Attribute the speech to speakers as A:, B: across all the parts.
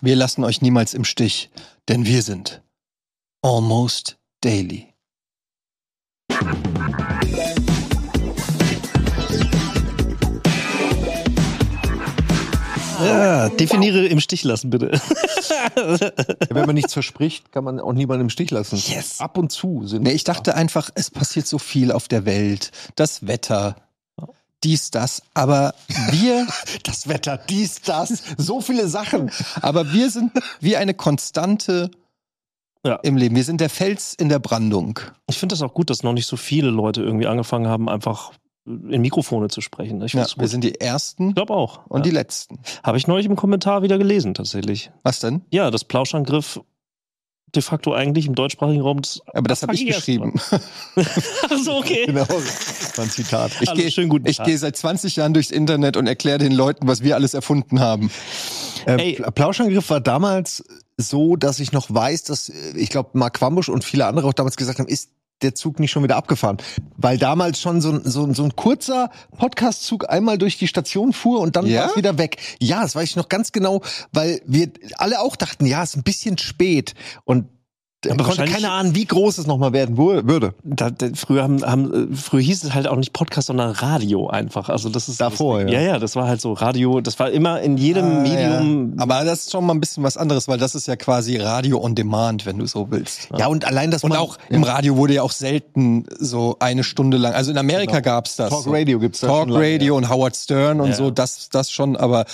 A: Wir lassen euch niemals im Stich, denn wir sind Almost Daily.
B: Ja, definiere im Stich lassen, bitte.
C: Wenn man nichts verspricht, kann man auch niemanden im Stich lassen.
B: Yes.
C: Ab und zu sind.
A: Nee, ich dachte einfach, es passiert so viel auf der Welt. Das Wetter, dies, das. Aber wir,
C: das Wetter, dies, das, so viele Sachen.
A: aber wir sind wie eine Konstante
B: Ja.
A: im Leben. Wir sind der Fels in der Brandung.
B: Ich finde das auch gut, dass noch nicht so viele Leute irgendwie angefangen haben, einfach in Mikrofone zu sprechen. Ich
A: Ja,
B: find's
A: wir
B: gut.
A: sind die Ersten
B: ich glaube auch.
A: und die
B: ja.
A: Letzten.
B: Habe ich neulich im Kommentar wieder gelesen, tatsächlich.
A: Was denn?
B: Ja, dass Plauschangriff de facto eigentlich im deutschsprachigen Raum. das-
A: Aber das habe ich
B: Vergiss
A: geschrieben.
B: Ach so, okay.
C: Genau. War ein Zitat. Äh,
A: Ich
B: Hallo,
A: gehe
B: schönen guten
A: ich
B: Tag.
A: gehe seit 20 Jahren durchs Internet und erkläre den Leuten, was wir alles erfunden haben.
C: Äh,
B: Ey.
C: Pla- Plauschangriff war damals so, dass ich noch weiß, dass äh, ich glaube, Mark Wambusch und viele andere auch damals gesagt haben, ist der Zug nicht schon wieder abgefahren? Weil damals schon so, ein- so, ein- so ein kurzer Podcast-Zug einmal durch die Station fuhr und dann
A: Ja?
C: war es wieder weg. Ja, das weiß ich noch ganz genau, weil wir alle auch dachten, ja, ist ein bisschen spät und
B: Aber
C: aber konnte
B: wahrscheinlich-
C: keine Ahnung, wie groß es nochmal werden wu- würde.
B: Da, da, früher, haben, haben, äh, früher hieß es halt auch nicht Podcast, sondern Radio einfach. Also das ist
C: Davor,
B: das,
C: ja.
B: ja. Ja, das war halt so Radio. Das war immer in jedem
A: Ah,
B: Medium.
A: Ja. Aber das ist schon mal ein bisschen was anderes, weil das ist ja quasi Radio on Demand, wenn du so willst.
C: Ja, und allein das
A: Und auch im Radio wurde ja auch selten so eine Stunde lang. Also in Amerika gab's das.
C: Genau. Talk
A: so.
C: Radio gibt's da
A: Talk
C: schon lange,
A: Radio und Howard Stern und
B: Ja.
A: so, das, das schon, aber.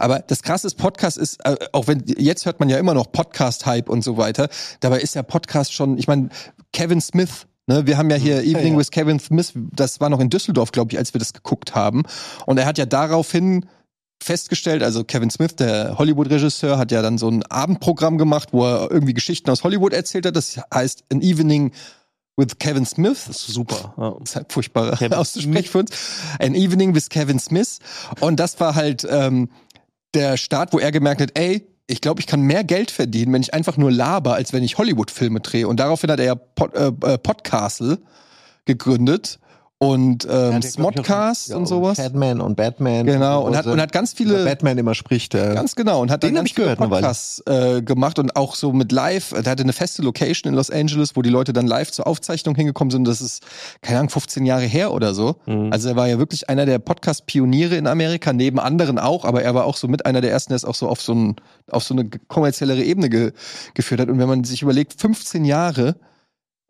A: Aber das krasse ist, Podcast ist, äh, auch wenn, jetzt hört man ja immer noch Podcast-Hype und so weiter, dabei ist ja Podcast schon, ich meine, Kevin Smith, ne, wir haben ja hier Evening
C: ja.
A: with Kevin Smith, das war noch in Düsseldorf, glaube ich, als wir das geguckt haben. Und er hat ja daraufhin festgestellt, also Kevin Smith, der Hollywood-Regisseur, hat ja dann so ein Abendprogramm gemacht, wo er irgendwie Geschichten aus Hollywood erzählt hat. Das heißt An Evening with Kevin Smith. Das ist
B: Super. Ja.
A: ist halt furchtbar
B: Kevin
A: auszusprechen für uns. An Evening with Kevin Smith. Und das war halt ähm, der Start, wo er gemerkt hat, ey, ich glaube, ich kann mehr Geld verdienen, wenn ich einfach nur laber, als wenn ich Hollywood-Filme drehe. Und daraufhin hat er ja Pod, äh, äh, Podcastle gegründet und ähm, Smodcast und sowas.
C: Batman und Batman.
A: Genau, und hat, und hat ganz
C: viele
A: viele
C: Batman immer spricht. Äh,
A: Ganz genau. Und hat
C: Den
A: dann
C: hab
A: ganz
C: ich gehört
A: viele
C: eine Weile.
A: Podcasts äh, gemacht und auch so mit live. Er hatte eine feste Location in Los Angeles, wo die Leute dann live zur Aufzeichnung hingekommen sind. Das ist, keine Ahnung, 15 Jahre her oder so.
B: Mhm.
A: Also er war ja wirklich einer der Podcast-Pioniere in Amerika, neben anderen auch, aber er war auch so mit einer der ersten, der es auch so auf so, ein, auf so eine kommerziellere Ebene ge geführt hat. Und wenn man sich überlegt, 15 Jahre,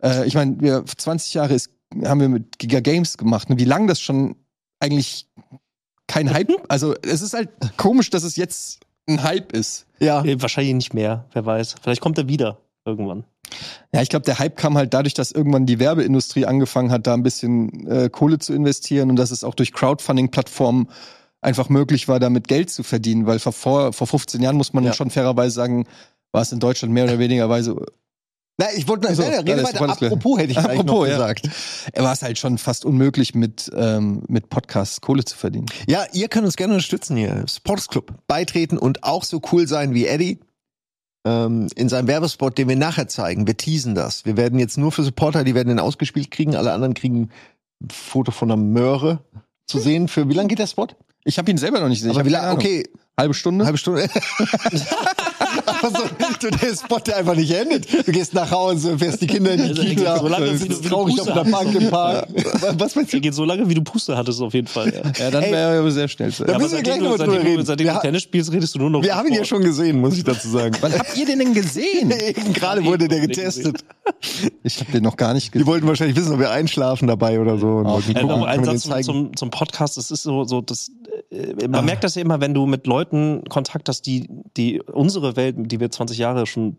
A: äh, ich meine, wir 20 Jahre ist, haben wir mit Giga Games gemacht, ne? wie lang das schon eigentlich kein Hype, also es ist halt komisch, dass es jetzt ein Hype ist.
C: ja.
B: Äh, Wahrscheinlich nicht mehr, wer weiß. Vielleicht kommt er wieder irgendwann.
A: Ja, ich glaube, der Hype kam halt dadurch, dass irgendwann die Werbeindustrie angefangen hat, da ein bisschen äh, Kohle zu investieren und dass es auch durch Crowdfunding-Plattformen einfach möglich war, damit Geld zu verdienen, weil vor- vor, vor 15 Jahren muss man
C: Ja.
A: schon fairerweise sagen, war es in Deutschland mehr oder weniger Weise,
C: Na, ich wollte
A: Also,
C: nein, nein, rede
A: alles,
C: weiter.
A: alles klar.
C: Apropos hätte ich gleich noch
A: Apropos, ja.
C: gesagt.
A: äh, war es halt schon fast unmöglich, mit, ähm, mit Podcasts Kohle zu verdienen.
C: Ja. ihr könnt uns gerne unterstützen hier. Sports Club beitreten und auch so cool sein wie Eddie. Ähm, in seinem Werbespot, den wir nachher zeigen. Wir teasen das. Wir werden jetzt nur für Supporter, die werden den ausgespielt kriegen. Alle anderen kriegen ein Foto von einer Möhre zu sehen. Für wie lange geht der Spot?
A: Ich habe ihn selber noch nicht gesehen.
C: Aber
A: ich
C: wie
A: hab
C: lange?
A: keine Ahnung.
C: Okay,
A: Halbe Stunde?
C: eine halbe Stunde. Aber so, du, der Spot, der einfach nicht endet. Du gehst nach Hause, fährst die Kinder in die
B: Also, der geht
C: Kita.
B: so lange, wie du-
C: bist
B: wie du
C: traurig auf
B: Buße
C: der Bank im Park. Was meinst
B: Er geht so lange, wie du Puste hattest, auf jeden Fall. Ja.
A: ja, dann
C: Ey.
A: wäre er aber sehr schnell. zu-
C: Da
B: aber
C: müssen wir gleich
B: seitdem,
C: noch mal
B: du,
C: drüber
B: seitdem, du,
C: reden.
B: seitdem
C: Wir
B: du
C: ha-
B: Tennis spielst, redest du nur noch.
C: Wir haben ihn ja schon gesehen, muss ich dazu sagen.
A: Wann habt ihr den denn gesehen?
C: Eben gerade wurde der getestet.
A: Ich habe den noch gar nicht
C: Die
A: gesehen.
C: wollten wahrscheinlich wissen, ob wir einschlafen dabei oder so. Und wollten
B: Äh,
C: gucken,
B: noch ein
C: können wir den
B: Satz zum,
C: zeigen.
B: zum, zum Podcast. Es ist so, so das, äh, man merkt das ja immer, wenn du mit Leuten Kontakt hast, die, die unsere Welt, die wir 20 Jahre schon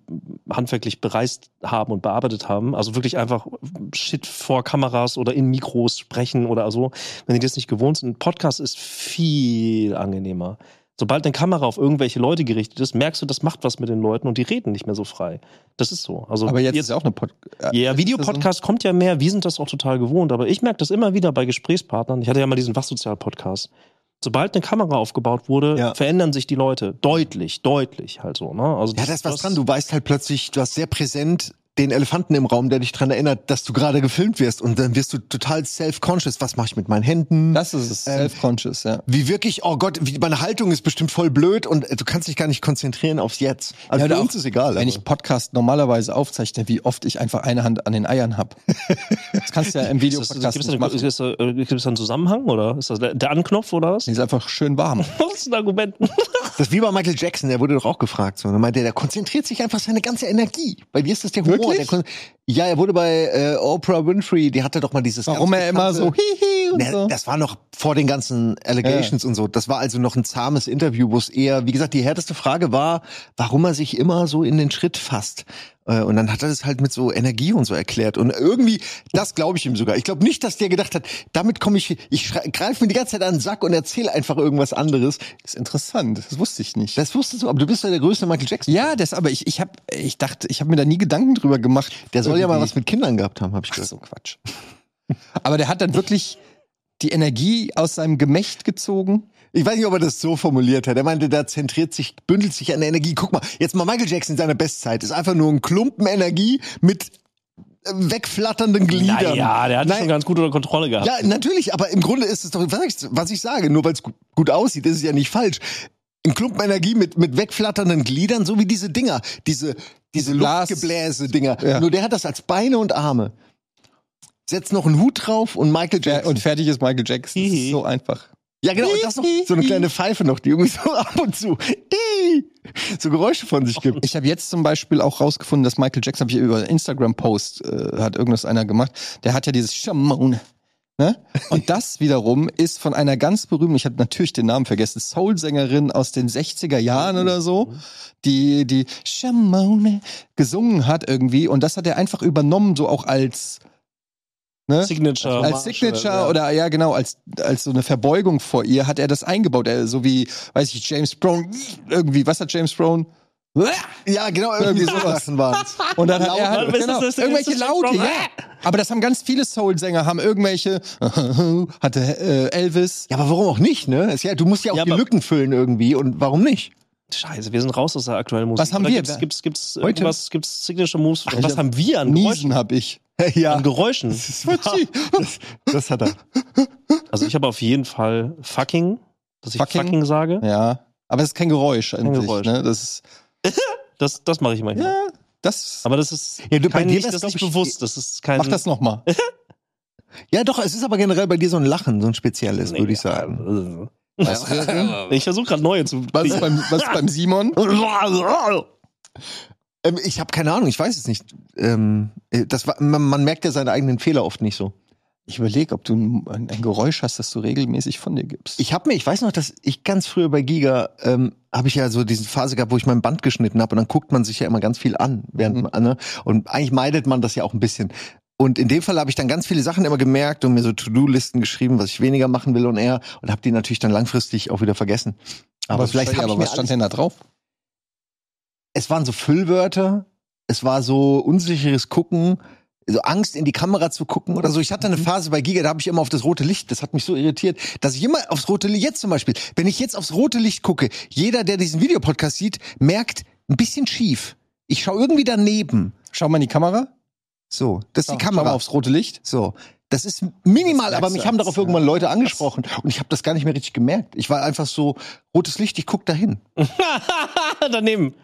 B: handwerklich bereist haben und bearbeitet haben, also wirklich einfach Shit vor Kameras oder in Mikros sprechen oder so, wenn die das nicht gewohnt sind. Ein Podcast ist viel angenehmer. Sobald eine Kamera auf irgendwelche Leute gerichtet ist, merkst du, das macht was mit den Leuten und die reden nicht mehr so frei. Das ist so. Also
A: Aber jetzt, ist ja auch eine äh, Podcast.
B: Ja, Videopodcast kommt ja mehr. Wir sind das auch total gewohnt. Aber ich merke das immer wieder bei Gesprächspartnern. Ich hatte ja mal diesen Wachsozial-Podcast. Sobald eine Kamera aufgebaut wurde,
C: Ja.
B: verändern sich die Leute. Deutlich, deutlich halt so. Ne? Also
C: Ja, da ist was dran. Du weißt halt plötzlich, du hast sehr präsent den Elefanten im Raum, der dich daran erinnert, dass du gerade gefilmt wirst und dann wirst du total self-conscious. Was mache ich mit meinen Händen?
A: Das ist es,
C: Ähm,
A: self-conscious, ja.
C: wie wirklich, oh Gott, wie, meine Haltung ist bestimmt voll blöd und äh, du kannst dich gar nicht konzentrieren aufs Jetzt. Also
A: oder
C: für uns
A: auch,
C: ist egal.
A: Wenn
C: aber-
A: ich Podcast normalerweise aufzeichne, wie oft ich einfach eine Hand an den Eiern habe. Das kannst du ja im
B: Ist das-
A: Videopodcast
B: Gibt es da
A: nicht
B: eine-
A: machen.
B: ist das da äh, gibt's da einen Zusammenhang oder ist das der, der Anknopf oder was?
A: Die ist einfach schön warm.
B: Das ist ein Argument.
C: das ist wie bei Michael Jackson, der wurde doch auch gefragt. So. Und er meinte, der konzentriert sich einfach seine ganze Energie. Bei dir ist das der Humor.
A: Wirklich?
C: Der kon- ja, er wurde bei äh, Oprah Winfrey, die hatte doch mal dieses
A: Warum
C: ganz
A: er immer so
C: bekannte-
A: hihi und
C: Ne,
A: so.
C: Das war noch vor den ganzen Allegations und so. Das war also noch ein zahmes Interview, wo es eher, wie gesagt, die härteste Frage war, warum er sich immer so in den Schritt fasst. Äh, Und dann hat er das halt mit so Energie und so erklärt. Und irgendwie, das glaube ich ihm sogar. Ich glaube nicht, dass der gedacht hat, damit komme ich, ich greife mir die ganze Zeit an den Sack und erzähle einfach irgendwas anderes.
A: Das ist interessant. Das wusste ich nicht.
C: Das wusstest du, aber du bist ja der größte Michael Jackson.
A: ja, das aber ich ich habe ich dachte, ich habe mir da nie Gedanken drüber gemacht.
C: Der soll ja mal
A: Irgendwie.
C: was mit Kindern gehabt haben, habe ich
A: Ach
C: gehört.
A: so Quatsch. aber der hat dann wirklich die Energie aus seinem Gemächt gezogen.
C: Ich weiß nicht, ob er das so formuliert hat. Er meinte, da zentriert sich, bündelt sich an Energie. Guck mal, jetzt mal Michael Jackson in seiner Bestzeit. Ist einfach nur ein Klumpen Energie mit äh, wegflatternden Gliedern.
B: Ja, der hat
C: Nein.
B: schon ganz gut unter Kontrolle gehabt.
C: Ja, natürlich, aber im Grunde ist es doch, was ich, was ich sage, nur weil es gut, gut aussieht, ist es ja nicht falsch. Ein Klumpen Energie mit, mit wegflatternden Gliedern, so wie diese Dinger, diese, diese
A: Blas-
C: Luftgebläse-Dinger.
A: Ja.
C: Nur der hat das als Beine und Arme. Setzt noch einen Hut drauf und Michael
A: Ja,
C: Jackson.
A: äh, und fertig ist Michael Jackson. Das ist so einfach.
C: Ja, genau, und das noch so eine kleine Pfeife noch, die irgendwie so ab und zu ii, so Geräusche von sich gibt.
A: Ich habe jetzt zum Beispiel auch rausgefunden, dass Michael Jackson, habe ich über einen Instagram-Post, äh, hat irgendwas einer gemacht, der hat ja dieses Shamone. Ne? Und das wiederum ist von einer ganz berühmten, ich habe natürlich den Namen vergessen, Soul-Sängerin aus den 60er Jahren oder so, die die Shamone gesungen hat irgendwie. Und das hat er einfach übernommen, so auch als, ne?
B: Signature.
A: als Signature oder ja genau als als so eine Verbeugung vor ihr hat er das eingebaut er, so wie weiß ich James Brown irgendwie was hat James Brown
C: Ja, genau, irgendwie sowas waren's.
A: und dann hat er
B: Lauten.
A: halt,
B: Ist das-
A: genau,
B: ist das-
A: irgendwelche
B: ist das
A: Laute
B: James
A: ja
B: Brown?
A: aber das haben ganz viele Soul Sänger haben irgendwelche hatte äh, Elvis
C: Ja, aber warum auch nicht, ne? Ist ja, du musst ja auch
B: Ja,
C: die
B: aber-
C: Lücken füllen irgendwie und warum nicht?
B: Scheiße, wir sind raus aus der aktuellen Musik.
A: Was haben
B: Oder
A: wir
B: Gibt's,
A: da?
B: gibt's, gibt's
A: Heute?
B: irgendwas, gibt's Signature Moves?
A: ich
B: was
A: hab-
B: haben wir an Geräuschen?
A: Niesen habe ich
C: ja,
B: An Geräuschen?
C: das, das hat er.
B: Also ich habe auf jeden Fall fucking, dass ich
A: Fucking?
B: fucking, sage.
A: ja aber es ist kein Geräusch an sich
B: Geräusch.
A: ne das ist
B: Das, das mache ich manchmal.
A: ja das
B: Aber das ist
C: Ja, du, bei
B: kein,
C: dir
B: nicht,
C: wär's,
B: das ist
C: glaub
B: nicht
C: ich,
B: bewusst. Das ist kein.
A: mach das noch mal
C: Ja, doch, es ist aber generell bei dir so ein Lachen, so ein spezielles, würde ich sagen.
B: sagen.
A: was, wäre-
B: Ich versuche gerade neue zu.
A: was ist beim was ist beim Simon
C: Ähm, ich habe keine Ahnung, ich weiß es nicht. Ähm, äh, das war, man, man merkt ja seine eigenen Fehler oft nicht so.
A: Ich überlege, ob du ein, ein Geräusch hast, das du regelmäßig von dir gibst.
C: Ich habe mir, ich weiß noch, dass ich ganz früher bei Giga ähm, habe ich ja so diese Phase gehabt, wo ich mein Band geschnitten habe und dann guckt man sich ja immer ganz viel an, während
A: Mhm.
C: man, ne? und eigentlich meidet man das ja auch ein bisschen. Und in dem Fall habe ich dann ganz viele Sachen immer gemerkt und mir so To-Do-Listen geschrieben, was ich weniger machen will und eher und habe die natürlich dann langfristig auch wieder vergessen. Aber, vielleicht
A: sorry,
C: habe ich
A: aber
C: mir
A: was stand
C: alles,
A: denn da drauf?
C: es waren so Füllwörter, es war so unsicheres Gucken, so Angst in die Kamera zu gucken oder so. Ich hatte eine
A: Mhm.
C: Phase bei Giga, da habe ich immer auf das rote Licht, das hat mich so irritiert, dass ich immer aufs rote Licht, jetzt zum Beispiel, wenn ich jetzt aufs rote Licht gucke, jeder, der diesen Videopodcast sieht, merkt ein bisschen schief. Ich schaue irgendwie daneben.
A: Schau mal in die Kamera.
C: So, das ist
A: Schau-
C: die
A: Schau mal
C: Kamera.
A: aufs rote Licht.
C: So. Das ist minimal,
A: Das
C: aber
A: merkst
C: mich
A: du
C: haben
A: erst,
C: darauf
A: ja.
C: irgendwann Leute angesprochen und ich habe das gar nicht mehr richtig gemerkt. Ich war einfach so, rotes Licht, ich guck dahin.
B: Daneben.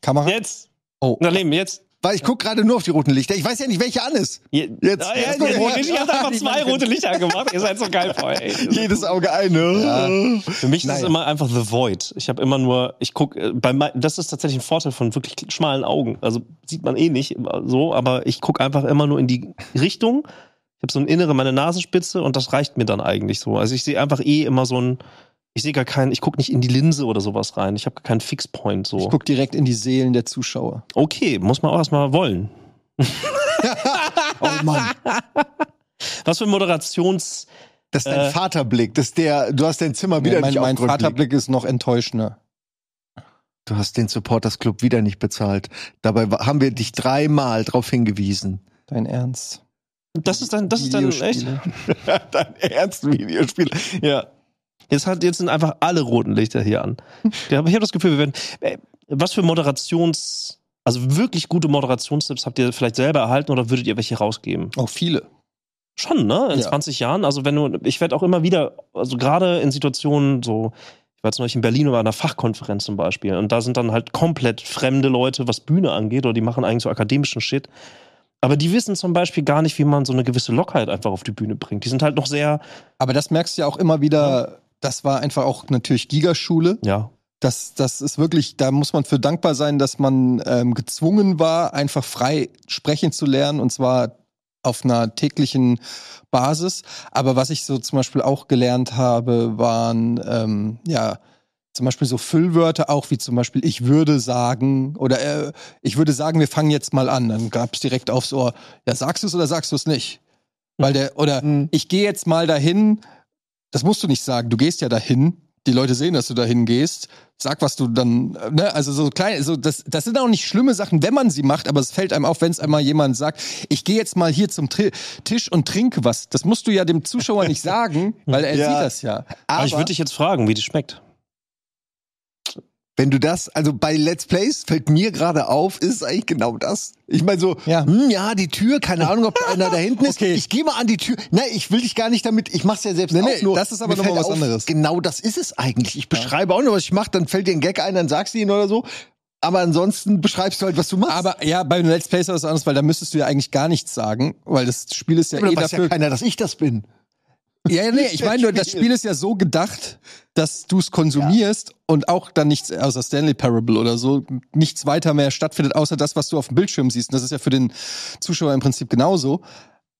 A: Kamera.
B: Jetzt.
A: Oh.
B: Daneben, jetzt.
C: Weil ich guck gerade nur auf die roten Lichter. Ich weiß ja nicht, welche an ist.
B: Je
C: Jetzt.
B: Ah,
C: Jetzt
B: ja,
C: guck
B: die
C: ich
B: rote
C: mal.
B: Lichter hat einfach zwei rote Lichter angemacht. Ihr seid so geil, ey.
C: Jedes Auge ein, ne?
B: Für mich ist
C: Naja.
B: es immer einfach The Void. Ich habe immer nur, ich gucke, bei mei- das ist tatsächlich ein Vorteil von wirklich schmalen Augen. Also sieht man eh nicht immer so, aber ich gucke einfach immer nur in die Richtung. Ich habe so ein Innere, meine Nasenspitze und das reicht mir dann eigentlich so. Also ich sehe einfach eh immer so ein, ich sehe gar keinen, ich gucke nicht in die Linse oder sowas rein. Ich habe gar keinen Fixpoint
A: Ich
B: so.
A: guck direkt in die Seelen der Zuschauer.
B: Okay, muss man auch erstmal wollen.
C: Oh Mann.
B: Was für ein Moderations-
C: Das ist dein
B: Äh.
C: Vaterblick. Das ist der, du hast dein Zimmer wieder
A: Nee, mein
C: nicht
A: mein
C: aufgeräumt liegen.
A: Vaterblick ist noch enttäuschender.
C: Du hast den Supporters Club wieder nicht bezahlt. Dabei wa- haben wir dich dreimal darauf hingewiesen.
A: Dein Ernst.
B: Das ist dann, das ist dann echt.
A: Videospiele.
C: dein ernsten Videospiel.
B: Ja. Jetzt, hat, jetzt sind einfach alle roten Lichter hier an. Ich habe ich hab das Gefühl, wir werden. Äh, was für Moderations. Also wirklich gute Moderationstipps habt ihr vielleicht selber erhalten oder würdet ihr welche rausgeben?
A: Auch viele.
B: Schon, ne? In
A: Ja.
B: 20 Jahren. Also wenn du, ich werde auch immer wieder, also gerade in Situationen so, ich war jetzt neulich in Berlin bei einer Fachkonferenz zum Beispiel und da sind dann halt komplett fremde Leute, was Bühne angeht oder die machen eigentlich so akademischen Shit. Aber die wissen zum Beispiel gar nicht, wie man so eine gewisse Lockheit einfach auf die Bühne bringt. Die sind halt noch sehr,
A: Aber das merkst du ja auch immer wieder. Das war einfach auch natürlich Gigaschule.
B: ja,
A: Das, das ist wirklich, da muss man für dankbar sein, dass man ähm, gezwungen war, einfach frei sprechen zu lernen und zwar auf einer täglichen Basis. Aber was ich so zum Beispiel auch gelernt habe, waren ähm, ja zum Beispiel so Füllwörter auch wie zum Beispiel ich würde sagen oder äh, ich würde sagen, wir fangen jetzt mal an. Dann gab es direkt aufs Ohr, ja sagst du es oder sagst du es nicht? Weil der oder
C: Mhm.
A: ich gehe jetzt mal dahin. Das musst du nicht sagen. Du gehst ja dahin. Die Leute sehen, dass du dahin gehst. Sag, was du dann, äh, ne, also so klein, so das, das sind auch nicht schlimme Sachen, wenn man sie macht, aber es fällt einem auf, wenn es einmal jemand sagt, ich gehe jetzt mal hier zum Tri Tisch und trinke was. Das musst du ja dem Zuschauer nicht sagen, weil er
C: Ja.
A: sieht das ja.
B: Aber
C: Aber
B: Ah, ich würde dich jetzt fragen, wie die schmeckt.
C: wenn du das, also bei Let's Plays fällt mir gerade auf, ist es eigentlich genau das. Ich meine so,
A: Ja.
C: ja. Hm, ja, die Tür, keine Ahnung, ob da einer da hinten ist.
A: Okay.
C: Ich gehe mal an die Tür. Nein, ich will dich gar nicht damit, ich mach's ja selbst
A: Nee,
C: auch
A: nee,
C: nur.
A: das ist aber
C: Mir
A: noch mal
C: fällt
A: was anderes.
C: Genau das ist es eigentlich. Ich beschreibe auch nur, was ich mache, dann fällt dir ein Gag ein, dann sagst du ihn oder so. Aber ansonsten beschreibst du halt, was du machst.
A: Aber ja, bei Let's Play ist das anders, weil da müsstest du ja eigentlich gar nichts sagen, weil das Spiel ist ja
C: Oder
A: eh
C: weiß
A: dafür
C: ja keiner, dass ich das bin.
A: Ja, ja, nee, ich meine nur, das
C: Spiel.
A: Spiel ist ja so gedacht, dass du es konsumierst und auch dann nichts, außer Stanley Parable oder so, nichts weiter mehr stattfindet, außer das, was du auf dem Bildschirm siehst. Und das ist ja für den Zuschauer im Prinzip genauso.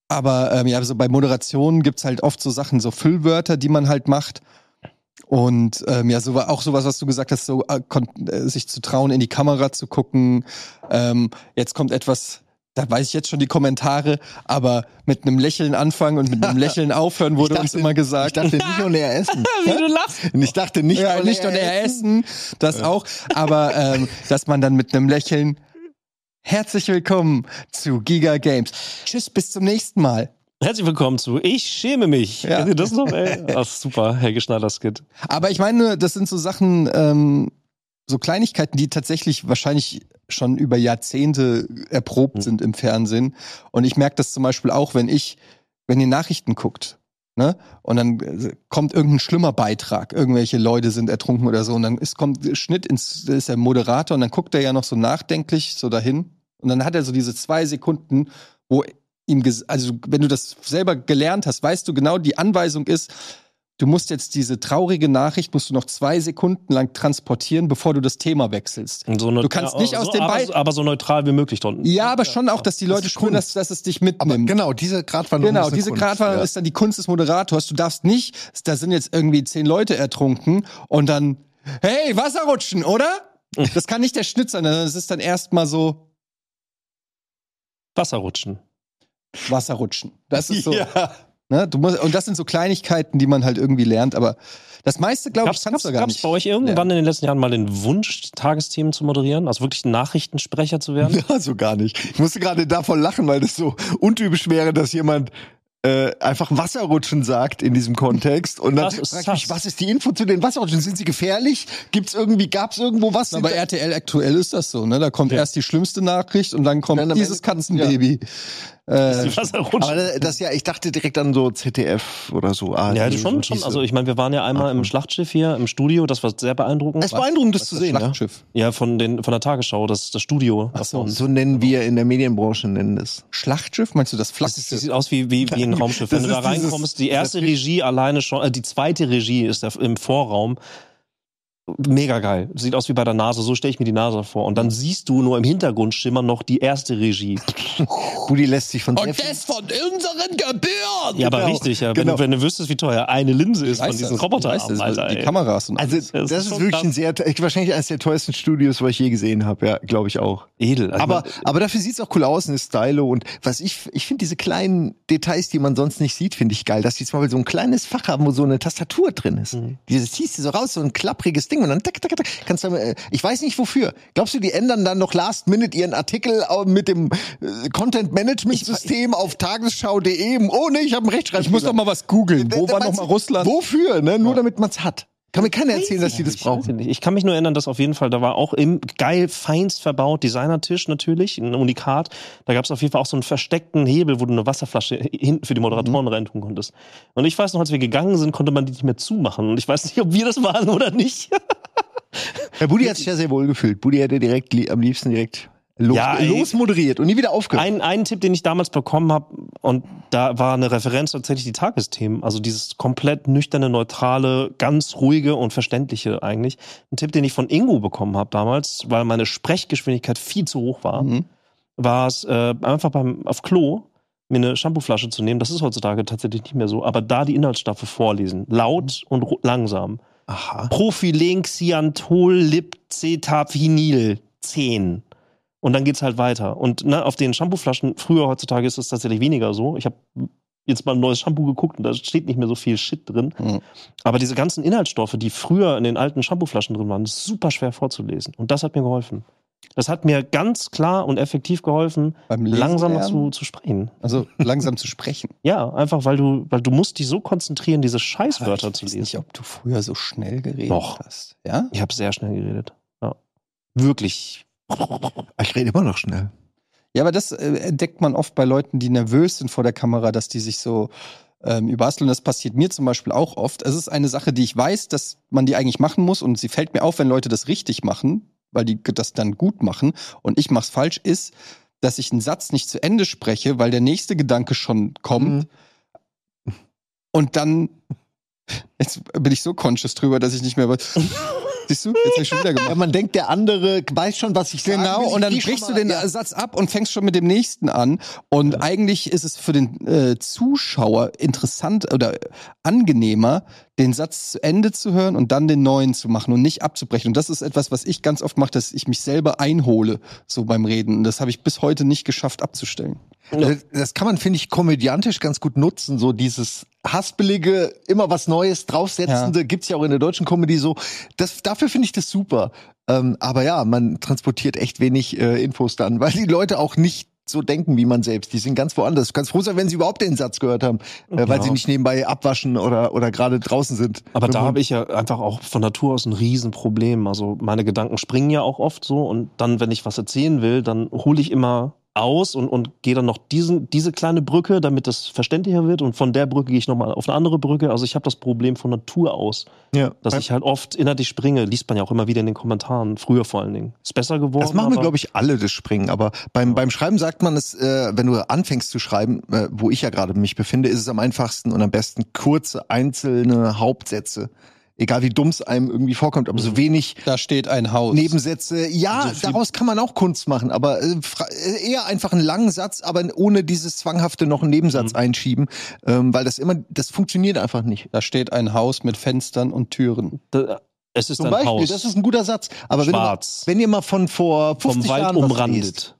A: Aber ähm, ja, also bei Moderationen gibt's halt oft so Sachen, so Füllwörter, die man halt macht. Und ähm, ja, so, war auch sowas, was du gesagt hast, so äh, kon- äh, sich zu trauen, in die Kamera zu gucken. Ähm, jetzt kommt etwas, da weiß ich jetzt schon die Kommentare, aber mit einem Lächeln anfangen und mit einem Lächeln aufhören, wurde
C: dachte-
A: uns immer
C: Ich
A: gesagt.
C: dachte nicht on air essen.
B: Wie du lachst.
C: Ich dachte nicht
A: ja,
C: on
A: nicht
C: air
A: und er essen, das auch. Aber ähm, dass man dann mit einem Lächeln herzlich willkommen zu Giga Games. Tschüss, bis zum nächsten Mal.
B: Herzlich willkommen zu Ich schäme mich.
A: Ja.
B: Kennt ihr das noch? Ey? Ach, super, Helge Schneider-Skit.
A: Aber ich meine, nur, das sind so Sachen, ähm, so Kleinigkeiten, die tatsächlich wahrscheinlich schon über Jahrzehnte erprobt
B: Mhm.
A: sind im Fernsehen. Und ich merke das zum Beispiel auch, wenn ich, wenn ihr Nachrichten guckt, ne? Und dann äh, kommt irgendein schlimmer Beitrag, irgendwelche Leute sind ertrunken oder so. Und dann ist, kommt Schnitt ins, da ist der Moderator und dann guckt er ja noch so nachdenklich so dahin. Und dann hat er so diese zwei Sekunden, wo ihm, ges- also wenn du das selber gelernt hast, weißt du genau, die Anweisung ist, du musst jetzt diese traurige Nachricht, musst du noch zwei Sekunden lang transportieren, bevor du das Thema wechselst.
B: Und So
A: Du kannst nicht
B: aber
A: aus
B: so,
A: den
B: aber,
A: beiden-
B: so- aber so neutral wie möglich dort.
A: Ja, aber schon auch, dass die Leute spüren, dass, dass es dich mitnimmt.
C: Aber genau, diese Gratwanderung
A: Genau,
C: ist eine
A: diese
C: Kunst.
A: Gratwanderung
C: Ja.
A: ist dann die Kunst des Moderators. Du darfst nicht, da sind jetzt irgendwie zehn Leute ertrunken und dann, hey, Wasser rutschen, oder? Das kann nicht der Schnitt sein, sondern es ist dann erstmal so
B: Wasser rutschen.
A: Wasser rutschen. Das ist so,
B: Ja.
A: ne? Du musst, und das sind so Kleinigkeiten, die man halt irgendwie lernt, aber das meiste, glaube ich,
B: Gab's,
A: kannst
B: gab's,
A: du gar
B: gab's
A: nicht.
B: bei euch irgendwann in den letzten Jahren mal den Wunsch, Tagesthemen zu moderieren? Also wirklich ein Nachrichtensprecher zu werden?
C: Ja, so gar nicht. Ich musste gerade davon lachen, weil das so untypisch wäre, dass jemand äh, einfach Wasserrutschen sagt in diesem Kontext. Und dann
B: Das ist
C: frage ich
B: krass.
C: mich, was ist die Info zu den Wasserrutschen? Sind sie gefährlich? Gibt's irgendwie, gab's irgendwo was?
A: Aber RTL aktuell ist das so, ne? Da kommt erst die schlimmste Nachricht und dann kommt
C: Dann am
A: dieses
C: Ende kommt-
A: Katzenbaby. Äh,
B: Die Wasser
C: aber
B: rutschen.
C: das- das ja, ich dachte direkt an so ZDF oder so. ARD,
B: Ja,
C: so
B: schon, schon.
C: diese-
B: Also ich meine, wir waren ja einmal im Schlachtschiff hier im Studio, das war sehr beeindruckend.
C: es war beeindruckend, das
A: das
C: zu sehen. Ja.
B: ne?
A: Schlachtschiff.
B: Ja, von, den, von der Tagesschau, das, das Studio. Ach
A: so.
C: So nennen wir in der Medienbranche nennen es.
A: Schlachtschiff? Meinst du das
B: Das, ist, das
A: Flaggschiff?
B: sieht aus wie, wie, wie ein Raumschiff. Wenn
C: das
B: du da
C: ist dieses-
B: reinkommst, die erste Regie alleine schon, äh, die zweite Regie ist da im Vorraum. Mega geil. Sieht aus wie bei der NASA, so stelle ich mir die NASA vor. Und dann siehst du nur im Hintergrund schimmern noch die erste Regie.
C: Rudi lässt sich von sehr
A: Und das von unseren Gebühren!
B: Ja, aber
C: Genau,
B: richtig, ja. Wenn,
C: genau.
B: du, wenn du wüsstest, wie teuer eine Linse ist
A: Ich weiß
B: von diesen
A: das, ich weiß das,
B: Roboterarmen, Alter.
A: Die
B: ey.
A: Kameras und
C: Also
A: alles.
C: das,
B: Das ist
C: ist,
B: schon
C: wirklich
B: krass.
C: ein sehr, wahrscheinlich eines der teuersten Studios, was ich je gesehen habe, ja, glaube ich auch.
B: Edel. Also
C: Aber,
B: ich mein,
C: aber dafür sieht's auch cool aus, eine Stylo. Und was ich, ich finde diese kleinen Details, die man sonst nicht sieht, finde ich geil. Dass die zum Beispiel so ein kleines Fach haben, wo so eine Tastatur drin ist.
B: Mhm.
C: Dieses ziehst du so raus, so ein klappriges Ding und dann tack, tack, tack, kannst du, äh, ich weiß nicht wofür. Glaubst du, die ändern dann noch last minute ihren Artikel äh, mit dem äh, Content-Management-System auf tagesschau.de? Oh nee, ich habe einen Rechtschreibfehler.
A: Ich muss doch mal was googeln. Wo war nochmal Russland?
C: Wofür, ne? Nur damit man's hat. Kann mir keiner erzählen, dass die das
B: Ich weiß
C: brauchen.
B: nicht. Ich kann mich nur erinnern, dass auf jeden Fall, da war auch im geil feinst verbaut Designertisch natürlich, ein Unikat. Da gab es auf jeden Fall auch so einen versteckten Hebel, wo du eine Wasserflasche hinten für die Moderatoren reintun konntest. Und ich weiß noch, als wir gegangen sind, konnte man die nicht mehr zumachen. Und ich weiß nicht, ob wir das waren oder nicht.
C: Herr Budi hat sich ja sehr wohl gefühlt. Budi hätte direkt li am liebsten direkt los,
B: Ja, ey.
C: losmoderiert und nie wieder aufgehört.
B: Ein, einen Tipp, den ich damals bekommen habe, und da war eine Referenz tatsächlich die Tagesthemen, also dieses komplett nüchterne, neutrale, ganz ruhige und verständliche eigentlich. Ein Tipp, den ich von Ingo bekommen habe damals, weil meine Sprechgeschwindigkeit viel zu hoch war,
A: Mhm.
B: war es äh, einfach beim auf Klo mir eine Shampooflasche zu nehmen. Das ist heutzutage tatsächlich nicht mehr so, aber da die Inhaltsstoffe vorlesen, laut und ru- langsam.
C: Aha.
B: Profilink, Xylitol, Lipcetaphinil 10. Und dann geht's halt weiter. Und ne, auf den Shampooflaschen, früher heutzutage ist das tatsächlich weniger so. Ich habe jetzt mal ein neues Shampoo geguckt und da steht nicht mehr so viel Shit drin.
A: Mhm.
B: Aber diese ganzen Inhaltsstoffe, die früher in den alten Shampooflaschen drin waren, ist super schwer vorzulesen. Und das hat mir geholfen. Das hat mir ganz klar und effektiv geholfen,
A: Beim Lesen
B: langsamer
A: lernen?
B: zu, zu sprechen.
A: Also langsam zu sprechen.
B: Ja, einfach weil du, weil du musst dich so konzentrieren, diese Scheißwörter
A: Aber
B: zu
A: Ah, ich weiß
B: lesen.
A: nicht, ob du früher so schnell geredet
B: Doch.
A: hast. Ja?
B: Ich habe sehr schnell geredet. Ja. Wirklich.
C: Ich rede immer noch schnell.
A: Ja, aber das äh, entdeckt man oft bei Leuten, die nervös sind vor der Kamera, dass die sich so ähm, überhasteln. Das passiert mir zum Beispiel auch oft. Es ist eine Sache, die ich weiß, dass man die eigentlich machen muss und sie fällt mir auf, wenn Leute das richtig machen, weil die das dann gut machen und ich mach's falsch, ist, dass ich einen Satz nicht zu Ende spreche, weil der nächste Gedanke schon kommt
C: Mhm.
A: und dann jetzt bin ich so conscious drüber, dass ich nicht mehr weiß. Siehst du, jetzt hab ich schon wieder
C: Ja,
A: gemacht.
C: man denkt, der andere weiß schon, was ich sage.
A: Genau, und dann brichst du den Satz ab und fängst schon mit dem nächsten an. Und eigentlich ist es für den äh, Zuschauer interessant oder angenehmer, den Satz zu Ende zu hören und dann den neuen zu machen und nicht abzubrechen. Und das ist etwas, was ich ganz oft mache, dass ich mich selber einhole, so beim Reden. Und das habe ich bis heute nicht geschafft abzustellen.
B: Genau.
C: Das- Das kann man, finde ich, komödiantisch ganz gut nutzen. So dieses haspelige, immer was Neues draufsetzende, gibt's ja auch in der deutschen Comedy so. Das, dafür finde ich das super. Ähm, aber ja, man transportiert echt wenig äh, Infos dann, weil die Leute auch nicht so denken wie man selbst. Die sind ganz woanders. Du kannst froh sein, wenn sie überhaupt den Satz gehört haben, äh, weil
B: Ja.
C: sie nicht nebenbei abwaschen oder, oder gerade draußen sind.
B: Aber da
C: Irgendwo-
B: habe ich ja einfach auch von Natur aus ein Riesenproblem. Also meine Gedanken springen ja auch oft so und dann, wenn ich was erzählen will, dann hole ich immer aus und, und gehe dann noch diesen, diese kleine Brücke, damit das verständlicher wird und von der Brücke gehe ich nochmal auf eine andere Brücke. Also ich habe das Problem von Natur aus,
C: ja.
B: dass ich halt oft inhaltlich springe. Liest man ja auch immer wieder in den Kommentaren, früher vor allen Dingen. Ist besser geworden.
C: Das machen wir,
B: aber-
C: glaube ich, alle, das Springen. Aber beim, beim Schreiben sagt man es, äh, wenn du anfängst zu schreiben, äh, wo ich ja gerade mich befinde, ist es am einfachsten und am besten kurze, einzelne Hauptsätze. Egal wie dumm es einem irgendwie vorkommt,
B: Mhm.
C: aber so wenig
A: Da steht ein Haus.
C: Nebensätze. Ja,
B: So viel-
C: daraus kann man auch Kunst machen, aber äh, fra- äh, eher einfach einen langen Satz, aber ohne dieses zwanghafte noch einen Nebensatz
B: Mhm.
C: einschieben, ähm, weil das immer, das funktioniert einfach nicht.
A: da steht ein Haus mit Fenstern und Türen.
B: Da- Es ist
C: Zum
B: ein
C: Beispiel,
B: Haus.
C: das ist ein guter Satz. Aber wenn, du mal,
B: schwarz.
C: wenn ihr mal von vor 50
B: vom Wald
C: Jahren was lest,
B: umrandet.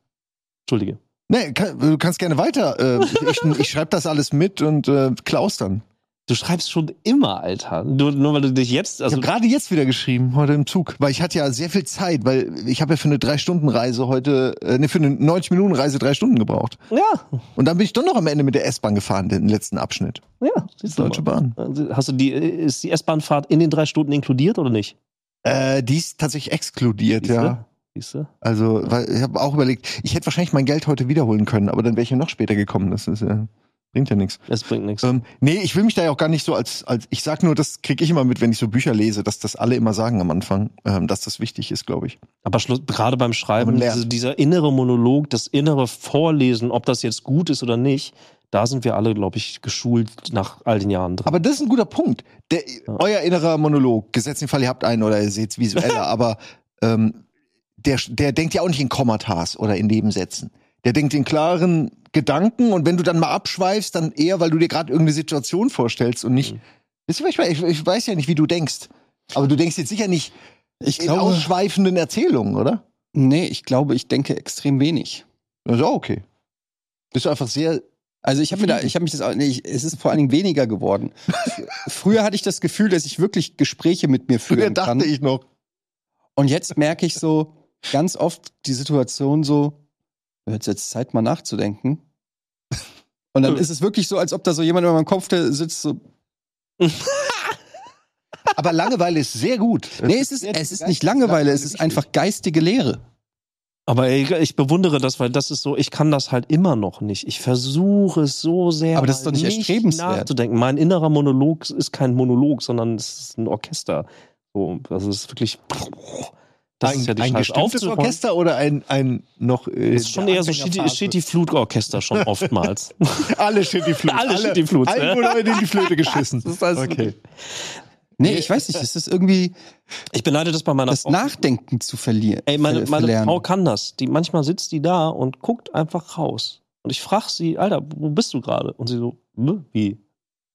B: Entschuldige.
C: Nee, kann, du kannst gerne weiter. Äh, ich ich schreibe das alles mit und äh, Klaus dann.
B: Du schreibst schon immer, Alter. Nur, nur weil du dich jetzt.
C: Ich
B: Also,
C: habe gerade jetzt wieder geschrieben, heute im Zug, weil ich hatte ja sehr viel Zeit, weil ich habe ja für eine drei Stunden Reise heute, äh, nee, für eine 90 Minuten Reise drei Stunden gebraucht.
B: ja,
C: Und dann bin ich doch noch am Ende mit der S-Bahn gefahren, den letzten Abschnitt.
B: ja. Siehst du
C: Deutsche
B: mal.
C: Bahn.
B: Hast du die, ist die S-Bahn-Fahrt in den drei Stunden inkludiert oder nicht?
C: Äh, die ist tatsächlich exkludiert,
B: Siehste?
C: ja.
B: Siehste?
C: Also weil ich habe auch überlegt, ich hätte wahrscheinlich mein Geld heute wiederholen können, aber dann wäre ich ja noch später gekommen. Das ist ja, bringt ja nichts.
B: Es bringt nichts.
C: Ähm, nee, ich will mich da ja auch gar nicht so als, als ich sag nur, das kriege ich immer mit, wenn ich so Bücher lese, dass das alle immer sagen am Anfang, ähm, dass das wichtig ist, glaube ich.
B: Aber schlu- gerade beim Schreiben,
C: Aber leer.
B: diese, dieser innere Monolog, das innere Vorlesen, ob das jetzt gut ist oder nicht, da sind wir alle, glaube ich, geschult nach all den Jahren drin.
C: Aber das ist ein guter Punkt. Der, Euer innerer Monolog, gesetzt den Fall, ihr habt einen oder ihr seht's visueller, aber ähm, der, der denkt ja auch nicht in Kommatas oder in Nebensätzen. Der denkt in klaren Gedanken und wenn du dann mal abschweifst, dann eher, weil du dir gerade irgendeine Situation vorstellst und nicht. Wisst ihr, was ich, meine? ich, ich weiß ja nicht, wie du denkst. Aber du denkst jetzt sicher nicht
A: Ich
C: in ausschweifenden Erzählungen, oder?
A: nee, ich glaube, ich denke extrem wenig.
C: Das ist auch okay. Bist du einfach sehr.
A: Also ich habe mir da, ich habe mich das, auch- nee, ich, es ist vor allen Dingen weniger geworden. Früher hatte ich das Gefühl, dass ich wirklich Gespräche mit mir
C: Früher
A: führen
C: dachte
A: kann.
C: ich noch.
A: Und jetzt merke ich so ganz oft die Situation so, jetzt jetzt Zeit mal nachzudenken. Und dann ist es wirklich so, als ob da so jemand in meinem Kopf der sitzt so.
C: Aber Langeweile ist sehr gut.
A: Nee, es ist, es ist nicht Langeweile, es ist einfach geistige Leere.
B: Aber ich, ich bewundere das, weil das ist so, ich kann das halt immer noch nicht. Ich versuche es so sehr.
A: Aber das ist
B: mal
A: doch nicht erstrebenswert.
B: Nachzudenken. Mein innerer Monolog ist kein Monolog, sondern es ist ein Orchester. So, das ist wirklich. Das
C: ein,
B: ist ja die
C: ein
B: Scheiße.
C: gestimmtes
B: Aufzuräumen-
C: Orchester oder ein, ein noch. Äh,
B: Das ist schon eher so Shitty,
C: Anfängerphase?
B: Shitty Flute Orchester schon oftmals.
C: Alle Shitty Flutes.
B: Alle Shitty Flutes,
C: Allen
B: ja.
C: wurde heute in die Flöte geschissen.
B: Das ist alles-
C: okay.
A: Nee, ich weiß nicht, es ist irgendwie
B: Ich beneide das bei meiner
A: das
B: Frau.
A: Nachdenken zu verlieren.
B: Ey, meine,
A: ver-
B: meine
A: verlernen.
B: Frau kann das. Die, manchmal sitzt die da und guckt einfach raus. Und ich frage sie, Alter, wo bist du gerade? Und sie so, "Nö, wie?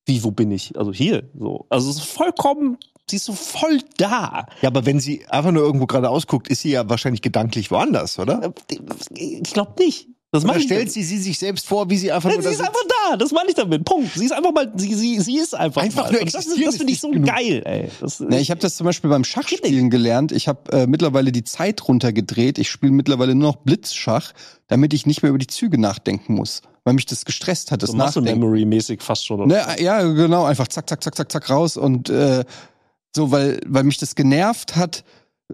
B: Wie, wo bin ich? Also hier. So. Also es ist vollkommen, sie ist so voll da.
C: Ja, aber wenn sie einfach nur irgendwo gerade ausguckt, ist sie ja wahrscheinlich gedanklich woanders, oder?
B: Äh, Ich glaube nicht. Das
C: Oder
B: meine ich
C: stellt
B: damit.
C: sie, sie sich selbst vor, wie sie einfach
B: Nein,
C: nur
B: sie
C: da
B: ist
C: sitzt?
B: einfach da. Das meine ich damit. Punkt. Sie ist einfach mal, sie, sie, sie ist einfach,
C: Einfach
B: mal.
C: nur
B: Und das ist,
C: existieren
B: das
C: ist
B: finde ich
C: nicht
B: so
C: genug.
B: geil, ey. Das,
A: Nee, ich habe das zum Beispiel beim Schachspielen gelernt. Ich habe äh, mittlerweile die Zeit runtergedreht. Ich spiele mittlerweile nur noch Blitzschach, damit ich nicht mehr über die Züge nachdenken muss, weil mich das gestresst hat, das
B: so Muscle
A: Nachdenken.
B: Memory-mäßig fast schon.
A: Ne, äh, ja, genau, einfach zack, zack, zack, zack, zack raus und äh, so, weil, weil mich das genervt hat,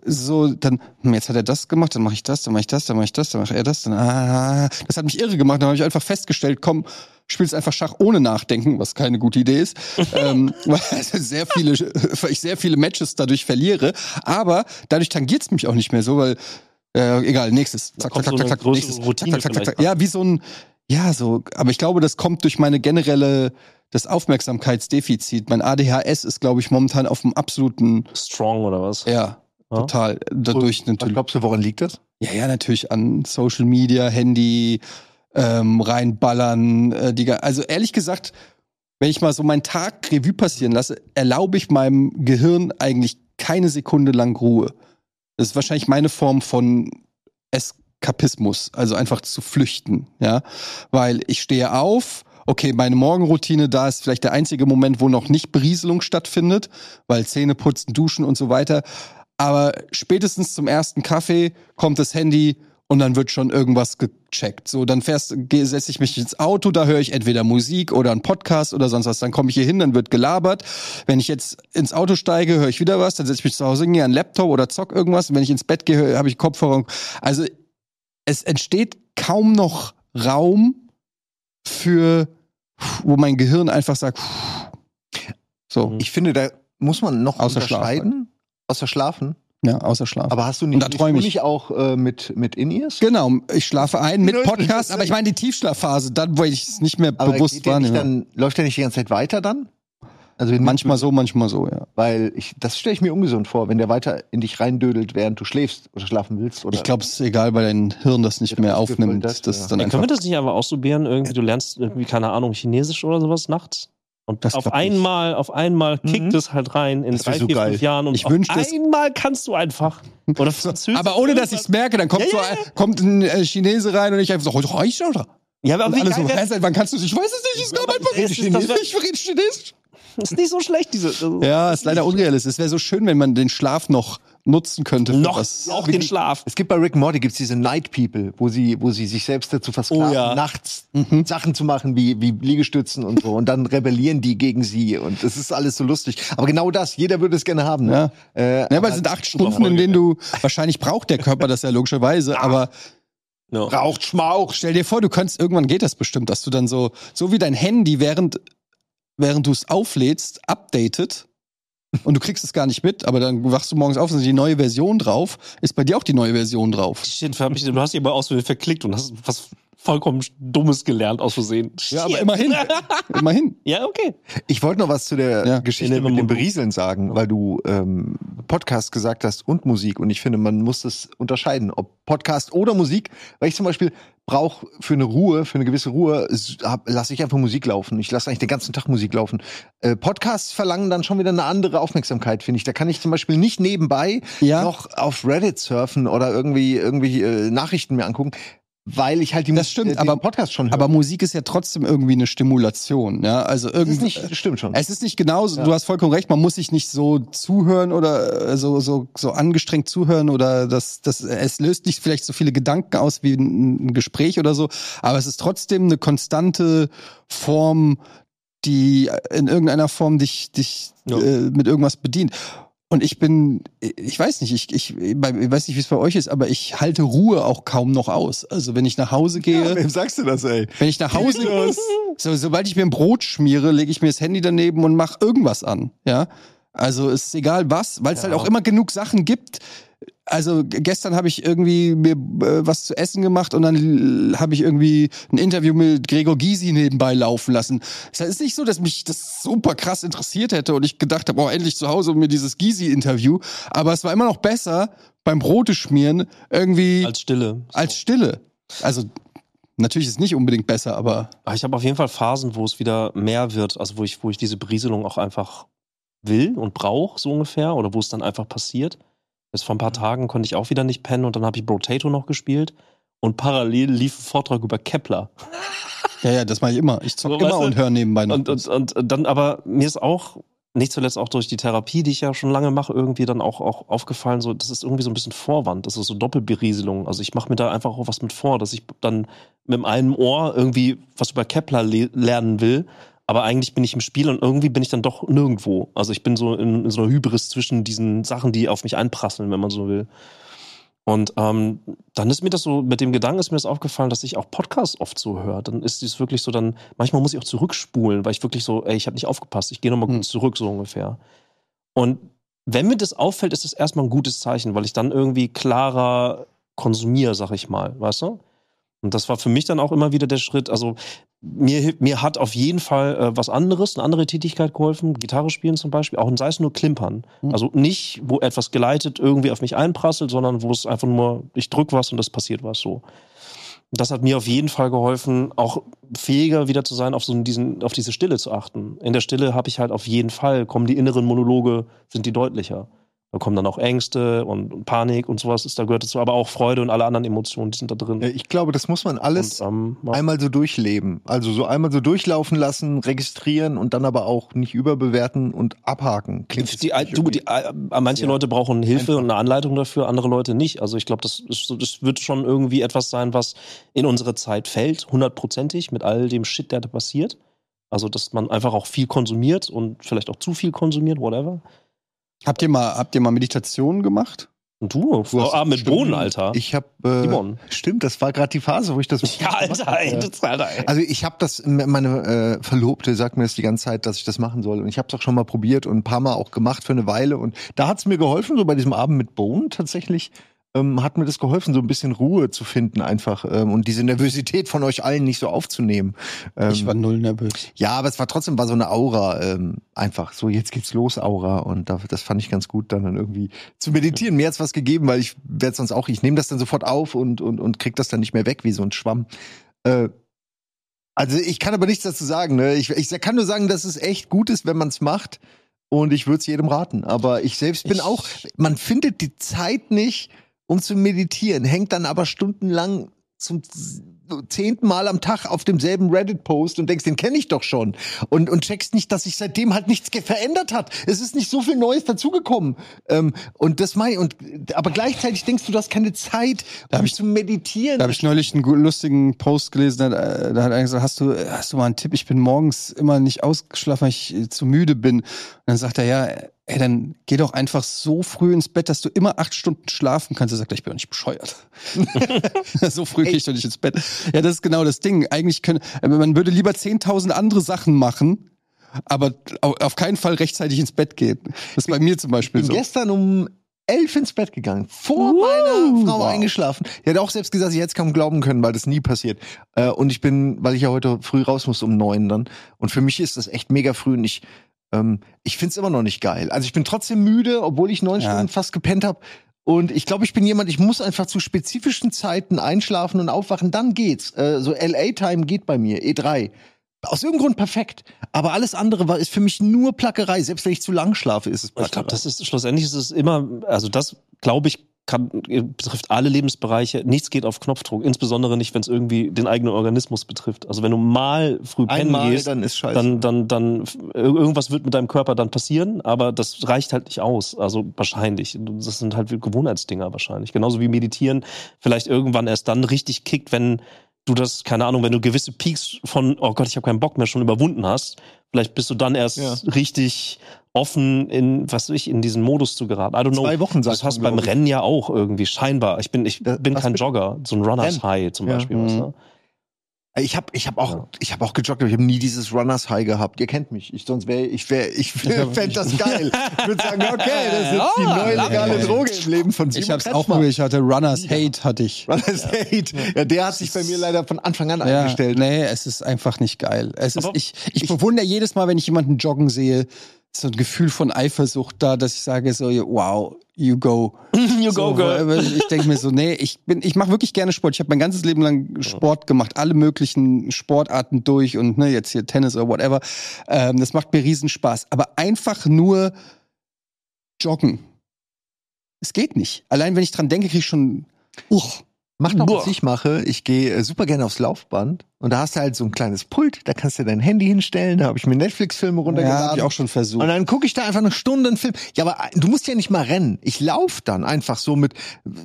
A: so, dann, hm, jetzt hat er das gemacht, dann mache ich das, dann mache ich das, dann mache ich das, dann macht er das, dann, ah, das hat mich irre gemacht, dann habe ich einfach festgestellt, komm, spielst einfach Schach ohne Nachdenken, was keine gute Idee ist, ähm, weil sehr viele, weil ich sehr viele Matches dadurch verliere, aber dadurch tangiert es mich auch nicht mehr so, weil, äh, egal, nächstes, zack, zack,
B: kommt so
A: zack,
B: eine
A: zack, zack,
B: größere
A: nächstes, zack,
B: Routine
A: zack, zack,
B: vielleicht
A: zack, ja, wie so ein, ja, so, aber ich glaube, das kommt durch meine generelle, das Aufmerksamkeitsdefizit. Mein ADHS ist, glaube ich, momentan auf dem absoluten,
B: Strong oder was?
A: ja,
B: Ja.
A: total, dadurch
C: Was
A: natürlich.
C: glaubst du, woran liegt
B: Mhm.
C: das?
A: Ja, ja, natürlich an Social Media, Handy, ähm, reinballern, äh, die, ga- also ehrlich gesagt, wenn ich mal so meinen Tag Revue passieren lasse, erlaube ich meinem Gehirn eigentlich keine Sekunde lang Ruhe. Das ist wahrscheinlich meine Form von Eskapismus, also einfach zu flüchten, ja. Weil ich stehe auf, okay, meine Morgenroutine, da ist vielleicht der einzige Moment, wo noch nicht Berieselung stattfindet, weil Zähne putzen, duschen und so weiter. Aber spätestens zum ersten Kaffee kommt das Handy und dann wird schon irgendwas gecheckt. So, dann fährst, geh- setz ich mich ins Auto, da höre ich entweder Musik oder einen Podcast oder sonst was. Dann komme ich hier hin, dann wird gelabert. Wenn ich jetzt ins Auto steige, höre ich wieder was. Dann setze ich mich zu Hause hin, gehe an den Laptop oder zock irgendwas. Und wenn ich ins Bett gehe, habe ich Kopfhörer. und- Also es entsteht kaum noch Raum für, wo mein Gehirn einfach sagt, so,
C: Ich finde, da muss man noch
A: Außer
C: unterscheiden. Außer Schlafen.
A: ja, außer Schlaf.
C: Aber hast du
A: Und
C: nicht,
A: da träum
C: du
A: ich.
C: nicht auch äh, mit, mit In-Ears?
A: Genau, ich schlafe ein mit
C: Null
A: Podcast,
C: Prozent.
A: aber ich meine die Tiefschlafphase, dann, wo ich es nicht mehr
C: Aber
A: bewusst
C: geht der nicht
A: wahrnehme.
C: dann, läuft der nicht die ganze Zeit weiter dann? Also wenn-
A: Manchmal so, manchmal so, ja.
C: Weil ich, das stelle ich mir ungesund vor, wenn der weiter in dich reindödelt, während du schläfst oder schlafen willst. Oder
A: Ich glaube, es ist egal, weil dein Hirn das nicht
C: Wird
A: mehr
C: ausgefüllt,
A: aufnimmt.
C: das,
A: Das
C: ja.
A: ist dann
B: Ey, können
A: einfach.
B: wir das nicht einfach ausprobieren? Irgendwie, du lernst irgendwie, keine Ahnung, Chinesisch oder sowas nachts. Und
A: Das
B: auf
A: glaub ich.
B: einmal, auf einmal kickt
C: Mhm.
B: es halt rein in
C: Das wär
B: drei,
C: so
B: vier,
C: geil.
B: fünf Jahren und
A: Ich
B: auf
A: wünschte es-
B: einmal kannst du einfach. Oder Französisch.
A: Aber ohne dass ich es merke, dann kommt
B: Ja,
A: so
B: ja,
A: ein, kommt ein äh, Chinese rein und ich einfach so, heute reicht oder?
B: Ja, aber
A: Und
B: wie
A: alle so,
B: geil
A: hä,
B: wär,
A: seit wann kannst du es? Ich weiß es nicht, es gab
B: Aber
A: einfach
B: es ist- das wär-
A: Chinesisch, ich rede Chinesisch.
B: ist nicht so schlecht, diese. Also
A: Ja, ist leider unrealistisch. Es wäre so schön, wenn man den Schlaf noch nutzen könnte. für
B: noch
A: was.
B: auch den Schlaf.
C: es gibt bei Rick and Morty gibt's diese Night People, wo sie, wo sie sich selbst dazu versklaven,
B: Oh ja.
C: nachts
A: Mhm.
C: Sachen zu machen wie, wie Liegestützen und so. Und dann rebellieren die gegen sie. Und es ist alles so lustig. Aber genau das, jeder würde es gerne haben. Ne? Äh,
A: Ja, weil es sind acht Stunden, in denen du, wahrscheinlich braucht der Körper das ja logischerweise, aber
B: No.
C: Raucht, schmaucht.
A: Stell dir vor, du kannst irgendwann geht das bestimmt, dass du dann so, so wie dein Handy, während, während du es auflädst, updatet und du kriegst es gar nicht mit, aber dann wachst du morgens auf und sind die neue Version drauf. Ist bei dir auch die neue Version drauf?
B: Shit, hab ich, du hast dich mal aus Versehen verklickt und hast was vollkommen Dummes gelernt aus Versehen.
A: Ja, aber
B: Shit.
A: immerhin. immerhin.
B: Ja, okay.
C: Ich wollte noch was zu der
A: Ja.
C: Geschichte
B: In dem
C: mit dem
B: Monolog.
C: Berieseln sagen, weil du ähm, Podcast gesagt hast und Musik. Und ich finde, man muss das unterscheiden, ob Podcast oder Musik. Weil ich zum Beispiel brauche für eine Ruhe, für eine gewisse Ruhe, lasse ich einfach Musik laufen. Ich lasse eigentlich den ganzen Tag Musik laufen. Äh, Podcasts verlangen dann schon wieder eine andere Aufmerksamkeit, finde ich. Da kann ich zum Beispiel nicht nebenbei
A: Ja.
C: noch auf Reddit surfen oder irgendwie irgendwie äh, Nachrichten mir angucken, weil ich halt die
A: Das
C: Mus-
A: stimmt,
C: äh, den
A: aber-
C: Podcast schon höre.
A: Aber Musik ist ja trotzdem irgendwie eine Stimulation, ja. Also
C: das ist
A: irgendwie.
C: nicht, stimmt schon.
A: Es ist nicht genauso,
C: Ja.
A: du hast vollkommen recht, man muss sich nicht so zuhören oder äh, so, so, so angestrengt zuhören oder das, das, es löst nicht vielleicht so viele Gedanken aus wie ein ein Gespräch oder so, aber es ist trotzdem eine konstante Form die in irgendeiner Form dich, dich
B: Ja.
A: äh, mit irgendwas bedient. Und ich bin, ich weiß nicht, ich, ich, ich weiß nicht, wie es bei euch ist, aber ich halte Ruhe auch kaum noch aus. Also wenn ich nach Hause gehe,
C: Wem sagst du das, ey?
A: wenn ich nach Hause
C: Los.
A: So, sobald ich mir ein Brot schmiere, lege ich mir das Handy daneben und mache irgendwas an. Ja. Also ist egal was, weil es
B: Ja.
A: halt auch immer genug Sachen gibt. Also g- gestern habe ich irgendwie mir äh, was zu essen gemacht und dann l- habe ich irgendwie ein Interview mit Gregor Gysi nebenbei laufen lassen. Es ist nicht so, dass mich das super krass interessiert hätte und ich gedacht habe, oh, endlich zu Hause und mir dieses Gysi-Interview. Aber es war immer noch besser beim Brote schmieren irgendwie als,
B: als Stille. So.
A: Stille. Also natürlich ist es nicht unbedingt besser, aber
B: Aber ich habe auf jeden Fall Phasen, wo es wieder mehr wird, also wo ich, wo ich diese Berieselung auch einfach will und brauche, so ungefähr, oder wo es dann einfach passiert. Jetzt vor ein paar Tagen konnte ich auch wieder nicht pennen und dann habe ich Brotato noch gespielt und parallel lief ein Vortrag über Kepler.
A: Ja, ja, das mache ich immer. Ich zocke
B: So,
A: immer
B: weißt du?
A: und höre nebenbei noch.
B: Und, und, und dann aber mir ist auch, nicht zuletzt auch durch die Therapie, die ich ja schon lange mache, irgendwie dann auch, auch aufgefallen, so, das ist irgendwie so ein bisschen Vorwand, das ist so Doppelberieselung. Also ich mache mir da einfach auch was mit vor, dass ich dann mit einem Ohr irgendwie was über Kepler le lernen will, aber eigentlich bin ich im Spiel und irgendwie bin ich dann doch nirgendwo. Also ich bin so in, in so einer Hybris zwischen diesen Sachen, die auf mich einprasseln, wenn man so will. Und ähm, dann ist mir das so, mit dem Gedanken ist mir das aufgefallen, dass ich auch Podcasts oft so höre. Dann ist es wirklich so, dann manchmal muss ich auch zurückspulen, weil ich wirklich so, ey, ich habe nicht aufgepasst, ich gehe nochmal
A: Hm.
B: kurz zurück, so ungefähr. Und wenn mir das auffällt, ist das erstmal ein gutes Zeichen, weil ich dann irgendwie klarer konsumiere, sag ich mal, weißt du? Und das war für mich dann auch immer wieder der Schritt, also mir, hilft- mir hat auf jeden Fall äh, was anderes, eine andere Tätigkeit geholfen, Gitarre spielen zum Beispiel, auch sei es nur Klimpern.
A: Hm.
B: Also nicht, wo etwas geleitet irgendwie auf mich einprasselt, sondern wo es einfach nur, ich drück was und es passiert was so. Das hat mir auf jeden Fall geholfen, auch fähiger wieder zu sein, auf, so diesen, auf diese Stille zu achten. In der Stille habe ich halt auf jeden Fall, kommen die inneren Monologe, sind die deutlicher. Da kommen dann auch Ängste und, und Panik und sowas, ist, da gehört dazu, aber auch Freude und alle anderen Emotionen, die sind da drin.
C: Ja, Äh, Ich glaube, das muss man alles
B: und, ähm, ja.
C: einmal so durchleben. Also so einmal so durchlaufen lassen, registrieren und dann aber auch nicht überbewerten und abhaken. jetzt
B: Die,
C: nicht
B: du,
C: irgendwie-
B: die, äh, manche
C: Ja.
B: Leute brauchen Hilfe
C: Einfach.
B: und eine Anleitung dafür, andere Leute nicht. Also ich glaube, das, ist, so- das wird schon irgendwie etwas sein, was in unsere Zeit fällt, hundertprozentig, mit all dem Shit, der da passiert. Also, dass man einfach auch viel konsumiert und vielleicht auch zu viel konsumiert, whatever.
A: Habt ihr mal, habt ihr mal Meditationen gemacht?
B: Und du,
C: Du hast
B: ah, mit
C: bestimmt-
B: Bohnen, Alter.
C: Ich habe äh,
B: Simon.
C: stimmt, das war gerade die Phase, wo ich das
B: Ja, Alter, ey,
C: Ja.
B: das, Alter, ey.
C: Also ich habe das, meine äh, Verlobte sagt mir das die ganze Zeit, dass ich das machen soll. Und ich habe es auch schon mal probiert und ein paar Mal auch gemacht für eine Weile. Und da hat es mir geholfen, so bei diesem Abend mit Bone tatsächlich, ähm, hat mir das geholfen, so ein bisschen Ruhe zu finden einfach ähm, und diese Nervosität von euch allen nicht so aufzunehmen. Ähm,
A: Ich war null nervös.
C: ja, aber es war trotzdem war so eine Aura ähm, einfach so jetzt geht's los Aura und da, das fand ich ganz gut dann, dann irgendwie zu meditieren. Mir hat's was gegeben, weil ich werde sonst auch ich nehme das dann sofort auf und und und krieg das dann nicht mehr weg wie so ein Schwamm. Äh, also ich kann aber nichts dazu sagen. Ne? Ich, ich kann nur sagen, dass es echt gut ist, wenn man es macht und ich würde es jedem raten. Aber ich selbst bin
B: Ich-
C: auch. Man findet die Zeit nicht, um zu meditieren, hängt dann aber stundenlang zum z- zehnten Mal am Tag auf demselben Reddit-Post und denkst, den kenne ich doch schon. Und, und checkst nicht, dass sich seitdem halt nichts ge- verändert hat. Es ist nicht so viel Neues dazugekommen. Ähm, und das mein, und aber gleichzeitig denkst du, du hast keine Zeit, um
A: ich-
C: zu meditieren.
A: Da habe ich neulich einen gu- lustigen Post gelesen, da hat, äh, da hat einer gesagt, hast du, hast du mal einen Tipp? Ich bin morgens immer nicht ausgeschlafen, weil ich äh, zu müde bin. Und dann sagt er, ja, äh, ey, dann geh doch einfach so früh ins Bett, dass du immer acht Stunden schlafen kannst. Er sagt, er, ich bin doch nicht bescheuert. so früh gehe ich doch nicht ins Bett. Ja, das ist genau das Ding. Eigentlich können, äh, man würde lieber 10.000 andere Sachen machen, aber au- auf keinen Fall rechtzeitig ins Bett gehen. Das ist bei mir zum Beispiel
C: bin
A: so.
C: gestern um elf ins Bett gegangen, vor meiner Frau eingeschlafen. Die hat auch selbst gesagt, sie hätte es kaum glauben können, weil das nie passiert. Äh, und ich bin, weil ich ja heute früh raus muss um neun dann. Und für mich ist das echt mega früh und ich, ähm, ich finde es immer noch nicht geil. Also ich bin trotzdem müde, obwohl ich neun
A: Ja.
C: Stunden fast gepennt habe. Und ich glaube, ich bin jemand, ich muss einfach zu spezifischen Zeiten einschlafen und aufwachen, dann geht's. Äh, so LA-Time geht bei mir, E3. Aus irgendeinem Grund perfekt. Aber alles andere war, ist für mich nur Plackerei. Selbst wenn ich zu lang schlafe, ist es
B: Und
C: Plackerei.
B: Ich glaube, das ist schlussendlich ist es immer, also das glaube ich kann, betrifft alle Lebensbereiche. Nichts geht auf Knopfdruck, insbesondere nicht, wenn es irgendwie den eigenen Organismus betrifft. Also wenn du mal früh pennen
C: Einmal,
B: gehst,
C: dann ist scheiße.
B: dann, dann, dann f- irgendwas wird mit deinem Körper dann passieren, aber das reicht halt nicht aus. Also wahrscheinlich. Das sind halt Gewohnheitsdinger wahrscheinlich. Genauso wie meditieren vielleicht irgendwann erst dann richtig kickt, wenn du das, keine Ahnung, wenn du gewisse Peaks von, oh Gott, ich habe keinen Bock mehr, schon überwunden hast, vielleicht bist du dann erst
C: Ja.
B: richtig offen in, was weiß ich, in diesen Modus zu geraten. I don't know.
C: Zwei Wochen,
B: das
C: sagst
B: hast
C: du,
B: du beim
C: glaub ich.
B: Rennen ja auch irgendwie, scheinbar. Ich bin, ich
C: Da-
B: bin
C: was
B: kein
C: bitte?
B: Jogger, so ein Runners
C: Rennen.
B: High zum
C: Ja.
B: Beispiel. weißt du?
C: Ich habe ich hab auch,
B: Ja.
C: ich hab auch gejoggt, aber ich habe nie dieses Runners High gehabt. Ihr kennt mich. Ich, sonst wäre ich, wär, ich fände das geil. Ich würde sagen, okay, das ist jetzt die
B: Ja,
C: neue legale
A: lange.
C: Droge im Leben von Simon
A: Ich hab's auch
C: Kretschmer.
A: nur, ich hatte Runners Hate, hatte ich.
C: Runners Hate. Ja, der hat sich bei mir leider von Anfang an
A: Ja,
C: eingestellt.
A: nee, es ist einfach nicht geil. Es ist,
B: Aber
A: ich, ich, bewundere jedes Mal, wenn ich jemanden joggen sehe, so ein Gefühl von Eifersucht da, dass ich sage so, wow, you go.
C: Mhm.
B: You
A: so,
B: go, girl.
A: weil Ich denke mir so, nee, ich bin, ich mache wirklich gerne Sport. Ich habe mein ganzes Leben lang Sport gemacht, alle möglichen Sportarten durch und ne, jetzt hier Tennis oder whatever. Ähm, das macht mir riesen Spaß. Aber einfach nur joggen. Es geht nicht. Allein wenn ich dran denke, kriege ich schon. Uch.
C: Mach doch, was
B: Boah.
C: ich mache. Ich gehe äh, super gerne aufs Laufband und da hast du halt so ein kleines Pult, da kannst du dein Handy hinstellen, da habe ich mir Netflix-Filme
A: Ja,
C: runtergeladen.
A: habe ich auch schon versucht.
C: und dann gucke ich da einfach eine Stunde einen Film. Ja, aber äh, du musst ja nicht mal rennen. Ich laufe dann einfach so mit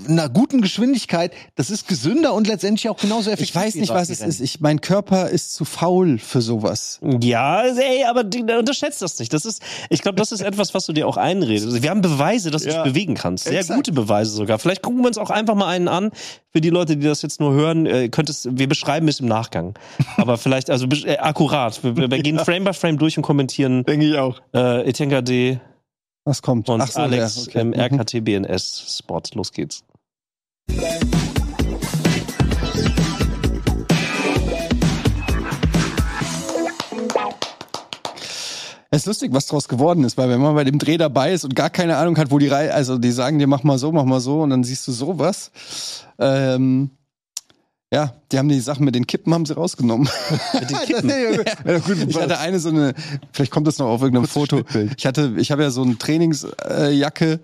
C: einer guten Geschwindigkeit. Das ist gesünder und letztendlich auch genauso effektiv.
A: Also Ich weiß
C: wie
A: nicht, was es
C: Rennen.
A: ist. Ich, mein Körper ist zu faul für sowas.
B: Ja, ey, aber die, da unterschätzt das nicht. Das ist, ich glaube, das ist etwas, was du dir auch einredest. Also, Wir haben Beweise, dass du
C: Ja.
B: dich bewegen kannst. Sehr
C: Exakt.
B: gute Beweise sogar. Vielleicht gucken wir uns auch einfach mal einen an. Für die Leute, die das jetzt nur hören, äh, könntest, wir beschreiben es im Nachgang. Aber vielleicht, also besch- äh, akkurat. Wir, wir wir gehen Frame by Frame durch und kommentieren
C: Denke ich auch.
B: äh, Etienne Gade
A: Was kommt?
B: und
A: so,
B: Alex ähm,
A: ja, okay.
B: im
A: Mhm.
B: RKT BNS Spot. Los geht's.
A: Es ist lustig, was draus geworden ist, weil wenn man bei dem Dreh dabei ist und gar keine Ahnung hat, wo die Reihe, also die sagen dir, mach mal so, mach mal so und dann siehst du sowas. Ähm, ja, die haben die Sachen mit den Kippen haben sie rausgenommen.
C: ja, gut,
A: Ich hatte eine so eine, vielleicht kommt das noch auf irgendeinem Foto.
C: Schnittbild.
A: Ich hatte, ich habe ja so eine Trainingsjacke, äh, Jacke,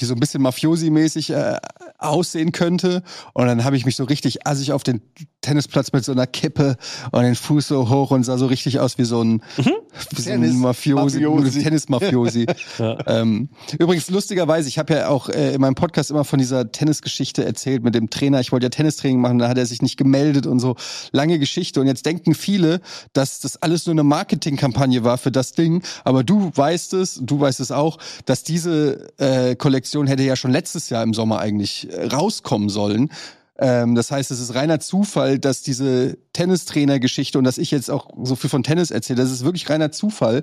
A: die so ein bisschen Mafiosi-mäßig äh, aussehen könnte. Und dann habe ich mich so richtig assig auf den Tennisplatz mit so einer Kippe und den Fuß so hoch und sah so richtig aus wie so ein,
C: Mhm.
A: wie so
C: Tennis-
A: ein Mafiosi,
C: Mafiosi.
A: Tennis-Mafiosi.
B: Ja.
A: ähm, übrigens, lustigerweise, ich habe ja auch äh, in meinem Podcast immer von dieser Tennisgeschichte erzählt mit dem Trainer. Ich wollte ja Tennistraining machen, da hat er sich nicht gemeldet und so. Lange Geschichte. Und jetzt denken viele, dass das alles nur eine Marketingkampagne war für das Ding. Aber du weißt es, du weißt es auch, dass diese äh, Kollektion hätte ja schon letztes Jahr im Sommer eigentlich äh, rauskommen sollen. Ähm, das heißt, es ist reiner Zufall, dass diese Tennistrainer-Geschichte und dass ich jetzt auch so viel von Tennis erzähle, das ist wirklich reiner Zufall.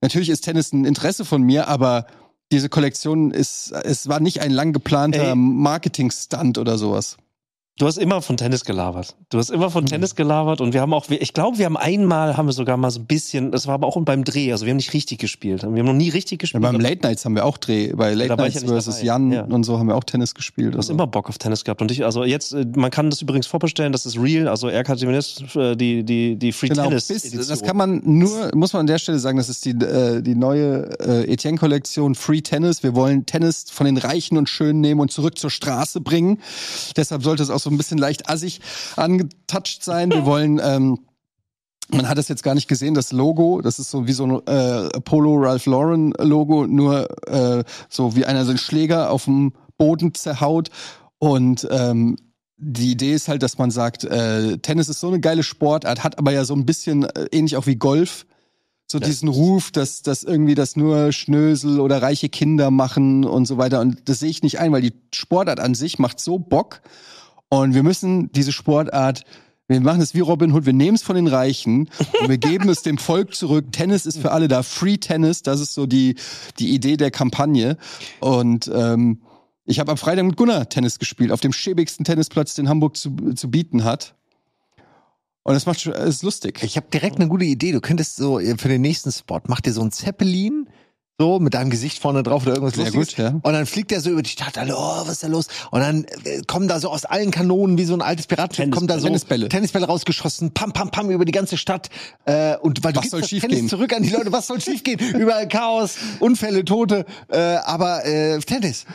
A: Natürlich ist Tennis ein Interesse von mir, aber diese Kollektion ist, es war nicht ein lang geplanter
B: Ey.
A: Marketing-Stunt oder sowas.
B: Du hast immer von Tennis gelabert. Du hast immer
A: Mhm.
B: von Tennis gelabert und wir haben auch, ich glaube, wir haben einmal, haben wir sogar mal so ein bisschen, das war aber auch beim Dreh, also wir haben nicht richtig gespielt. Wir haben noch nie richtig
A: Ja,
B: gespielt.
A: beim Late Nights haben wir auch Dreh, bei Late
B: da war
A: Nights
B: ich ja nicht
A: versus
B: dabei.
A: Jan
B: Ja.
A: und so haben wir auch Tennis gespielt.
B: Du hast
A: Also.
B: immer Bock auf Tennis gehabt und ich, also jetzt, äh, man kann das übrigens vorbestellen, das ist real, also RK Feminist, äh, die, die, die Free
A: Genau,
B: Tennis.
A: bis,
B: Edition.
A: das kann man nur, muss man an der Stelle sagen, das ist die, äh, die neue äh, Etienne-Kollektion Free Tennis. Wir wollen Tennis von den Reichen und Schönen nehmen und zurück zur Straße bringen. Deshalb sollte es auch so ein bisschen leicht assig angetatscht sein. Wir wollen, ähm, man hat es jetzt gar nicht gesehen, das Logo, das ist so wie so ein äh, Polo Ralph Lauren Logo, nur äh, so wie einer so einen Schläger auf dem Boden zerhaut. Und ähm, die Idee ist halt, dass man sagt, äh, Tennis ist so eine geile Sportart, hat aber ja so ein bisschen äh, ähnlich auch wie Golf. So
B: Ja.
A: diesen Ruf, dass, dass irgendwie das nur Schnösel oder reiche Kinder machen und so weiter. Und das sehe ich nicht ein, weil die Sportart an sich macht so Bock. Und wir müssen diese Sportart, wir machen es wie Robin Hood, wir nehmen es von den Reichen und wir geben es dem Volk zurück. Tennis ist für alle da. Free Tennis, das ist so die, die Idee der Kampagne. Und ähm, ich habe am Freitag mit Gunnar Tennis gespielt, auf dem schäbigsten Tennisplatz, den Hamburg zu, zu bieten hat. Und das macht schon- es ist lustig.
C: Ich habe direkt eine gute Idee. Du könntest so äh, für den nächsten Spot, mach dir so einen Zeppelin, so mit deinem Gesicht vorne drauf oder irgendwas
A: Sehr
C: Lustiges.
A: gut, ja.
C: Und dann fliegt der so über die Stadt, alle, oh, was ist da los? Und dann äh, kommen da so aus allen Kanonen, wie so ein altes Piratenschiff,
B: Tennis-
C: kommen da so
A: Tennisbälle.
C: Tennisbälle rausgeschossen, pam, pam, pam, über die ganze Stadt. Äh, und weil du
A: Was
C: gibst
A: soll
C: das
A: schiefgehen?
C: Tennis zurück an die Leute, was soll schiefgehen? Überall Chaos, Unfälle, Tote, äh, aber äh, Tennis.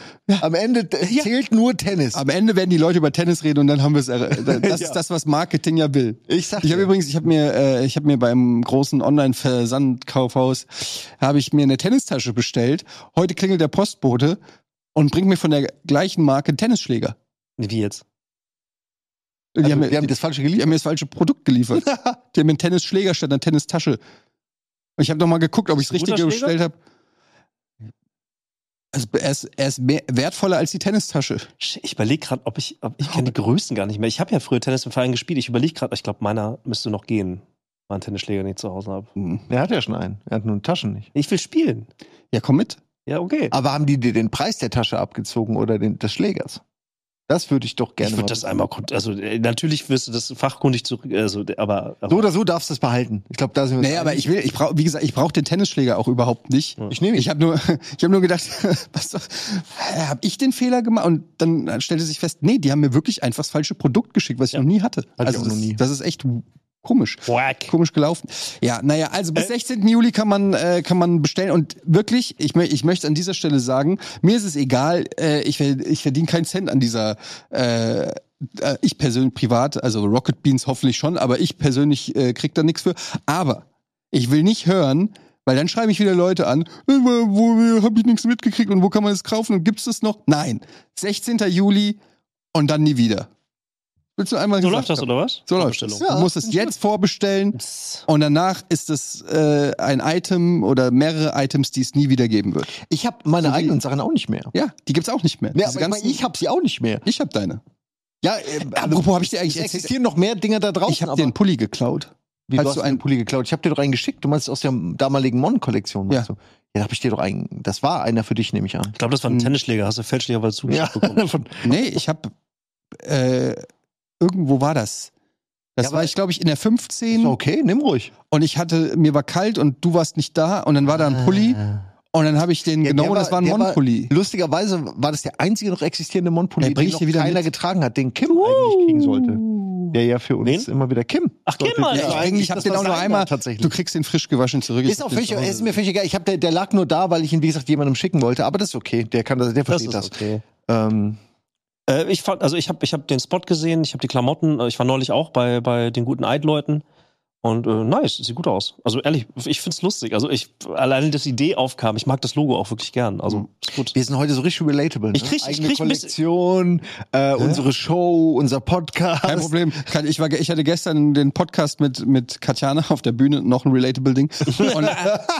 C: Am Ende äh, zählt nur Tennis.
A: Am Ende werden die Leute über Tennis reden und dann haben wir es. erre- Das
C: Ja.
A: ist das, was Marketing ja will.
C: Ich sag
A: Ich habe
C: dir.
A: übrigens, ich habe mir, äh, ich habe mir beim großen Online-Versandkaufhaus habe ich mir eine Tennistasche bestellt. Heute klingelt der Postbote und bringt mir von der gleichen Marke einen Tennisschläger.
B: Wie jetzt?
A: Die,
C: Also,
A: haben, mir-
C: wir haben
A: die,
C: das falsche
A: die haben
C: geliefert.
A: mir das falsche Produkt geliefert. die haben mir einen Tennisschläger statt einer Tennistasche. Und ich habe noch mal geguckt, ob ich es
B: Ist ein
A: richtig
B: guter
A: bestellt habe. Also, er ist, er ist mehr, wertvoller als die Tennistasche.
B: Shit, Ich überlege gerade, ob ich, ob ich kenne die Größen gar nicht mehr. Ich habe ja früher Tennis im Verein gespielt. Ich überlege gerade, ich glaube, meiner müsste noch gehen. Mein Tennisschläger den ich zu Hause habe.
A: Hm.
C: Er hat ja schon einen. Er hat nur Taschen nicht.
B: Ich will spielen.
A: Ja, komm mit.
B: Ja, okay.
C: Aber haben die dir den Preis der Tasche abgezogen oder den, des Schlägers? Das würde ich doch gerne.
B: ich
C: mal
B: würde das
C: wissen.
B: einmal, kund- also äh, natürlich wirst du das fachkundig zurück, also, d- aber, aber
C: so oder so darfst du es behalten. Ich glaube, da sind wir. uns
A: Naja, aber
C: einig.
A: ich will, ich brauch, wie gesagt, ich brauche den Tennisschläger auch überhaupt nicht.
C: ich nehme ihn.
A: Ich habe nur, ich habe nur gedacht, was habe ich den Fehler gemacht? Und dann stellte sich fest, nee, die haben mir wirklich einfach das falsche Produkt geschickt, was ich
B: Ja.
A: noch nie hatte.
C: ich
A: also
C: auch
A: das,
C: noch nie.
A: das ist echt komisch.
B: Quack.
A: Komisch gelaufen. Ja, naja, also
B: Äh.
A: bis 16. Juli kann man, äh, kann man bestellen. Und wirklich, ich, mö ich möchte an dieser Stelle sagen, mir ist es egal, äh, ich, ver- ich verdiene keinen Cent an dieser, äh, äh, ich persönlich privat, also Rocket Beans hoffentlich schon, aber ich persönlich äh, krieg da nichts für. Aber ich will nicht hören, weil dann schreiben mich wieder Leute an, äh, wo, wo habe ich nichts mitgekriegt und wo kann man es kaufen und gibt's das noch? Nein, 16. Juli und dann nie wieder. Willst du einmal
B: So
A: gesagt
B: läuft das,
A: haben?
B: oder was?
A: So läuft das.
C: Ja,
A: du musst es
C: nicht
A: jetzt vorbestellen
B: Psst.
A: und danach ist es äh, ein Item oder mehrere Items, die es nie wieder geben wird.
C: Ich habe meine
A: So wie-
C: eigenen Sachen auch nicht mehr.
A: Ja, die gibt's auch nicht mehr. Diese
C: Ja, aber ich, mein,
A: ganzen-
C: ich habe sie auch nicht mehr.
A: ich hab deine.
C: Ja, äh,
A: Apropos, habe ich dir
C: es
A: eigentlich erzählt,
C: existieren noch mehr Dinge da draußen.
A: ich habe dir einen Pulli geklaut.
C: wie,
A: als
C: du
A: du
C: hast
A: einen-
C: einen Pulli geklaut. Ich habe dir doch einen geschickt. Du meinst aus der damaligen Mon-Kollektion.
A: Ja.
C: meinst du? Ja, da habe ich dir doch einen. Das war einer für dich, nehme ich an.
B: Ich glaube, das war ein
A: Hm.
B: Tennisschläger, hast du fälschlicherweise zugeschickt bekommen.
C: von,
A: Nee, ich habe äh, irgendwo war das. Das
C: Ja, aber-
A: war ich glaube ich in der 15
C: ist doch okay, nimm ruhig.
A: und ich hatte mir war kalt und du warst nicht da und dann war da ein Pulli und dann habe ich den
C: Ah. Ja,
A: genommen
C: der
A: und das
C: war-
A: war ein
C: der war-
A: Mon-Pulli.
C: Lustigerweise war das der einzige noch existierende Mon-Pulli,
A: Ja, bring
C: den
A: ich
C: noch
A: dir wieder
C: keiner
A: mit.
C: getragen hat, den Kim eigentlich kriegen sollte.
B: Uh.
C: Der ja für uns
B: Wen?
C: immer wieder Kim.
B: Ach, Kim,
C: sollte-
B: Alter.
A: Ja, ich, eigentlich ich habe
C: das
A: den
C: war
A: auch nur
C: seiner
A: einmal.
C: tatsächlich.
A: Du kriegst den frisch gewaschen zurück.
C: Ist auch völlig, ist mir völlig egal. Ich hab, der, der lag nur da, weil ich ihn, wie gesagt, jemandem schicken wollte. Aber das ist okay. Der kann das, der
B: Das
C: versteht das.
B: ist okay.
C: Ähm,
B: Äh, ich fand, also ich habe ich hab den Spot gesehen, ich habe die Klamotten, äh, ich war neulich auch bei, bei den guten Eid-Leuten. Und äh, nice, sieht gut aus. Also ehrlich, ich find's lustig. Also ich alleine dass die Idee aufkam, ich mag das Logo auch wirklich gern. Also ist gut.
C: wir sind heute so richtig relatable. Ne?
B: Ich krieg- ich
C: Eigene
B: krieg ein bisschen-
C: Kollektion, äh, unsere Show, unser Podcast.
A: Kein Problem. Kann- Ich, war, ge- ich hatte gestern den Podcast mit, mit Katjana auf der Bühne, noch ein relatable Ding. Und,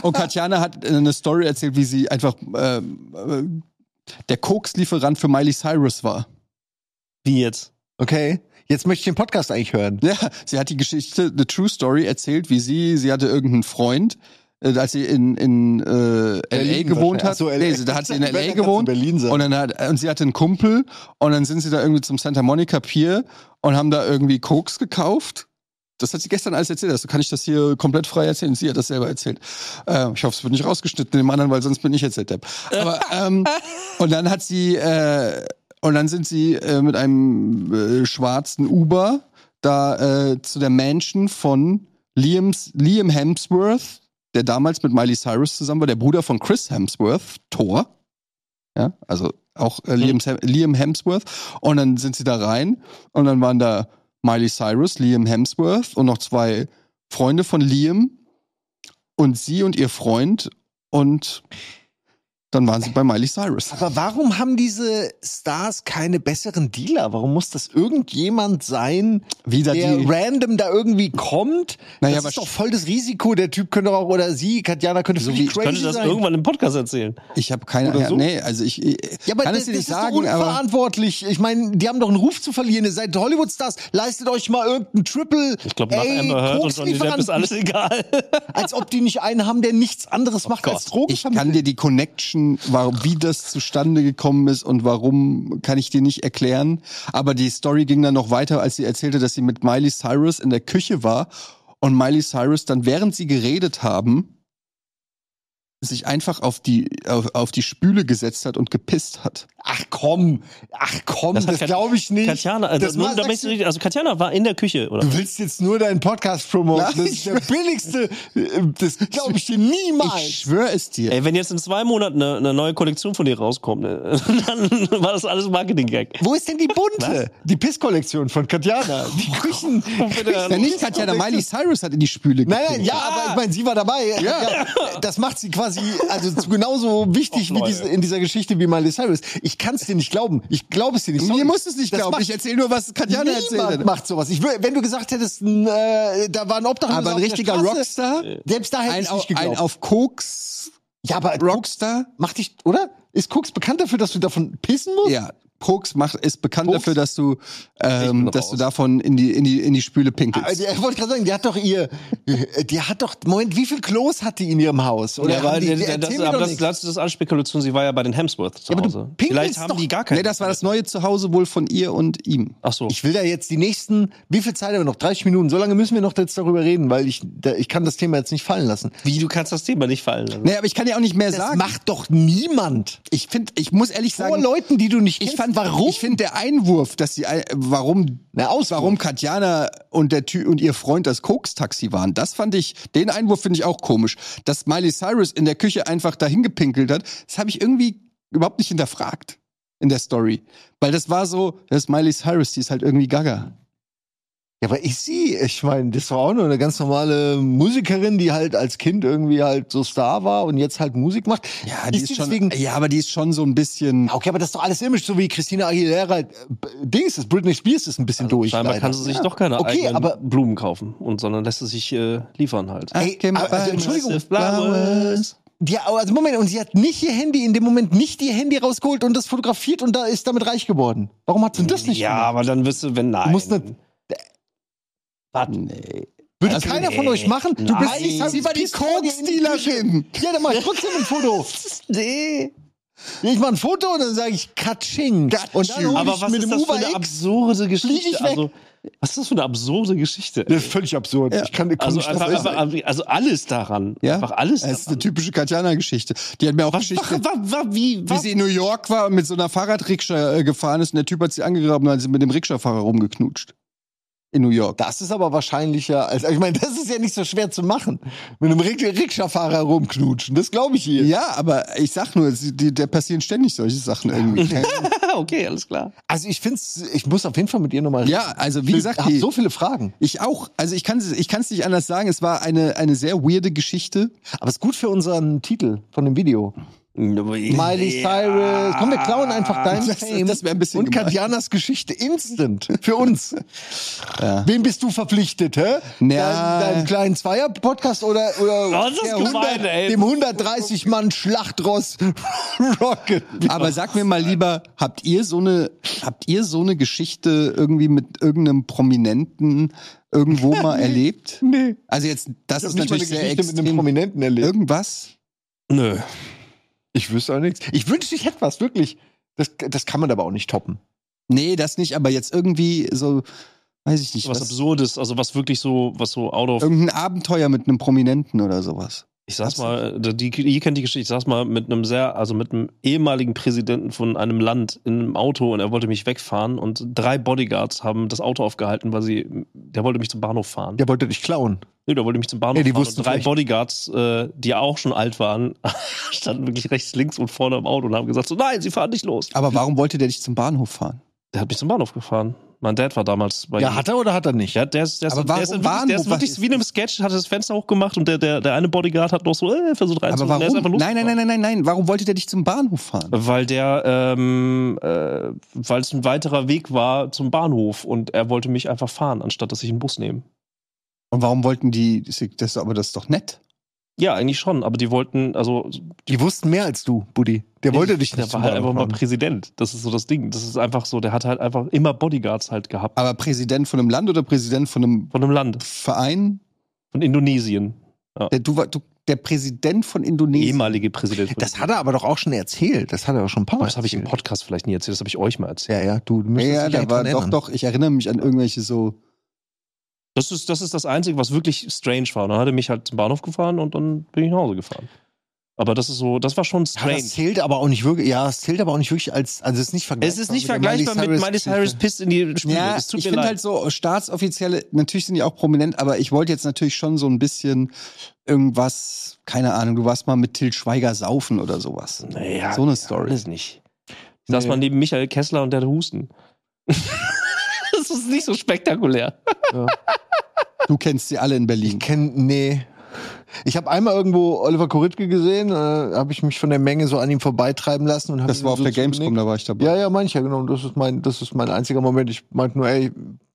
A: und Katjana hat eine Story erzählt, wie sie einfach ähm, äh, der Kokslieferant für Miley Cyrus war.
B: Wie jetzt?
C: Okay. Jetzt möchte ich den Podcast eigentlich hören.
A: Ja, sie hat die Geschichte, The True Story, erzählt, wie sie, sie hatte irgendeinen Freund, äh, als sie in, in äh, L.A. gewohnt hat.
C: Ach so, LA.
A: Nee, sie- da hat sie in
C: Wenn, dann
A: L.A.
C: kannst du
A: gewohnt.
C: Berlin sein.
A: Und, dann hat, und sie hatte einen Kumpel und dann sind sie da irgendwie zum Santa Monica Pier und haben da irgendwie Koks gekauft. Das hat sie gestern alles erzählt. Also kann ich das hier komplett frei erzählen. Sie hat das selber erzählt. Äh, ich hoffe, es wird nicht rausgeschnitten dem anderen, weil sonst bin ich jetzt der Depp. Aber, ähm, und dann hat sie, äh, und dann sind sie äh, mit einem äh, schwarzen Uber da äh, zu der Mansion von Liams, Liam Hemsworth, der damals mit Miley Cyrus zusammen war, der Bruder von Chris Hemsworth, Thor. Ja, also auch
C: Mhm.
A: äh, Liam, Sem- Liam Hemsworth. Und dann sind sie da rein und dann waren da Miley Cyrus, Liam Hemsworth und noch zwei Freunde von Liam und sie und ihr Freund und dann waren sie bei Miley Cyrus.
C: Aber warum haben diese Stars keine besseren Dealer? Warum muss das irgendjemand sein,
A: Wieder
C: der
A: die.
C: random da irgendwie kommt?
A: Naja,
C: das
A: aber
C: ist doch voll das Risiko. Der Typ könnte auch, oder sie, Katjana, könnte so
B: Ich könnte das irgendwann im Podcast erzählen.
A: Ich habe keine
C: Oder
A: Ahnung.
C: so?
A: Nee, also ich, ich
C: Ja, aber
A: kann
C: das,
A: es dir nicht
C: das
A: sagen,
C: ist doch
A: aber
C: unverantwortlich. ich meine, die haben doch einen Ruf zu verlieren. Ihr seid Hollywood-Stars. Leistet euch mal irgendeinen Triple.
B: Ich glaube, nach
C: A
B: Amber Heard und Johnny Depp
C: Kokslieferanten.
B: ist alles egal.
C: Als ob die nicht einen haben, der nichts anderes macht als
B: Gott,
C: Drogen.
A: ich kann dir die Connection, warum, wie das zustande gekommen ist und warum, kann ich dir nicht erklären. Aber die Story ging dann noch weiter, als sie erzählte, dass sie mit Miley Cyrus in der Küche war und Miley Cyrus dann, während sie geredet haben, sich einfach auf die, auf, auf die Spüle gesetzt hat und gepisst hat.
C: Ach komm, ach komm, das,
B: Das hat Kat-
C: glaube ich nicht.
B: Katjana, also,
C: das
B: nur,
C: war-
B: damit
C: sagst
B: ich richtig, also Katjana war in der Küche, oder?
C: Du willst jetzt nur deinen Podcast promoten.
A: Nein,
C: Das ist der billigste. äh, Das glaube ich dir
A: Ich
C: niemals.
A: schwöre es dir.
B: Ey, wenn jetzt in zwei Monaten eine, eine neue Kollektion von dir rauskommt, ne, dann war das alles Marketing-Gag.
C: Wo ist denn die bunte? Die Pisskollektion von Katjana. Die Küchen.
A: Ja, nicht Katjana, Miley Cyrus hat in die Spüle
C: Nein,
A: gepisst.
C: nein, ja, aber ich meine, sie war dabei. Ja. Das macht sie quasi, also genauso wichtig
B: Och,
C: wie
B: Leute.
C: dies, in dieser Geschichte wie Miley Cyrus. Ich kann es dir nicht glauben. Ich glaube es dir nicht.
A: Mir
C: Sorry.
A: muss es nicht
C: Das
A: glauben.
C: macht-
A: Ich erzähle nur, was Katjana erzählt
C: Niemand
A: hat.
C: macht sowas. Ich, wür- wenn du gesagt hättest, n, äh, da war ein Obdachloser
A: Aber ein
C: auf der
A: richtiger
C: Straße,
A: Rockstar?
C: Selbst da hätte
A: Ein,
C: ich nicht
A: au-
C: geglaubt.
A: ein auf Koks
C: ja, aber Koks
A: Rockstar?
C: macht dich, oder? Ist Koks bekannt dafür, dass du davon pissen musst?
A: Ja. Koks macht, ist bekannt
C: Koks?
A: dafür, dass du,
B: Ich
A: ähm,
B: bin
A: dass du
B: raus.
A: davon in die, in die, in die Spüle pinkelst.
C: Aber Ah, Äh, die- Ich wollte gerade sagen, die hat doch ihr, die hat doch, Moment, wie viel Klos hat die in ihrem Haus? Oder
B: Ja, aber
C: haben die, die,
B: das,
C: erzähl
B: das,
C: mir
B: aber
C: doch
B: das,
C: nichts.
B: das, das ist alles Spekulation. Sie war ja bei den Hemsworth zu
C: Ja, aber du
B: Hause.
C: pinkelst
B: Vielleicht haben
C: doch-
B: die gar keinen.
A: nee, das war das neue Zuhause wohl von ihr und ihm.
B: Ach so.
C: Ich will da jetzt die nächsten, wie viel Zeit haben wir noch? 30 Minuten. So lange müssen wir noch jetzt darüber reden, weil ich, da, ich kann das Thema jetzt nicht fallen lassen.
B: Wie, du kannst das Thema nicht fallen lassen.
A: Nee, aber ich kann ja auch nicht mehr
C: Das
A: sagen.
C: macht doch niemand.
A: ich finde, ich muss ehrlich
C: Vor
A: sagen,
C: Leuten, die du nicht
A: ich
C: kennst.
A: fand, warum? Ich finde der Einwurf, dass sie, ein- warum,
C: Na, Auswurf.
A: warum Katjana und der Ty und ihr Freund das Koks-Taxi waren, das fand ich, den Einwurf finde ich auch komisch. Dass Miley Cyrus in der Küche einfach dahin gepinkelt hat, das habe ich irgendwie überhaupt nicht hinterfragt in der Story. Weil das war so, das ist Miley Cyrus, die ist halt irgendwie gaga.
C: Ja, aber ich sie, ich meine, das war auch nur eine ganz normale Musikerin, die halt als Kind irgendwie halt so Star war und jetzt halt Musik macht.
A: Ja, die ist,
C: sie
A: schon,
C: deswegen-
A: ja, aber die ist schon so ein bisschen.
C: Ja, Okay, aber das ist doch alles Image, so wie Christina Aguilera, äh, Dings ist, Britney Spears ist ein bisschen durch.
B: Scheinbar
C: leider.
B: kann sie sich doch keine
C: Okay,
B: eigenen
C: aber-
B: Blumen kaufen, und, sondern lässt sie sich äh, liefern halt.
C: Ey,
A: I came
C: aber-
A: by
C: also, Entschuldigung,
A: myself
B: Flowers.
C: Ja, aber also Moment, und sie hat nicht ihr Handy, in dem Moment nicht ihr Handy rausgeholt und das fotografiert und da ist damit reich geworden. Warum hat sie denn das nicht
B: ja,
C: gemacht?
B: aber dann wirst du, wenn nein.
C: Du musst nicht-
A: Nee.
C: Würde
A: also,
C: keiner von
B: nee.
C: euch machen? Du
B: Nein.
C: bist nicht
A: Sie war die Koks-Dealerin.
C: Ja, dann mach ich trotzdem ein Foto.
B: nee.
C: Ich mach ein Foto und dann sage ich Katsching. Und dann
A: Katsching.
C: hol
B: Aber
C: ich
B: was
C: mit
B: ist
C: dem
B: das für
C: Uber
B: eine
C: X.
B: absurde
C: Flieg ich
B: Geschichte?
C: weg.
B: Also, was ist das für eine absurde Geschichte?
C: Das ist völlig absurd.
A: Ja.
C: Ich kann, komm,
B: Also,
C: ich
B: einfach,
C: das
B: einfach, also alles daran.
A: Ja?
B: Einfach alles
A: Das ist
B: daran.
A: eine typische Katjana-Geschichte. Die hat mir auch
B: Ach,
A: Geschichte.
B: wa, wa, wie,
A: Wie
B: wa,
A: sie in New York war und mit so einer Fahrradrikscha äh, gefahren ist und der Typ hat sie angegraben und hat sie mit dem Rikscha-Fahrer rumgeknutscht. In New York.
C: das ist aber wahrscheinlicher als. Ich meine, das ist ja nicht so schwer zu machen. Mit einem Rik- Rikscha-Fahrer rumknutschen. Das glaube ich ihr.
A: Ja, aber ich sag nur, sie, die, der passieren ständig solche Sachen irgendwie.
B: okay, alles klar.
C: Also ich find's, ich muss auf jeden Fall mit ihr nochmal reden.
A: ja, also wie gesagt,
C: ich habe
A: die,
C: so viele Fragen.
A: ich auch. Also ich kann es ich kann's nicht anders sagen. Es war eine, eine sehr weirde Geschichte.
C: Aber es ist gut für unseren Titel von dem Video. Miley
B: Miley
C: Cyrus. Komm, wir klauen einfach deinen
A: Das-
C: Fame.
A: das wär ein bisschen
C: Und
A: gemein.
C: Katjanas Geschichte instant. Für uns.
A: Ja.
C: Wen bist du verpflichtet, hä?
A: Na.
C: Deinem, deinem kleinen Zweier-Podcast oder, oder
B: Oh, das ist
C: der
B: gemein,
C: 100
B: ey.
C: dem 130-Mann-Schlachtross Rocket?
A: Aber sag mir mal lieber, habt ihr so eine, habt ihr so eine Geschichte irgendwie mit irgendeinem Prominenten irgendwo mal erlebt?
C: Nee.
A: Also jetzt, das
C: Ich hab
A: ist
C: nicht mal eine
A: natürlich sehr
C: Geschichte mit einem
A: extrem.
C: Prominenten erlebt.
A: Irgendwas?
B: Nö.
C: Ich wüsste auch nichts. Ich wünschte, ich hätte was, wirklich. Das, das kann man aber auch nicht toppen.
A: Nee, das nicht, aber jetzt irgendwie so, weiß ich nicht,
B: Was
A: was,
B: Absurdes, also was wirklich so, was so out of
A: irgendein Abenteuer mit einem Prominenten oder sowas.
B: Ich saß mal, die, ihr kennt die Geschichte, ich saß mal mit einem sehr, also mit einem ehemaligen Präsidenten von einem Land in einem Auto und er wollte mich wegfahren und drei Bodyguards haben das Auto aufgehalten, weil sie, der wollte mich zum Bahnhof fahren.
C: Der wollte dich klauen.
B: Nee, der wollte mich zum Bahnhof
C: Ja, die
B: fahren
C: wussten
B: und drei
C: vielleicht.
B: Bodyguards, äh, die auch schon alt waren, standen wirklich rechts, links und vorne im Auto und haben gesagt so, nein, sie fahren nicht los.
A: Aber warum wollte der dich zum Bahnhof fahren?
B: Der hat mich zum Bahnhof gefahren. Mein Dad war damals bei
C: Ja,
B: ihm.
C: hat er oder hat er nicht?
B: Ja, der ist, der ist,
A: Aber
B: der ist,
A: warum
B: wirklich, der
A: Bahnhof?
B: ist
A: Was
B: wirklich
A: ist
B: wie in einem Sketch, hat das Fenster hochgemacht und der, der, der eine Bodyguard hat noch so äh, versucht
A: Aber
B: reinzuholen. Der ist einfach
A: warum? Nein, nein,
B: losgefahren.
A: nein, nein, nein, nein. Warum wollte der dich zum Bahnhof fahren?
B: Weil der, ähm, äh, weil es ein weiterer Weg war zum Bahnhof und er wollte mich einfach fahren, anstatt dass ich einen Bus nehme.
A: Und warum wollten die, das, aber das ist doch nett.
B: Ja, eigentlich schon, aber die wollten, also
C: Die wussten mehr als du, Buddy. Der wollte dich
B: der
C: nicht
B: war
C: zum
B: halt
C: Bahnhof
B: einfach mal
C: fahren.
B: Präsident. Das ist so das Ding. Das ist einfach so, der hat halt einfach immer Bodyguards halt gehabt.
A: Aber Präsident von einem Land oder Präsident von einem
B: Von einem Land,
A: Verein?
B: von Indonesien.
A: Der, du, war- du, der Präsident von Indonesien.
B: Ehemalige Präsident. von
C: Das hat
B: Indonesien.
C: er aber doch auch schon erzählt. Das hat er auch schon ein paar Mal.
B: Das habe ich im
C: erzählt.
B: Podcast vielleicht nie erzählt, das habe ich euch mal erzählt.
C: Ja, ja, du müsstest
A: Ja,
C: dich
A: da war
C: dran
A: doch,
C: erinnern.
A: doch, ich erinnere mich an irgendwelche so.
B: Das ist, das ist das Einzige, was wirklich strange war. Und dann hat er mich halt zum Bahnhof gefahren und dann bin ich nach Hause gefahren. Aber das ist so, das war schon
C: Ja,
B: strange.
C: das zählt aber auch nicht wirklich. Ja, es zählt aber auch nicht wirklich als. Also es ist nicht vergleichbar.
B: Es ist nicht
C: der
B: vergleichbar mit Miley Cyrus
C: Geschichte.
B: Piss in die Spüle.
A: Ja,
B: es tut
A: ich
B: mir
A: finde
B: leid.
A: halt so Staatsoffizielle, natürlich sind die auch prominent, aber ich wollte jetzt natürlich schon so ein bisschen irgendwas, keine Ahnung, du warst mal mit Till Schweiger saufen oder sowas.
B: Naja,
A: so eine Story.
B: alles nicht. Ich saß
C: Nee.
B: mal neben Michael Kessler und der hatte Husten. das ist nicht so spektakulär.
A: Du kennst sie alle in Berlin.
C: Ich kenn, nee. Ich habe einmal irgendwo Oliver Koritke gesehen, äh, habe ich mich von der Menge so an ihm vorbeitreiben lassen und hab
A: Das
C: ihm
A: war auf
C: so
A: der Gamescom,
C: zugenickt.
A: da war ich dabei.
C: Ja, ja, meine ich ja, genau. Und Das ist mein, das ist mein einziger Moment. Ich meinte nur, ey,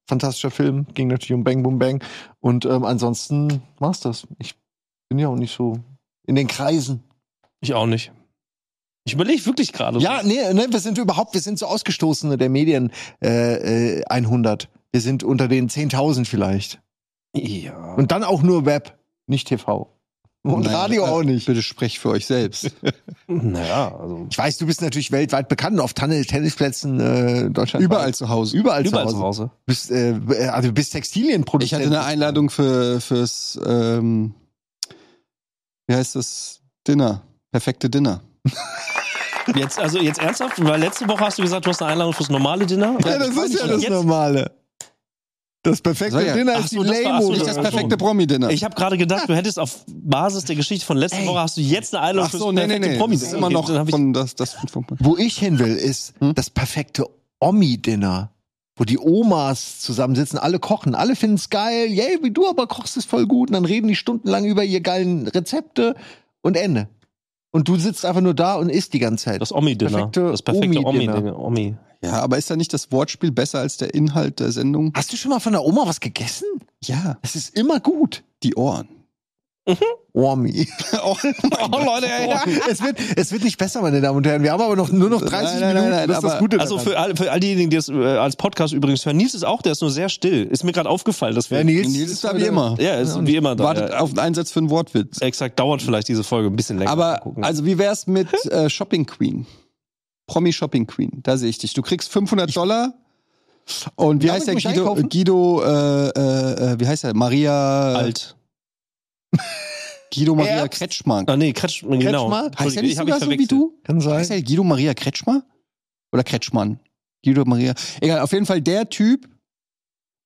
C: fantastischer Film, ging natürlich um Bang Boom Bang. Und ähm, ansonsten war's das. Ich bin ja auch nicht so in den Kreisen.
B: Ich auch nicht. Ich überlege wirklich gerade. so.
C: Ja, nee, nee, wir sind überhaupt, wir sind so Ausgestoßene der Medien äh, äh, 100. Wir sind unter den 10.000 vielleicht.
B: ja.
C: Und dann auch nur Web, nicht TV. Und
A: Nein,
C: Radio
A: äh,
C: auch nicht.
A: Bitte sprech für euch selbst.
B: Naja, also.
C: Ich weiß, du bist natürlich weltweit bekannt auf Tunnel, Tennisplätzen, äh, Deutschland.
A: Überall zu Hause.
C: Überall,
B: Überall
C: zu
B: zu
C: Hause.
B: Hause.
C: Bist, äh, also du bist Textilienproduzent.
A: Ich hatte eine Einladung für, fürs, ähm, wie heißt das? Dinner. Perfekte Dinner.
B: Jetzt, also jetzt ernsthaft, weil letzte Woche hast du gesagt, du hast eine Einladung fürs normale Dinner.
C: Ja, das ist ja das
B: Jetzt-
C: Normale. Das perfekte
A: Soll ja-
C: Dinner
B: Ach
C: ist
B: so,
C: die
B: das war- ach so,
C: Lame.
A: Nicht
B: Nicht
A: das
B: das
A: perfekte Promi-Dinner.
B: Ich habe gerade gedacht, du hättest auf Basis der Geschichte von letzter
C: Ey.
B: Woche hast du jetzt eine Einladung
A: Ach so, nee, nee, nee.
B: Promi.
A: Das ist immer noch
B: Dann hab ich,
A: von das, das von, von,
C: Wo ich hin will, ist
A: Hm?
C: das perfekte Omi-Dinner. Wo die Omas zusammensitzen, alle kochen, alle finden es geil, yay, wie du aber kochst es voll gut. Und dann reden die stundenlang über ihre geilen Rezepte und Ende. Und du sitzt einfach nur da und isst die ganze Zeit.
B: das Omi-Dinner.
C: Perfekte
B: Das perfekte
C: Omi-Dinner.
B: Omi-Dinner. Omi.
A: Ja, aber ist da nicht das Wortspiel besser als der Inhalt der Sendung?
C: Hast du schon mal von der Oma was gegessen?
A: Ja,
C: Das ist immer gut.
A: die Ohren.
C: Omi.
A: oh, Leute, ey.
C: es, wird, es wird nicht besser, meine Damen und Herren. Wir haben aber noch, nur noch 30
A: Nein, nein,
C: Minuten.
A: nein, nein,
C: das ist das
A: aber-
C: Gute
B: Also
C: daran.
B: für all, für all diejenigen, die es äh, als Podcast übrigens hören, Nils ist auch, der ist nur sehr still. Ist mir gerade aufgefallen, dass wir.
C: Ja, Nils,
A: Nils ist da wie
C: heute-
A: immer.
B: Ja, ist wie immer da.
A: Wartet
B: ja.
A: auf einen Einsatz für einen Wortwitz.
B: Exakt, dauert vielleicht diese Folge ein bisschen länger. Mal
A: Aber
B: gucken.
A: also wie wär's mit äh, Shopping Queen? Promi Shopping Queen, da sehe ich dich. Du kriegst 500 Dollar. Und wie
C: Darf
A: heißt
C: ich
A: der
C: mich
A: Guido?
C: einkaufen?
A: Guido, äh, äh, äh, wie heißt er? Maria.
B: alt.
A: Guido Maria
C: Herbst.
A: Kretschmer.
B: Ah, nee, Kretsch, genau.
C: Kretschmer?
A: Heißt er
B: Entschuldige,
A: nicht
B: ich hab mich
A: sogar so wie
B: verwechselt.
A: du?
C: Kann sein.
A: Heißt er Guido Maria Kretschmer? Oder Kretschmann? Guido Maria. Egal, auf jeden Fall der Typ,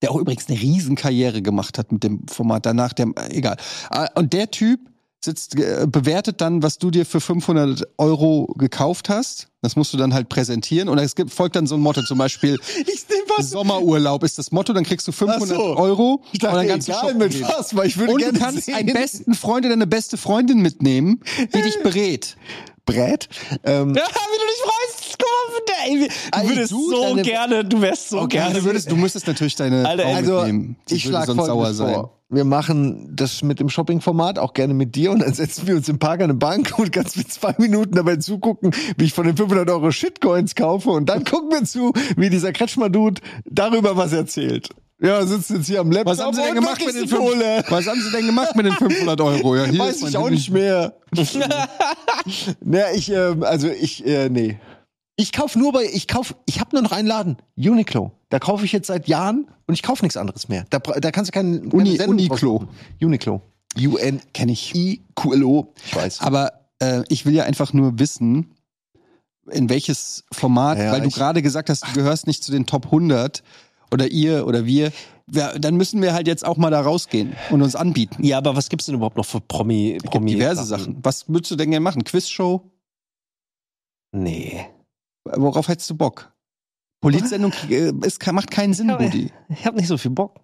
A: der auch übrigens eine Riesenkarriere gemacht hat mit dem Format danach, der, äh, egal. Ah, Und der Typ sitzt, äh, bewertet dann, was du dir für 500 Euro gekauft hast. Das musst du dann halt präsentieren. Und es gibt, folgt dann so ein Motto, zum Beispiel
C: Ich nehme was.
A: Sommerurlaub ist das Motto, dann kriegst du 500
C: Ach so.
A: Euro.
C: Ich dachte,
A: dann kannst du
C: egal
A: shoppen
C: mit
A: gehen.
C: was, weil ich würde
A: Und du
C: gerne
A: kannst
C: sehen.
A: einen besten Freund oder eine beste Freundin mitnehmen, die dich berät.
C: Brett. Ähm,
B: Ja, wie du dich freust. Guck mal, ey, wie-
C: Ey,
B: du würdest
C: du,
B: so
C: deine-
B: gerne, du wärst so
A: Ja,
B: gerne.
A: du, also würdest, du müsstest natürlich deine
B: Alter,
A: Frau
C: also
A: mitnehmen. Die
C: ich
A: würde
C: schlage
A: sonst sauer
C: folgendes
A: sein.
C: vor. Wir machen das mit dem Shopping-Format, auch gerne mit dir, und dann setzen wir uns im Park an eine Bank und kannst mit zwei Minuten dabei zugucken, wie ich von den 500 Euro Shitcoins kaufe, und dann gucken wir zu, wie dieser Kretschmer-Dude darüber was erzählt. Ja, sitzt jetzt hier am Laptop.
A: Was haben sie
C: und
A: denn gemacht mit den
C: wirklich die Kohle?
A: 500 Was haben sie denn gemacht mit den 500 Euro? Ja, hier
C: Weiß
A: ist mein
C: ich auch
A: Handy.
C: nicht mehr. naja, ich, ähm, also ich, äh, nee. Ich kaufe nur bei, ich kaufe, ich habe nur noch einen Laden, Uniqlo. Da kaufe ich jetzt seit Jahren und ich kaufe nichts anderes mehr. Da, bra- da kannst du keinen.
A: Uni-
C: keine Sendung draus
A: Uniqlo.
C: machen. Uniqlo. UN.
A: Kenn ich.
C: I-Q-L-O. Ich weiß.
A: Aber äh, ich will ja einfach nur wissen, in welches Format,
C: Ja, ja,
A: weil du
C: ich-
A: gerade gesagt hast, du gehörst nicht zu den Top 100 oder ihr oder wir. Ja, dann müssen wir halt jetzt auch mal da rausgehen und uns anbieten.
B: ja, aber was gibt's denn überhaupt noch für Promi?
A: Es gibt
B: Promi
A: diverse Sachen. Was würdest du denn gerne machen? Quizshow?
B: Nee.
A: Worauf hättest du Bock? Politsendung äh, ist, macht keinen Sinn,
B: Ja, aber-
A: Rudi.
B: Ich hab nicht so viel Bock.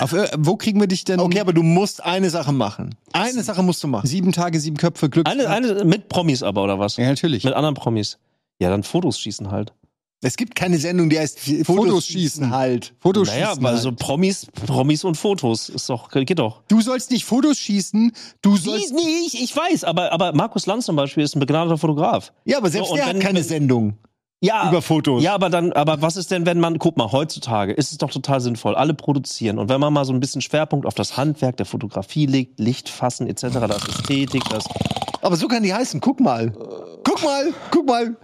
A: Auf, äh, wo kriegen wir dich denn?
C: Ah, Okay, aber du musst eine Sache machen. Eine Sache musst du machen.
A: Sieben Tage, sieben Köpfe, Glück.
B: Eine, eine mit Promis aber, oder was?
A: ja, natürlich.
B: Mit anderen Promis. Ja, dann Fotos schießen halt.
C: Es gibt keine Sendung, die heißt Fotos,
A: Fotos schießen.
C: halt.
A: Fotos
B: naja,
A: schießen.
B: aber
A: halt.
B: so Promis, Promis und Fotos. Ist doch, geht doch.
A: du sollst nicht Fotos schießen, du sollst.
B: Nee, ich, ich weiß, aber, aber Markus Lanz zum Beispiel ist ein begnadeter Fotograf.
C: Ja, aber selbst
B: So, und
C: der hat
B: wenn-
C: keine
B: wenn-
C: Sendung
A: Ah.
B: Ja,
C: über Fotos.
B: Ja, aber dann, aber was ist denn, wenn man, guck mal, heutzutage ist es doch total sinnvoll, alle produzieren. Und wenn man mal so ein bisschen Schwerpunkt auf das Handwerk der Fotografie legt, Licht fassen etc., das Ästhetik, das.
C: Aber so kann die heißen. Guck mal. Guck mal, guck mal.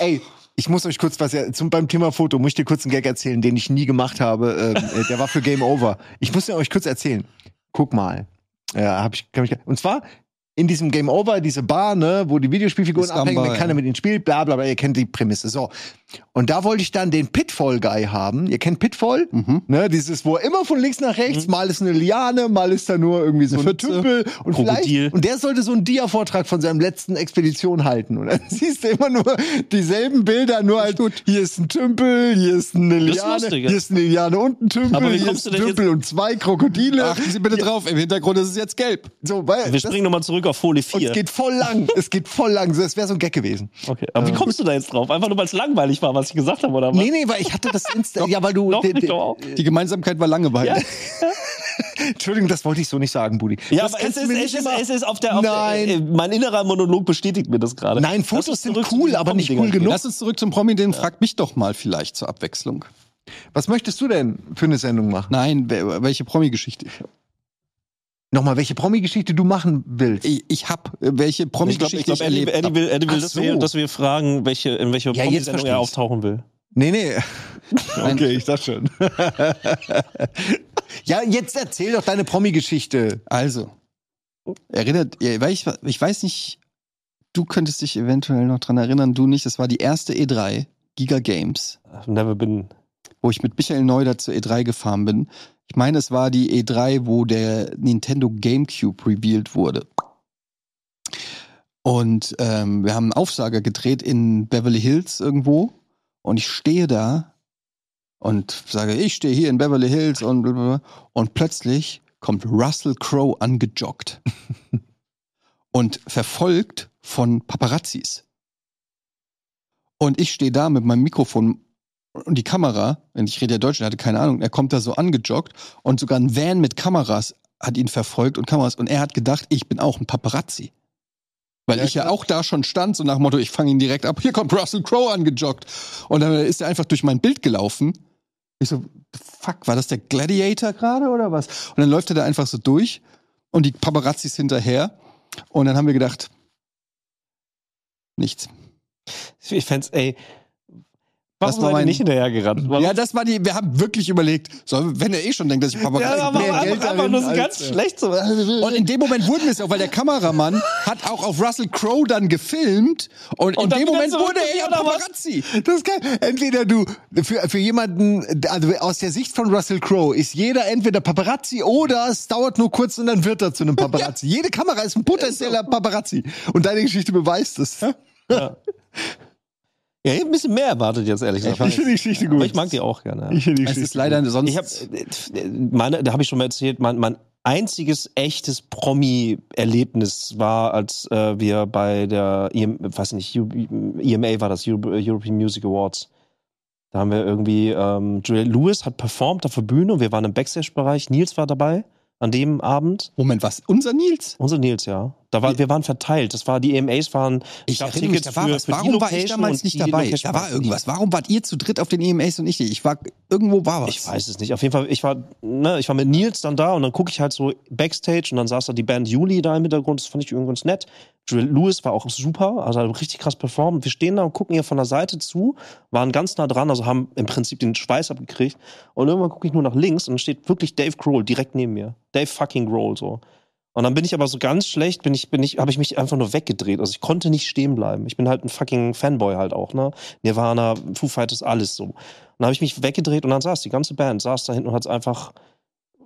C: Ey, ich muss euch kurz was ja, zum, beim Thema Foto muss ich dir kurz einen Gag erzählen, den ich nie gemacht habe. Ähm, äh, der war für Game Over. Ich muss den euch kurz erzählen. Guck mal. Ja, hab ich, kann mich, und zwar in diesem Game Over, diese Bar, ne, wo die Videospielfiguren
A: Ist
C: abhängen,
A: Gamba,
C: wenn keiner
A: ja.
C: mit ihnen spielt, bla bla bla, ihr kennt die Prämisse. So. Und da wollte ich dann den Pitfall-Guy haben. Ihr kennt Pitfall?
A: Mhm.
C: Ne, dieses, wo er immer von links nach rechts, mal ist eine Liane, mal ist da nur irgendwie so
A: Eine
C: ein
A: Pfütze,
C: Tümpel und
B: Krokodil.
C: vielleicht, und der sollte so einen Dia-Vortrag von seinem letzten Expedition halten. Und dann siehst du immer nur dieselben Bilder, nur als hier ist ein Tümpel, hier ist eine
B: ist
C: Liane,
B: lustig, ja.
C: hier ist eine Liane und ein Tümpel,
B: Aber wie
C: hier ist
B: kommst du
C: ein
B: denn
C: Tümpel und zwei Krokodile.
A: Achten Sie bitte drauf, im Hintergrund ist es jetzt gelb.
C: so, weil,
B: Wir
C: das-
B: springen nochmal zurück auf Folie
C: und
B: 4.
C: es geht voll lang, es geht voll lang, so, es wäre so ein Gag gewesen.
B: okay. Aber wie kommst du da jetzt drauf? Einfach nur, weil es langweilig war, was ich gesagt habe, oder was?
C: Äh. Nee, nee, weil ich hatte das Insta, ja, weil du,
B: Doch,
C: de- de-
B: ich doch auch.
A: Die Gemeinsamkeit war Langeweile.
B: Ja.
C: Entschuldigung, das wollte ich so nicht sagen, Budi.
B: Ja,
C: das
B: aber es
C: kannst du
B: ist,
C: mir
B: es,
C: nicht
B: ist,
C: immer-
B: es ist auf der. Auf
C: Nein.
B: Der, äh, mein innerer Monolog bestätigt mir das gerade.
C: Nein,
B: Lass
C: Fotos
B: uns
C: sind
B: zurück zu
C: cool,
B: den
C: aber nicht cool
B: Promi-Dingern gehen.
C: genug.
A: Lass uns zurück zum Promi, den frag mich doch mal vielleicht zur Abwechslung.
C: Was möchtest du denn für eine Sendung machen?
A: Nein, wer- welche Promi-Geschichte ich habe.
C: Nochmal, welche Promi-Geschichte du machen willst?
A: Ich, ich hab, äh, welche
B: Ich glaube,
A: Promi-Geschichte
B: ich
A: ich,
B: glaub, Eddie,
A: erlebt
B: Eddie
A: hab.
B: will, Eddie will
C: Ach
B: dass,
C: so.
B: wir, dass wir fragen, welche, in welcher
C: Ja, jetzt
B: Promi-Sendung
C: versteh
B: er
C: ich's.
B: auftauchen will.
C: Nee, nee.
A: Nein.
C: Okay, ich dachte schon. ja, jetzt erzähl doch deine Promi-Geschichte.
A: Also, erinnert, ihr- weil ich, ich weiß nicht, du könntest dich eventuell noch dran erinnern, du nicht. Das war die erste E3, Giga Games,
B: I've never been.
A: wo ich mit Michael Neuder zur E3 gefahren bin. Ich meine, es war die E3, wo der Nintendo GameCube revealed wurde. Und ähm, wir haben einen Aufsager gedreht in Beverly Hills irgendwo. Und ich stehe da und sage, ich stehe hier in Beverly Hills und blablabla. Und plötzlich kommt Russell Crowe angejoggt und verfolgt von Paparazzis. Und ich stehe da mit meinem Mikrofon und die Kamera, und ich rede ja Deutsch, und hatte keine Ahnung, er kommt da so angejoggt und sogar ein Van mit Kameras hat ihn verfolgt und Kameras und er hat gedacht, ich bin auch ein Paparazzi. Weil
C: Ja,
A: ich ja
C: klar.
A: auch da schon stand, so nach dem Motto, ich fange ihn direkt ab, hier kommt Russell Crowe angejoggt. Und dann ist er einfach durch mein Bild gelaufen. Ich so, fuck, war das der Gladiator gerade oder was? Und dann läuft er da einfach so durch und die Paparazzis hinterher. Und dann haben wir gedacht, nichts.
B: Ich fänd's, ey.
A: Das war
B: Warum seid ihr
A: mein-
B: nicht hinterhergerannt? Warum
A: Ja, das war die, wir haben wirklich überlegt, soll, wenn er eh schon denkt, dass ich Paparazzi
B: Ja, aber
C: mehr
B: einfach,
C: Geld
B: einfach nur so
C: darin
B: ganz
C: als, äh,
B: schlecht so. Und
A: Und in dem Moment wurden wir es auch, weil der Kameramann hat auch auf Russell Crowe dann gefilmt und,
B: Und
A: in
B: dann
A: dem
B: wieder
A: Moment
B: zurück
A: wurde
B: zu
A: er
B: dir,
A: ja
B: oder was?
A: Paparazzi.
C: Das kann, entweder du, für, für jemanden, also aus der Sicht von Russell Crowe, ist jeder entweder Paparazzi oder es dauert nur kurz und dann wird er zu einem Paparazzi. Jede Kamera ist ein potenzieller Paparazzi. Und deine Geschichte beweist es.
B: ja, ich hab ein bisschen mehr erwartet jetzt, ehrlich gesagt.
C: Ich finde die Geschichte gut.
B: aber ich mag die auch gerne. ja.
C: Ich finde die
A: Es
C: Geschichte
A: ist leider sonst.
B: Ich habe, meine, da habe ich schon mal erzählt, mein, mein einziges echtes Promi-Erlebnis war, als äh, wir bei der, EM, weiß nicht, U- EMA war das, Euro- äh, European Music Awards. Da haben wir irgendwie, ähm, Juliette Lewis hat performt auf der Bühne und wir waren im Backstage-Bereich. Nils war dabei an dem Abend.
A: Moment, was? Unser Nils?
B: Unser Nils, ja. Da war, wir waren verteilt. Das war, die EMAs waren.
A: Ich
B: gab
A: erinnere mich,
B: Tickets
A: da war
B: für-
A: was.
B: für die
A: Warum war ich
B: Location
A: damals
B: und
A: nicht
B: die
A: dabei?
B: Location
A: Da
B: war
A: war
B: es
A: irgendwas. Warum wart ihr zu dritt auf den EMAs und ich nicht? Ich war, irgendwo war was.
B: Ich weiß es nicht. Auf jeden Fall, ich war, ne, ich war mit Nils dann da und dann gucke ich halt so Backstage und dann saß da die Band Juli da im Hintergrund. Das fand ich irgendwie ganz nett. Drill Lewis war auch super, also hat richtig krass performt. Wir stehen da und gucken ihr von der Seite zu, waren ganz nah dran, also haben im Prinzip den Schweiß abgekriegt. Und irgendwann gucke ich nur nach links und dann steht wirklich Dave Grohl direkt neben mir. Dave fucking Grohl so. Und dann bin ich aber so ganz schlecht, bin ich, bin ich, habe ich mich einfach nur weggedreht. Also ich konnte nicht stehen bleiben. Ich bin halt ein fucking Fanboy halt auch, ne? Nirvana, Foo Fighters, alles so. Und dann habe ich mich weggedreht und dann saß die ganze Band, saß da hinten und hat einfach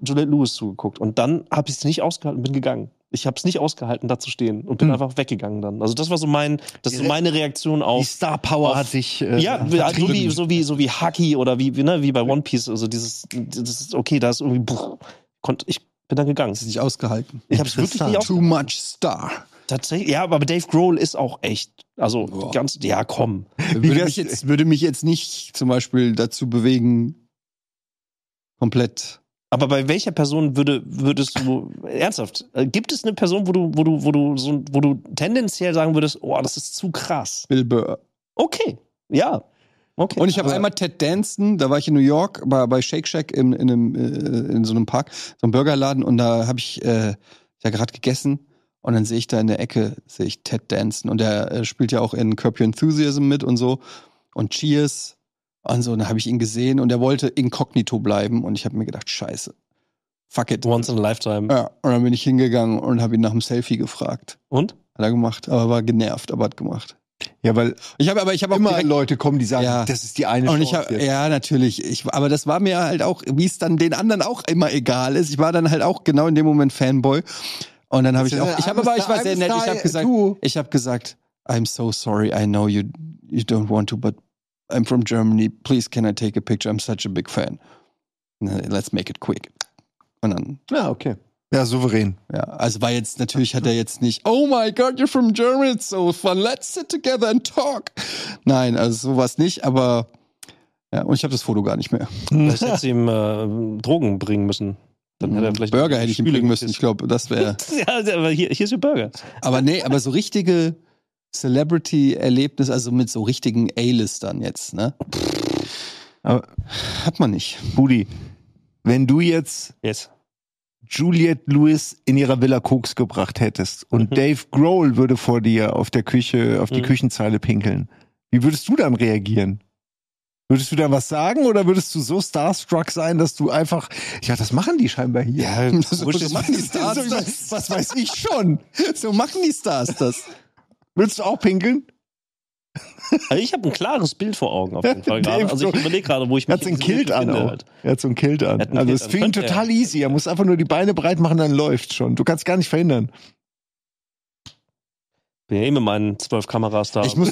B: Juliette Lewis zugeguckt. Und dann habe ich es nicht ausgehalten und bin gegangen. Ich habe es nicht ausgehalten, da zu stehen und bin
C: Hm.
B: einfach weggegangen dann. Also das war so mein, das ist so
C: Direkt-
B: meine Reaktion
C: Die
B: auf.
C: Star Power
B: auf-
C: hat dich. äh,
B: Ja,
C: vertrieben.
B: so wie, so wie, so wie Haki oder wie, wie, ne, wie bei One Piece. Also dieses, dieses okay, da ist irgendwie, pff, konnt, ich bin dann gegangen.
A: Es ist nicht ausgehalten.
B: Ich habe es wirklich
C: Interessant.
B: nicht
A: Too much star.
B: Tatsächlich, ja, aber Dave Grohl ist auch echt, also
A: Boah.
B: ganz, ja, komm.
A: Würde
C: wär's-
A: mich, jetzt, würde mich jetzt nicht zum Beispiel dazu bewegen, komplett.
B: Aber bei welcher Person würde, würdest du, ernsthaft, äh, gibt es eine Person, wo du, wo du, wo du, so, wo du tendenziell sagen würdest, oh, das ist zu krass?
A: Bill Burr.
B: Okay, ja. Okay. Also
A: Und ich habe
B: Aber-
A: einmal Ted Danson, da war ich in New York bei, bei Shake Shack in, in, einem, äh, in so einem Park, so einem Burgerladen und da habe ich äh, ja gerade gegessen und dann sehe ich da in der Ecke, sehe ich Ted Danson und der äh, spielt ja auch in Curb Your Enthusiasm mit und so und Cheers und so und da habe ich ihn gesehen und er wollte inkognito bleiben und ich habe mir gedacht, scheiße, Fuck it.
B: Once in a lifetime.
A: Ja, und dann bin ich hingegangen und habe ihn nach dem Selfie gefragt.
B: Und?
A: Hat er gemacht, aber war genervt, aber hat gemacht.
C: Ja, weil
A: Ich habe aber ich habe auch
C: immer
A: direkt,
C: Leute kommen, die sagen,
A: Ja.
C: das ist die eine
A: und
C: Chance.
A: ich hab,
C: jetzt.
A: ja natürlich, ich, aber das war mir halt auch, wie es dann den anderen auch immer egal ist. Ich war dann halt auch genau in dem Moment Fanboy und dann habe ich
C: Das ist
A: auch,
C: ein
A: ich habe aber ich war
C: armes
A: sehr nett. Ich habe
C: Teil,
A: gesagt,
C: du.
A: ich habe gesagt, I'm so sorry, I know you you don't want to, but I'm from Germany. Please can I take a picture? I'm such a big fan. Na, Let's make it quick. Und dann
C: Ja, okay. Ja, souverän.
A: Ja, also war jetzt, natürlich hat er jetzt nicht, oh my God, you're from Germany, it's so fun, let's sit together and talk. Nein, also sowas nicht, aber ja, und ich habe das Foto gar nicht mehr.
B: Vielleicht hätte sie ihm äh, Drogen bringen müssen. Dann hätte er vielleicht
A: Burger hätte ich ihm
B: Spüle
A: bringen müssen, ich
B: gekisst.
A: glaube, das wäre.
B: ja, aber hier, hier ist ihr Burger.
A: aber nee, aber so richtige Celebrity-Erlebnis, also mit so richtigen A-Listern jetzt, ne?
C: Aber-
A: hat man nicht.
C: Budi, wenn du jetzt
B: Yes.
C: Juliette Lewis in ihrer Villa Koks gebracht hättest und
B: Mhm.
C: Dave Grohl würde vor dir auf der Küche, auf die
B: Mhm.
C: Küchenzeile pinkeln, wie würdest du dann reagieren? Würdest du dann was sagen oder würdest du so starstruck sein, dass du einfach, ja, das machen die scheinbar hier.
B: Ja,
A: So, so machen die Stars
C: So,
A: das.
C: was, was weiß ich schon.
A: So machen die Stars das.
C: Würdest du auch pinkeln?
B: Also ich habe ein klares Bild vor Augen auf jeden Fall
C: Dave
B: gerade. Also ich
C: Grohl.
B: überlege gerade, wo ich
C: Er
B: mich
C: hat so
B: in
C: einen
B: diesem Bild
C: Kilt an
B: befinde
A: oh.
C: auch.
B: halt.
C: Er hat so einen Kilt an.
B: Er hat einen
C: Also
B: Kilt
C: ist
B: an.
C: für ihn
B: Könnte er.
C: total easy. Er muss einfach nur die Beine breit machen, dann läuft schon. Du kannst gar nicht verhindern.
B: Bin ja eh mit meinen zwölf Kameras da.
A: Ich muss,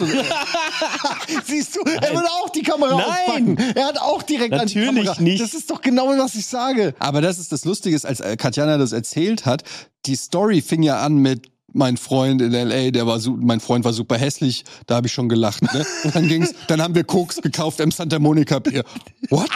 C: Siehst du, er
B: Nein.
C: würde auch die Kamera
B: Nein.
C: auspacken. Er hat auch direkt an die
B: Natürlich
C: Kamera.
B: nicht.
C: Das ist doch genau, was ich sage.
A: Aber das ist das Lustige, ist, als äh, Katjana das erzählt hat, die Story fing ja an mit mein Freund in L.A., der war su- mein Freund war super hässlich, da habe ich schon gelacht. Ne? Dann ging's, dann haben wir Koks gekauft im Santa Monica Pier. What?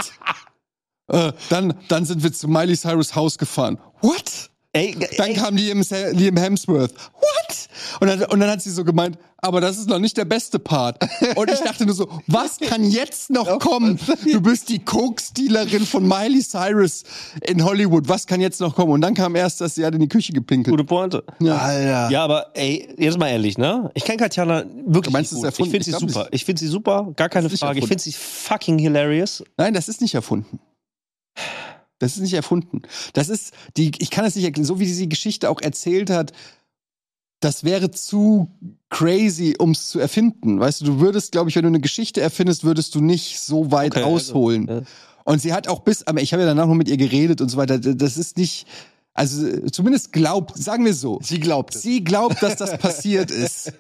A: Äh, dann, dann sind wir zu Miley Cyrus Haus gefahren. What?
B: ey,
A: Dann kam Liam, Sa- Liam Hemsworth. What? Und dann, und dann hat sie so gemeint, aber das ist noch nicht der beste Part. Und ich dachte nur so, was kann jetzt noch kommen? Du bist die Coke-Stealerin von Miley Cyrus in Hollywood. Was kann jetzt noch kommen? Und dann kam erst, dass sie hat in die Küche gepinkelt.
B: gute Pointe.
C: Alter.
B: Ja, aber ey, jetzt mal ehrlich, ne? Ich kenne Katjana wirklich
A: Du meinst, es ist
B: nicht gut. Ich
A: erfunden?
B: finde
A: Ich
B: sie
A: glaub
B: super.
A: nicht.
B: Ich finde sie super, gar keine
A: Das ist nicht
B: Frage. Ich
A: erfunden.
B: finde sie fucking hilarious.
A: Nein, das ist nicht erfunden. Das ist nicht erfunden. Das ist die, ich kann es nicht erklären, so wie sie die Geschichte auch erzählt hat, das wäre zu crazy, um es zu erfinden. Weißt du, du würdest, glaube ich, wenn du eine Geschichte erfindest, würdest du nicht so weit
B: Okay, also,
A: ausholen.
B: ja.
A: Und sie hat auch bis, aber ich habe ja danach noch mit ihr geredet und so weiter. Das ist nicht, also äh, zumindest glaubt, sagen wir so,
C: Sie glaubt es.
A: sie glaubt, dass das passiert ist.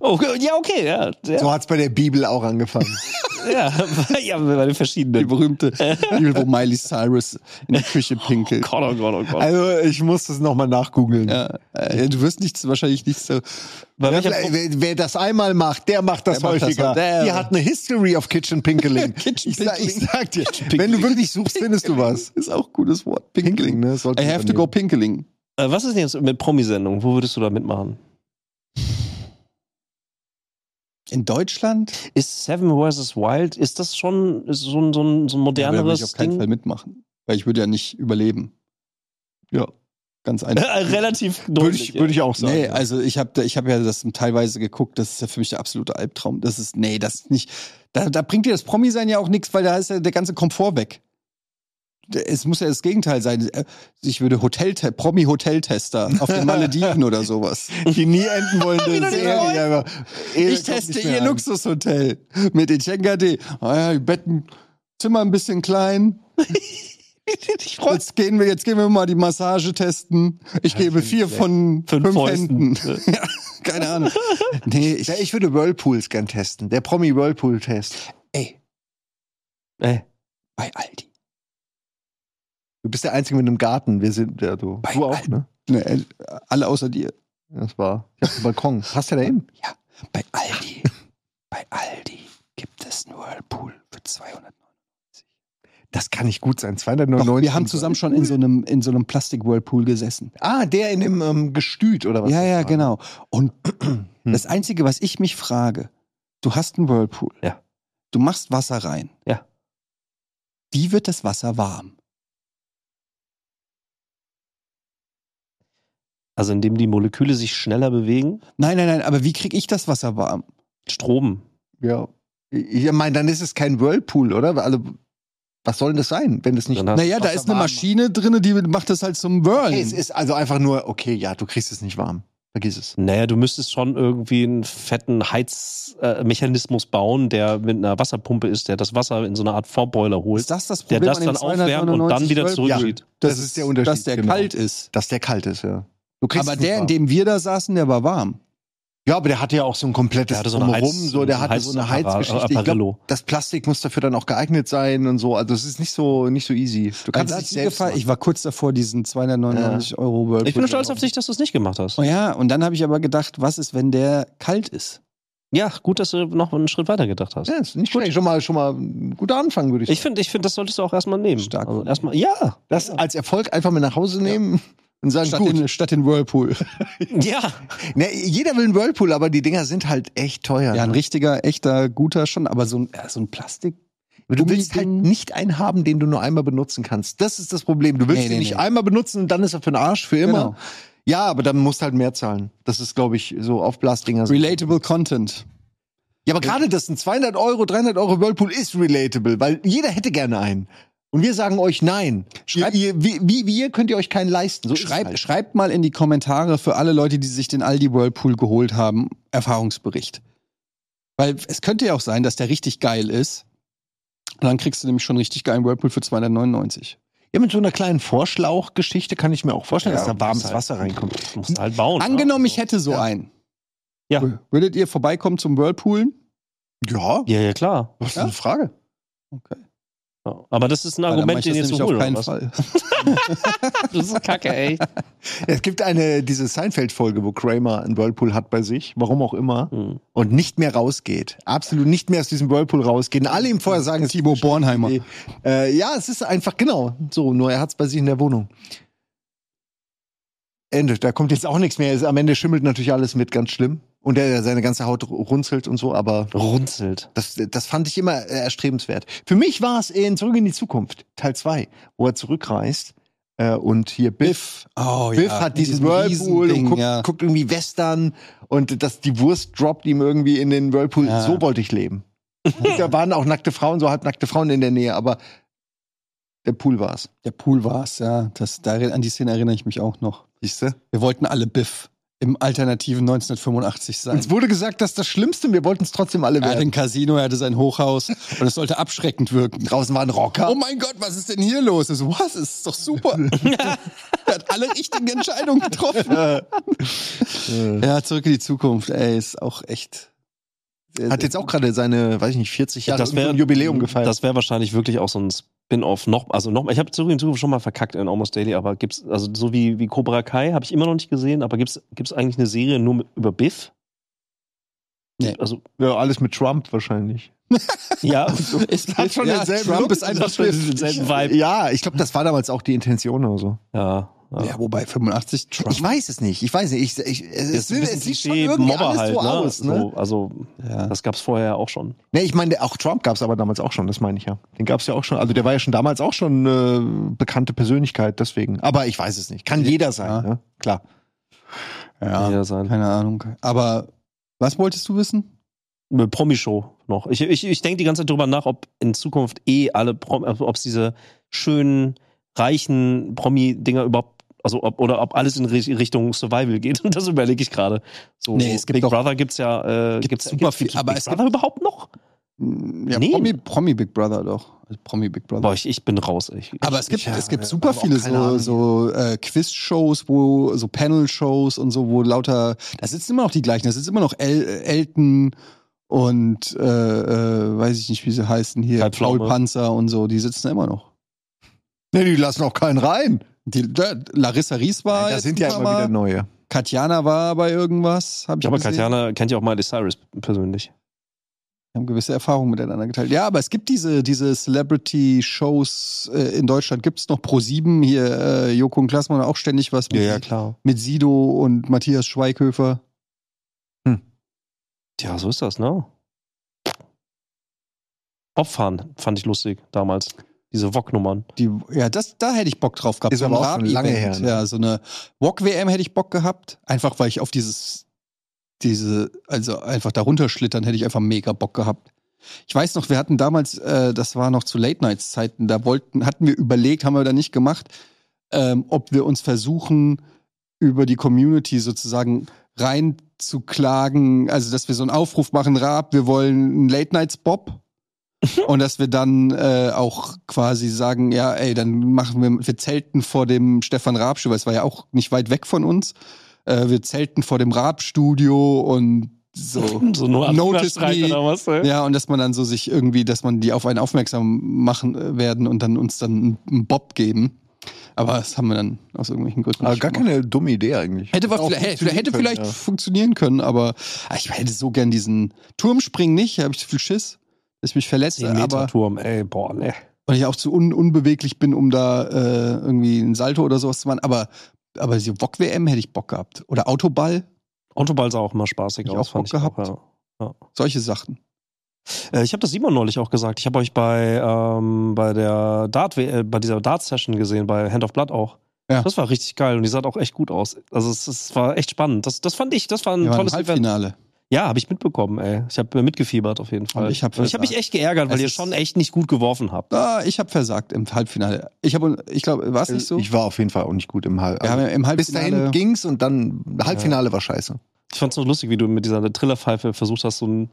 B: Oh, ja, okay, ja. Ja,
C: So hat's bei der Bibel auch angefangen.
B: ja. ja bei den
A: Die
B: verschiedenen.
A: berühmte, die, wo Miley Cyrus in die Küche pinkelt.
B: Gott, oh Gott, oh Gott.
C: also ich muss das nochmal nachgoogeln.
A: Ja, äh, du wirst nichts, wahrscheinlich nichts äh, so.
B: Bei
C: Ja,
B: welcher
A: äh,
C: vielleicht, wer, wer das einmal macht, der macht das
A: Der macht das
C: häufiger.
A: auch. Der-
C: Die hat eine History of Kitchen Pinkeling.
A: Kitchen
C: ich, sag, ich
A: Pinkeling.
C: sag dir, wenn du wirklich suchst, findest du was.
A: Ist auch ein gutes Wort. Pinkeling.
C: ne? Sollte
A: I
C: man
A: have to go pinkeling.
B: Äh, was ist denn jetzt mit Promisendung? Wo würdest du da mitmachen?
A: In Deutschland?
B: Ist Seven vs. Wild, ist das schon ist so ein, so ein, so ein
A: Ja, aber da würde
B: moderneres
A: ich auf keinen Fall
B: Ding?
A: mitmachen. Weil ich würde ja nicht überleben.
C: Ja.
A: Ganz einfach.
B: Äh, Relativ
C: Würde
B: deutlich.
C: ich, würde ich auch sagen.
A: Nee, also ich habe ich hab ja das teilweise geguckt, das ist ja für mich der absolute Albtraum. Das ist, nee, das ist nicht. Da, da bringt dir das Promi-Sein ja auch nichts, weil da ist ja der ganze Komfort weg. Es muss ja das Gegenteil sein. Äh, Ich würde Hotel Promi-Hoteltester auf den Malediven oder sowas.
C: die nie enden wollende
A: wollen.
C: Serie. aber Ehe
A: Ich
C: kommt
A: teste
C: nicht mehr
A: ihr
C: an.
A: Luxushotel mit Etienne D. Ah ja, die Betten, Zimmer ein bisschen klein.
B: ich freu
A: Jetzt gehen wir, jetzt gehen wir mal die Massage testen. Ich gebe vier von
B: Fünf
A: fünf,
B: Fäusten. Äh,
A: Händen. ja, keine Ahnung. Nee, ich,
C: Ja, ich würde Whirlpools gern testen. Der Promi-Whirlpool-Test.
A: ey, Äh.
B: Ey,
A: bei Aldi.
C: Du bist der Einzige mit einem Garten. Wir sind, ja, du,
A: Bei
C: du auch,
A: allen.
C: ne?
A: Nee, äh, alle außer dir.
C: Das war. Ich hab einen Balkon. Passt ja da hin.
A: Ja, bei Aldi. bei Aldi gibt es einen Whirlpool für 200.
C: Das kann nicht gut sein.
A: Doch,
C: 299.
A: wir haben zusammen schon in so einem, in so einem Plastik-Whirlpool gesessen.
C: Ah, der in dem ähm, Gestüt oder was?
A: Ja,
C: das
A: ja,
C: war.
A: genau. Und
B: Hm.
A: das Einzige, was ich mich frage, du hast einen Whirlpool.
B: Ja.
A: Du machst Wasser rein.
B: Ja.
A: Wie wird das Wasser warm?
B: Also indem die Moleküle sich schneller bewegen,
A: Nein, nein, nein, aber wie kriege ich das Wasser warm?
B: Strom.
C: Ja. Ich ich meine, dann ist es kein Whirlpool, oder? Weil alle Was soll denn das sein, wenn das nicht.
B: Dann hast-
A: Naja, da
C: was
A: ist eine
C: warm macht.
A: Maschine drin, die macht das halt zum Whirling.
C: Okay, es ist also einfach nur, okay, ja, du kriegst es nicht warm. Vergiss es.
B: Naja, du müsstest schon irgendwie einen fetten Heizmechanismus äh, Mechanismus bauen, der mit einer Wasserpumpe ist, der das Wasser in so eine Art Vorboiler holt,
A: Ist das das
B: der
A: Problem
B: das
A: an den
B: dann aufwärmt und dann
A: 299
B: wieder
A: Volt? Ja,
B: zurückzieht.
A: das,
C: Das
A: ist
C: ist der
A: Dass
C: Unterschied,
A: der
C: genau.
A: kalt ist.
C: Dass der kalt ist, ja. Du kriegst
A: Aber
C: es nicht
A: der, in
C: warm.
A: dem wir da saßen, der war warm.
C: Ja, aber der hatte ja auch so ein komplettes
B: Der hatte so eine
C: Drumherum,
B: Heiz-
C: so, der hatte so eine
B: Heizapparat-
C: Heizgeschichte. Ich
B: Apparillo.
C: glaub, das Plastik muss dafür dann auch geeignet sein und so. Also es ist nicht so, nicht so easy. Du kannst es
A: Also
C: nicht
A: die
C: selbst
A: Gefahr-
C: machen.
A: ich war kurz davor, diesen 299 Euro Whirlpool.
B: Ich bin stolz auf dich, dass du es nicht gemacht hast.
A: Oh ja, und dann habe ich aber gedacht, was ist, wenn der kalt ist?
B: Ja, gut, dass du noch einen Schritt weiter gedacht hast.
C: ja, ist nicht schlecht. Schon mal, schon mal ein guter Anfang, würde ich sagen.
B: Ich finde, ich finde, das solltest du auch erstmal nehmen.
A: Stark.
B: Also erstmal, ja,
C: das als Erfolg einfach mit nach Hause nehmen und sagen,
A: Statt,
C: gut.
A: den, statt den Whirlpool.
B: ja.
C: Ne, jeder will einen Whirlpool, aber die Dinger sind halt echt teuer.
A: Ja, ein
C: ne?
A: richtiger, echter, guter schon, aber so ein, ja, so ein Plastik.
C: Aber du willst halt
A: Gummiding.
C: nicht einen haben, den du nur einmal benutzen kannst. Das ist das Problem. Du willst
A: Nee,
C: ihn
A: nee,
C: nicht
A: nee.
C: einmal benutzen und dann ist er für den Arsch für immer.
A: Genau.
C: Ja, aber dann musst du halt mehr zahlen. Das ist, glaube ich, so Aufblasdinger. sind-
A: Relatable Content.
C: Ja, aber gerade das ein 200 Euro, 300 Euro Whirlpool ist relatable, weil jeder hätte gerne einen. Und wir sagen euch nein.
A: Schreibt-
C: ihr, ihr, wie, wie wir könnt ihr euch keinen leisten. So ist es
A: Schreibt,
C: halt.
A: schreibt mal in die Kommentare für alle Leute, die sich den Aldi Whirlpool geholt haben, Erfahrungsbericht. Weil es könnte ja auch sein, dass der richtig geil ist. Und dann kriegst du nämlich schon einen richtig geilen Whirlpool für 299.
C: Ja, mit so einer kleinen Vorschlauchgeschichte kann ich mir auch vorstellen,
B: Ja,
C: dass da warmes
B: halt-
C: Wasser reinkommt.
B: Musst halt bauen.
A: Angenommen,
B: ne?
A: ich hätte so
C: Ja.
A: einen.
B: Ja.
A: W- Würdet ihr vorbeikommen zum Whirlpoolen?
C: Ja,
B: Ja, ja, klar.
C: was ist
A: Ja.
C: eine Frage?
A: Okay.
B: Ja. Aber das ist ein
A: Weil dann mach
B: Argument,
A: ich
B: den
A: das
B: ihr zu
A: nämlich
B: holen.
A: auf keinen
B: oder was?
A: Fall.
B: Das ist kacke, ey.
C: Es gibt eine, diese Seinfeld-Folge, wo Kramer einen Whirlpool hat bei sich, warum auch immer,
B: Hm.
C: und nicht mehr rausgeht. Absolut nicht mehr aus diesem Whirlpool rausgeht. Und alle ihm vorher sagen, es ist
A: Timo Bornheimer.
C: Nee. Äh, ja, es ist einfach genau so. Nur er hat es bei sich in der Wohnung. Ende. Da kommt jetzt auch nichts mehr. Es- Am Ende schimmelt natürlich alles mit, ganz schlimm. Und er seine ganze Haut ru- runzelt und so, aber
B: Runzelt.
C: das, das fand ich immer äh, erstrebenswert. Für mich war es in Zurück in die Zukunft, Teil 2, wo er zurückreist äh, und hier Biff.
A: Oh,
C: Biff hat diesen Whirlpool und
A: Riesending,
C: guckt,
A: ja.
C: guckt irgendwie Western und das, die Wurst droppt ihm irgendwie in den Whirlpool.
A: Ja.
C: So wollte ich leben. Und da waren auch nackte Frauen, so halbnackte Frauen in der Nähe, aber der Pool war's.
A: Der Pool war's, ja. Das, da, an die Szene erinnere ich mich auch noch.
C: Siehst du?
A: Wir wollten alle Biff im alternativen 1985 sein.
C: Uns wurde gesagt, das ist das Schlimmste, wir wollten es trotzdem alle
A: Er hatte
C: werden.
A: ein Casino, er hatte sein Hochhaus und es sollte abschreckend wirken.
C: Draußen war ein Rocker.
A: Oh mein Gott, was ist denn hier los? Ich so, was? Es ist doch super. er hat alle richtigen Entscheidungen getroffen.
C: Äh,
A: Ja, zurück in die Zukunft, ey, ist auch echt. sehr,
C: Hat
A: sehr-
C: jetzt auch gerade seine, weiß ich nicht, 40 Jahre
B: Das wär-
C: irgendein Jubiläum gefeiert.
B: Das wäre wahrscheinlich wirklich auch so ein Spin-off. Noch, also noch, ich habe zurück in die Zukunft schon mal verkackt in Almost Daily, aber gibt's, also so wie, wie Cobra Kai habe ich immer noch nicht gesehen, aber gibt's, gibt's eigentlich eine Serie nur mit, über Biff?
A: Nee.
B: Also,
C: ja, alles mit Trump wahrscheinlich.
B: ja.
A: Ist,
C: Hat schon
A: ja,
C: denselben
A: Trump
C: Look.
A: ist einfach
B: Hat schon denselben Vibe.
C: Ja, ich glaube, das war damals auch die Intention oder so.
B: ja, ja.
A: Ja, wobei 85 Trump.
C: Ich weiß es nicht. Ich weiß nicht. Ich, ich, es
B: Das ist ein bisschen Klischee,
C: irgendwie
B: Mobber halt, ne?
C: ne?
B: So, also,
A: Ja.
B: das gab's vorher ja auch schon.
C: Ne, ich meine, der- auch Trump gab es aber damals auch schon, das meine ich ja. Den gab es ja auch schon. Also der war ja schon damals auch schon äh, bekannte Persönlichkeit, deswegen. Aber ich weiß es nicht. Kann jeder sein,
A: Ja.
C: ne? Klar.
A: Ja,
B: Jeder sein.
A: keine Ahnung. Aber was wolltest du wissen?
B: Eine Promi-Show noch. Ich, ich, ich denke die ganze Zeit drüber nach, ob in Zukunft eh alle Prom also ob es diese schönen, reichen Promi-Dinger überhaupt, also ob, oder ob alles in Ri- Richtung Survival geht. Und das überlege ich gerade. So,
A: Nee, es gibt
B: Big
A: doch-
B: Brother gibt's ja, äh,
A: gibt
B: gibt's,
A: super viel,
B: gibt's
A: aber
B: Big
A: es
B: Brother überhaupt noch?
A: Hm, Ja,
B: Nee.
A: Promi, Promi Big Brother doch. Also Promi Big Brother.
B: Boah, ich, ich bin raus, ey.
A: Aber es gibt,
C: Ich, ja,
A: es gibt
C: wir
A: super
C: haben auch
A: viele
C: keine
A: so,
C: Ahnung.
A: so äh, Quiz-Shows, wo so Panel-Shows und so, wo lauter, da sitzen immer noch die gleichen, da sitzen immer noch El äh, Elton und äh, äh, weiß ich nicht, wie sie heißen hier,
B: Kai Pflaume.
A: Paul Panzer und so, die sitzen da immer noch.
C: Ne, die lassen auch keinen rein.
A: Die, da, Larissa Ries war
C: Da
A: jetzt
C: sind ja
A: ein paar
C: immer wieder
A: Mal.
C: neue.
A: Katjana war bei irgendwas, habe ich
B: Ja, aber
A: gesehen.
B: Katjana kennt ja auch Miley Cyrus persönlich.
A: Wir haben gewisse Erfahrungen miteinander geteilt. Ja, aber es gibt diese, diese Celebrity-Shows äh, in Deutschland, gibt es noch Pro7 hier, äh, Joko und Klaas machen auch ständig was mit,
B: klar.
A: mit Sido und Matthias Schweighöfer.
B: Tja, so ist das, ne? Opfern fand ich lustig damals. Diese Wok-Nummern.
A: Die, ja, das, da hätte ich Bock drauf gehabt.
C: Ist aber auch
A: ein
C: schon lange
A: Rap-Event,
C: her, ne?
A: Ja, so eine Walk-WM hätte ich Bock gehabt. Einfach, weil ich auf dieses, diese, also einfach darunter schlittern hätte ich einfach mega Bock gehabt. Ich weiß noch, wir hatten damals, äh, das war noch zu Late-Nights-Zeiten, da wollten, hatten wir überlegt, haben wir da nicht gemacht, ähm, ob wir uns versuchen, über die Community sozusagen reinzuklagen, also dass wir so einen Aufruf machen, Raab, wir wollen einen Late-Nights-Bob. Und dass wir dann äh, auch quasi sagen, ja, ey, dann machen wir, wir zelten vor dem Stefan Raab-Studio, weil es war ja auch nicht weit weg von uns. Äh, wir zelten vor dem Raab-Studio und so.
B: So nur
A: Notice
B: Anführungsstreifen
A: me.
B: oder was? ne? ey?
A: Ja, und dass man dann so sich irgendwie, dass man die auf einen aufmerksam machen äh, werden und dann uns dann einen Bob geben. Aber das haben wir dann aus irgendwelchen Gründen
C: Aber
A: nicht
C: gar
A: gemacht.
C: keine dumme Idee eigentlich.
A: Hätte, was,
C: Auch
A: hätte, hätte
C: funktionieren
A: vielleicht
C: können, ja.
A: funktionieren können, aber ah, ich hätte so gern diesen Turmspringen nicht, da habe ich zu viel Schiss, dass ich mich verletze,
B: 10 Meter
A: Äh, aber
B: Turm, ey, boah, ne.
A: weil ich auch zu un unbeweglich bin, um da äh, irgendwie einen Salto oder sowas zu machen. Aber, aber diese Wok-WM hätte ich Bock gehabt. Oder Autoball,
B: Autoball sah auch immer spaßig
A: Ich
B: aus,
A: auch
B: fand
A: Bock
B: ich auch,
A: gehabt.
B: ja.
A: solche Sachen.
B: Äh, Ich habe das Simon neulich auch gesagt. Ich habe euch bei, ähm, bei der Dart, äh, bei dieser Dart-Session gesehen, bei Hand of Blood auch.
A: Ja.
B: Das war richtig geil und die sah auch echt gut aus. Also es, es war echt spannend. Das, das fand ich, das war ein
A: Wir waren im
B: tolles Event.
A: Halbfinale.
B: Ja, habe ich mitbekommen, ey. Ich habe mitgefiebert auf jeden Fall.
A: Und ich hab äh,
B: Und ich hab mich echt geärgert, weil
A: Es
B: ihr
A: ist-
B: schon echt nicht gut geworfen habt.
A: Ah, ich habe versagt im Halbfinale. Ich habe, ich glaube, war es nicht so?
C: Ich war auf jeden Fall auch nicht gut im Halb.
A: Wir haben ja im
C: bis dahin
A: Halbfinale.
C: ging's und dann Halbfinale war scheiße.
B: Ich fand's nur lustig, wie du mit dieser Trillerpfeife versucht hast, so ein.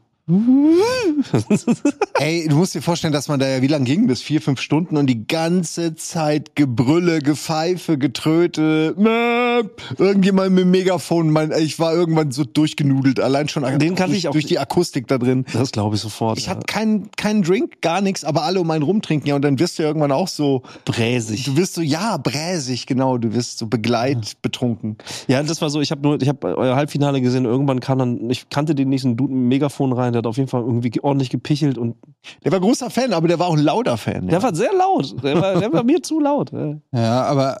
C: Ey, du musst dir vorstellen, dass man da ja wie lang ging? Bis vier, fünf Stunden und die ganze Zeit Gebrülle, Gepfeife, Getröte. Mäp. Irgendjemand mit dem Megafon. Mein, ich war irgendwann so durchgenudelt, allein schon
B: Den kann
C: durch,
B: ich auch-
C: durch die Akustik da drin.
B: Das glaube ich sofort.
C: Ich hatte keinen keinen Drink, gar nichts, aber alle um einen rumtrinken. Ja, und dann wirst du irgendwann auch so,
B: bräsig.
C: du wirst so, ja, bräsig, genau, du wirst so begleit betrunken.
B: Ja, das war so, ich habe nur, ich habe euer Halbfinale gesehen, irgendwann kam dann, ich kannte den nicht, so ein Dude mit dem Megafon rein, der hat auf jeden Fall irgendwie ge- ordentlich gepichelt und
C: Der war großer Fan, aber der war auch ein lauter Fan.
B: der war sehr laut. Der war, der war mir zu laut. äh.
A: Ja, aber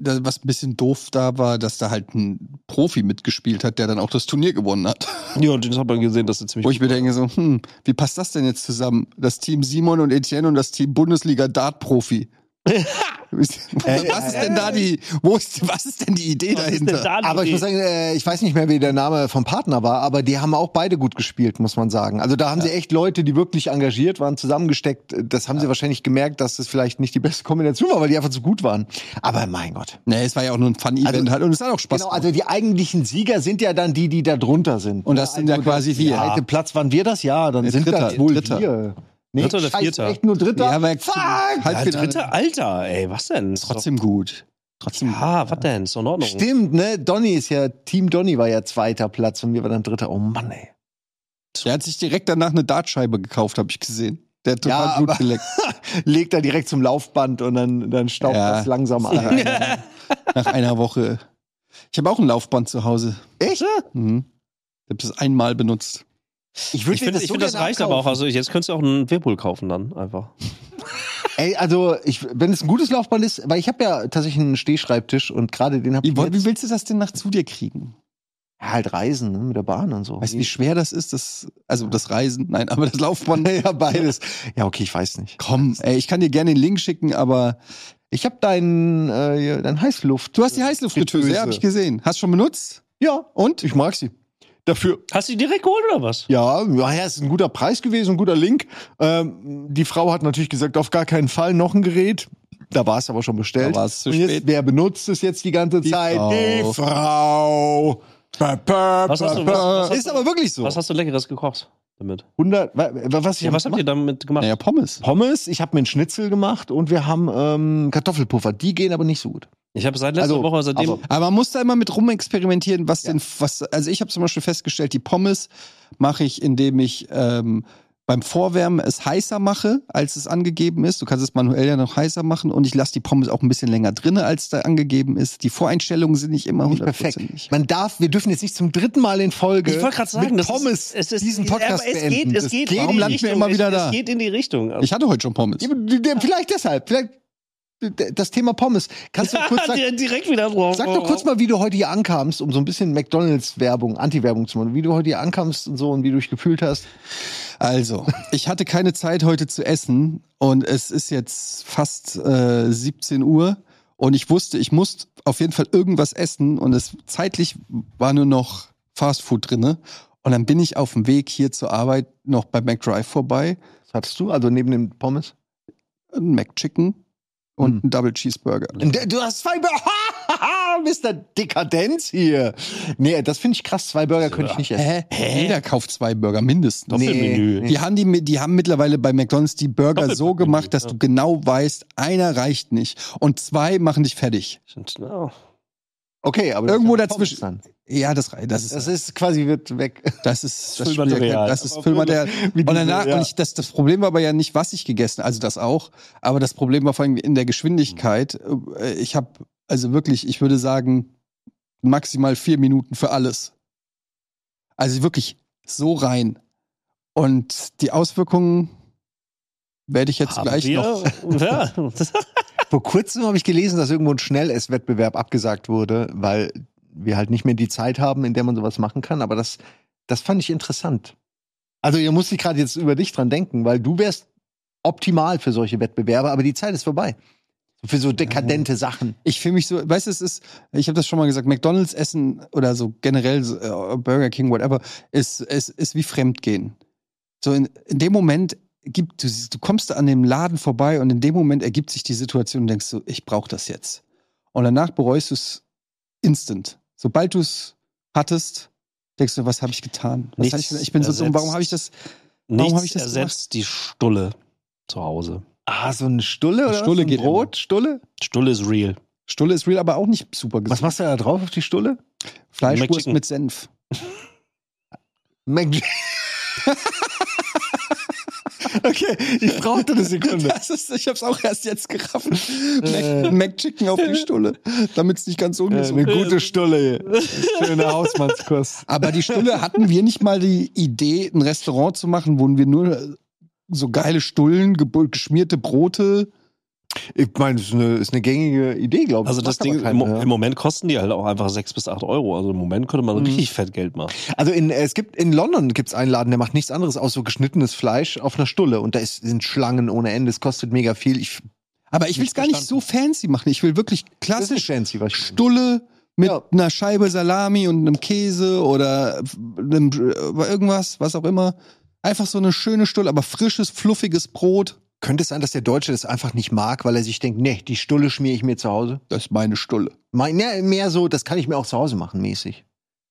A: das, was ein bisschen doof da war, dass da halt ein Profi mitgespielt hat, der dann auch das Turnier gewonnen hat.
B: Ja, und das hat man gesehen, dass er ziemlich
A: Wo ich mir denke so, hm, wie passt das denn jetzt zusammen? Das Team Simon und Etienne und das Team Bundesliga Dart Profi.
C: Äh,
A: was ist denn da die, wo ist, was ist denn die Idee
B: Was ist denn
A: dahinter?
B: da die
C: Aber ich muss
B: Idee?
C: sagen, äh, ich weiß nicht mehr, wie der Name vom Partner war, aber die haben auch beide gut gespielt, muss man sagen. Also da haben sie echt Leute, die wirklich engagiert waren, zusammengesteckt. Das haben sie wahrscheinlich gemerkt, dass das vielleicht nicht die beste Kombination war, weil die einfach zu gut waren. Aber mein Gott.
A: Nee, es war ja auch nur ein Fun-Event
C: Also-
A: halt und es hat auch Spaß
C: Genau,
A: gemacht.
C: also die eigentlichen Sieger sind ja dann die, die da drunter sind. Also
A: Und das sind ja quasi wir.
C: Der zweite Platz waren wir das? Ja, dann
A: Ja,
C: sind
A: Dritter,
C: das wohl
A: Dritter.
C: wir. Nee,
B: Dritter oder
C: scheiße,
B: Vierter?
C: Echt nur Dritter?
A: Nee, aber halt
C: Fuck!
B: ja,
A: Halbfinale.
B: dritter Alter, ey, was denn? Ist doch-
A: Trotzdem gut. Trotzdem
B: Ja, was denn? Ist doch in Ordnung.
C: Stimmt, ne? Donny ist ja, Team Donny war ja zweiter Platz und wir waren dann dritter. Oh Mann, ey.
A: Der hat sich direkt danach eine Dartscheibe gekauft, habe ich gesehen. Der hat total
C: Ja,
A: Blut
C: aber-
A: geleckt.
C: legt er direkt zum Laufband und dann, dann staubt
A: Ja.
C: das langsam
A: Nach
C: an.
A: einer, nach einer Woche. Ich habe auch ein Laufband zu Hause.
C: Echt?
A: Mhm. Ich habe das einmal benutzt.
C: Ich
B: Ich finde, das, find, das reicht aber auch. Also jetzt könntest du auch einen Whirlpool kaufen dann einfach.
C: Ey, also, ich, wenn es ein gutes Laufband ist, weil ich habe ja tatsächlich einen Stehschreibtisch und gerade den habe
A: Wie,
C: ich
A: woll-
C: jetzt-
A: wie willst du das denn nach zu dir kriegen?
C: Ja, halt reisen ne, mit der Bahn und so.
A: Weißt du, wie schwer das ist? Das, also das Reisen, nein, aber das Laufband.
C: ja, beides. Ja, okay, ich weiß nicht.
A: Komm, ey, ich kann dir gerne den Link schicken, aber
C: Ich habe deinen äh, dein Heißluft.
A: du hast die Heißluftfritteuse, ja, habe ich gesehen. Hast schon benutzt?
C: Ja,
A: Und?
C: ich mag sie. Dafür
B: Hast du die direkt geholt oder was?
C: Ja, ja, ja, ist ein guter Preis gewesen, ein guter Link. Ähm, die Frau hat natürlich gesagt, auf gar keinen Fall noch ein Gerät. Da war es aber schon bestellt.
A: Da war es zu
C: Und jetzt,
A: spät.
C: Wer benutzt es jetzt die ganze
A: Die
C: Zeit?
A: Frau.
C: Die Frau. Pö, pö,
B: Was hast du-
C: pö,
B: was- was
C: pö.
B: hast
C: ist
B: du-
C: aber wirklich so.
B: Was hast du Leckeres gekocht damit?
C: 100, wa- wa- was, ich
B: Ja,
C: hab
B: was habt ihr
C: gemacht?
B: damit gemacht?
A: Naja, Pommes.
C: Pommes, ich habe mir einen Schnitzel gemacht und wir haben ähm, Kartoffelpuffer. Die gehen aber nicht so gut.
B: Ich habe seit letzter
C: Also,
B: Woche, seitdem.
C: aber-
A: Aber man muss da immer mit rumexperimentieren, was denn, was, also ich habe zum Beispiel festgestellt, die Pommes mache ich, indem ich ähm, beim Vorwärmen es heißer mache, als es angegeben ist. Du kannst es manuell ja noch heißer machen und ich lasse die Pommes auch ein bisschen länger drinne, als da angegeben ist. Die Voreinstellungen sind nicht immer
C: Nicht
A: 100%.
C: perfekt. Man darf, wir dürfen jetzt nicht zum dritten Mal in Folge
B: Ich wollte gerade sagen,
C: mit
B: das
C: Pommes
B: ist, es ist,
C: diesen Podcast
B: aber es
C: beenden.
B: geht, es
C: Das
B: geht
C: geht
B: in
A: Warum
B: die
A: landen wir
B: Richtung.
A: immer wieder
B: es,
A: da?
B: Es geht in die Richtung. Also,
A: Ich hatte heute schon Pommes.
C: Ja, aber d- d- Vielleicht deshalb. Vielleicht d- das Thema Pommes. Kannst du kurz sagen,
B: direkt wieder drauf.
C: sag doch kurz mal, wie du heute hier ankamst, um so ein bisschen McDonalds-Werbung, Anti-Werbung zu machen. Wie du heute hier ankamst und so und wie du dich gefühlt hast.
A: Also, ich hatte keine Zeit heute zu essen und es ist jetzt fast äh, 17 Uhr und ich wusste, ich muss auf jeden Fall irgendwas essen und es zeitlich war nur noch Fastfood drinne Und dann bin ich auf dem Weg hier zur Arbeit noch bei McDrive vorbei,
C: Was hattest du? Also neben den Pommes?
A: ein McChicken und
C: Hm.
A: ein Double Cheeseburger.
C: D- Du hast zwei Burger. Mr. Dekadenz hier. Nee, das finde ich krass. Zwei Burger könnte ich nicht essen.
A: Hä? Jeder kauft zwei Burger mindestens.
B: Doppelmenü.
C: Nee.
A: Die haben, die, die haben mittlerweile bei McDonalds die Burger so
B: Doppelpack-Menü,
A: gemacht, dass
B: ja.
A: du genau weißt, einer reicht nicht und zwei machen dich fertig.
B: Sind- ja.
C: Okay, aber
A: Irgendwo
C: ist ja
A: dazwischen.
C: Pommes dann.
A: Ja, das, rei- das
C: Das
A: ist,
C: ist quasi wird weg.
A: das ist, das,
B: Füllmaterial.
A: spielt ja kein- das ist
B: Aber
A: Füllmaterial.
C: Wie
A: Und
C: diese-
A: danach,
C: ja.
A: und ich, das, das Problem war aber ja nicht, was ich gegessen, also das auch, aber das Problem war vor allem in der Geschwindigkeit. Äh, Ich habe also wirklich, ich würde sagen, maximal vier Minuten für alles. Also wirklich so rein. Und die Auswirkungen werde ich jetzt
B: Haben
A: gleich
B: wir-
A: noch.
B: Ja.
C: Vor kurzem habe ich gelesen, dass irgendwo ein Schnellesswettbewerb abgesagt wurde, weil wir halt nicht mehr die Zeit haben, in der man sowas machen kann. Aber das, das fand ich interessant. Also ihr musst dich gerade jetzt über dich dran denken, weil du wärst optimal für solche Wettbewerbe, aber die Zeit ist vorbei. Für so dekadente Sachen.
A: Ich fühle mich so, weißt du, es ist, ich habe das schon mal gesagt, McDonalds essen oder so generell so, äh, Burger King, whatever, ist, ist, ist wie Fremdgehen. So in, in dem Moment gibt, du, du kommst an dem Laden vorbei und in dem Moment ergibt sich die Situation und denkst so, ich brauche das jetzt. Und danach bereust du es instant. Sobald du es hattest, denkst du, was habe ich getan? Was
B: Nichts
A: hab ich, getan? ich bin so dumm,
B: ersetzt.
A: warum habe ich das? Warum hab
B: Nichts
A: ich das
B: ersetzt die Stulle zu Hause.
C: Ah, so eine Stulle oder
A: Stulle
C: was? Ein
A: geht
C: Brot, Stulle?
B: Stulle ist real.
A: Stulle ist real, aber auch nicht super
C: Was
A: gesund.
C: machst du da drauf auf die Stulle?
A: Fleischwurst
B: McChicken.
A: mit Senf.
C: Mac okay, ich brauchte eine Sekunde.
A: Das ist, ich hab's auch erst jetzt gerafft.
C: Äh.
A: Mac, Mac-Chicken auf die Stulle, damit es nicht ganz so
C: Äh,
A: ungesund
C: eine
A: ist.
C: gute Stulle. Schöner Hausmannskost.
A: Aber die Stulle hatten wir nicht mal die Idee, ein Restaurant zu machen, wo wir nur so geile Stullen, gebu- geschmierte Brote.
C: Ich meine, das ist eine, ist eine gängige Idee, glaube ich.
B: Also das
C: Macht aber
B: Ding, im,
C: keiner,
B: Mo-
C: ja.
B: im Moment kosten die halt auch einfach 6 bis 8 Euro. Also im Moment könnte man richtig fett Geld machen.
C: Also in, äh, es gibt in London gibt's einen Laden, der macht nichts anderes aus so geschnittenes Fleisch auf einer Stulle und da ist, sind Schlangen ohne Ende. Es kostet mega viel. Ich,
A: Aber ich will's
C: Nicht
A: gar nicht so fancy machen. Ich will wirklich
C: das ist
A: klassisch
C: fancy, was ich
A: Stulle mit
C: Ja.
A: einer Scheibe Salami und einem Käse oder einem, äh, irgendwas, was auch immer. Einfach so eine schöne Stulle, aber frisches, fluffiges Brot.
C: Könnte es sein, dass der Deutsche das einfach nicht mag, weil er sich denkt, nee, die Stulle schmier ich mir zu Hause?
A: Das ist meine Stulle.
C: Mein, ne, mehr so, das kann ich mir auch zu Hause machen, mäßig.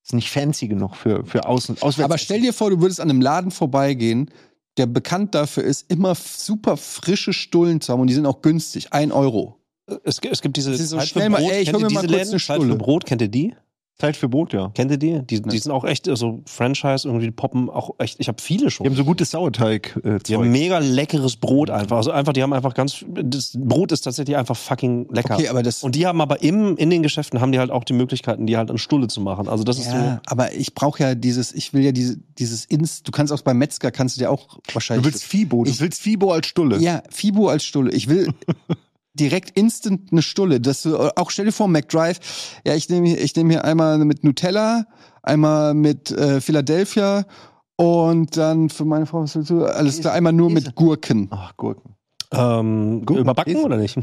C: Ist nicht fancy genug für, für Außen. Auswärts
A: Aber stell dir vor, du würdest an einem Laden vorbeigehen, der bekannt dafür ist, immer f- super frische Stullen zu haben und die sind auch günstig. Ein Euro.
B: Es, gibt- es gibt diese
A: Sie so
B: Zeit für
A: schnell mal, ey, ich
B: kennt
A: hol
B: ihr
A: mir mal
B: diese
A: kurz
B: Läden?
A: eine
B: Zeit für
A: Stulle.
B: Brot, kennt ihr die?
C: Zeitverbot, ja.
B: Kennt ihr die? Die, die
A: Nee.
B: sind auch echt, also Franchise irgendwie die poppen auch echt. Ich habe viele
C: Die
B: schon.
C: haben so gutes Sauerteig. Äh,
B: Die haben
C: Zeug.
B: mega leckeres Brot einfach. Also einfach, die haben einfach ganz. Das Brot ist tatsächlich einfach fucking lecker.
A: Okay, aber das.
B: Und die haben aber im, in den Geschäften haben die halt auch die Möglichkeiten, die halt an Stulle zu machen. Also das ist
A: ja, aber ich brauche ja dieses, ich will ja diese, dieses Inst. Du kannst auch beim Metzger kannst du dir auch
C: Du
A: wahrscheinlich.
C: willst Fibo, du
A: Ich-
C: willst Fibo als Stulle.
A: ja, Fibo als Stulle. Ich will direkt instant eine Stulle. Dass du, auch stell dir vor, McDrive. Ja, ich nehme hier- ich nehm hier einmal mit Nutella, einmal mit äh, Philadelphia und dann für meine Frau, was willst du? Alles klar, einmal nur mit Gurken.
C: Ach, Gurken.
B: so ähm,
C: Gut,
B: überbacken
C: Käse.
B: oder nicht?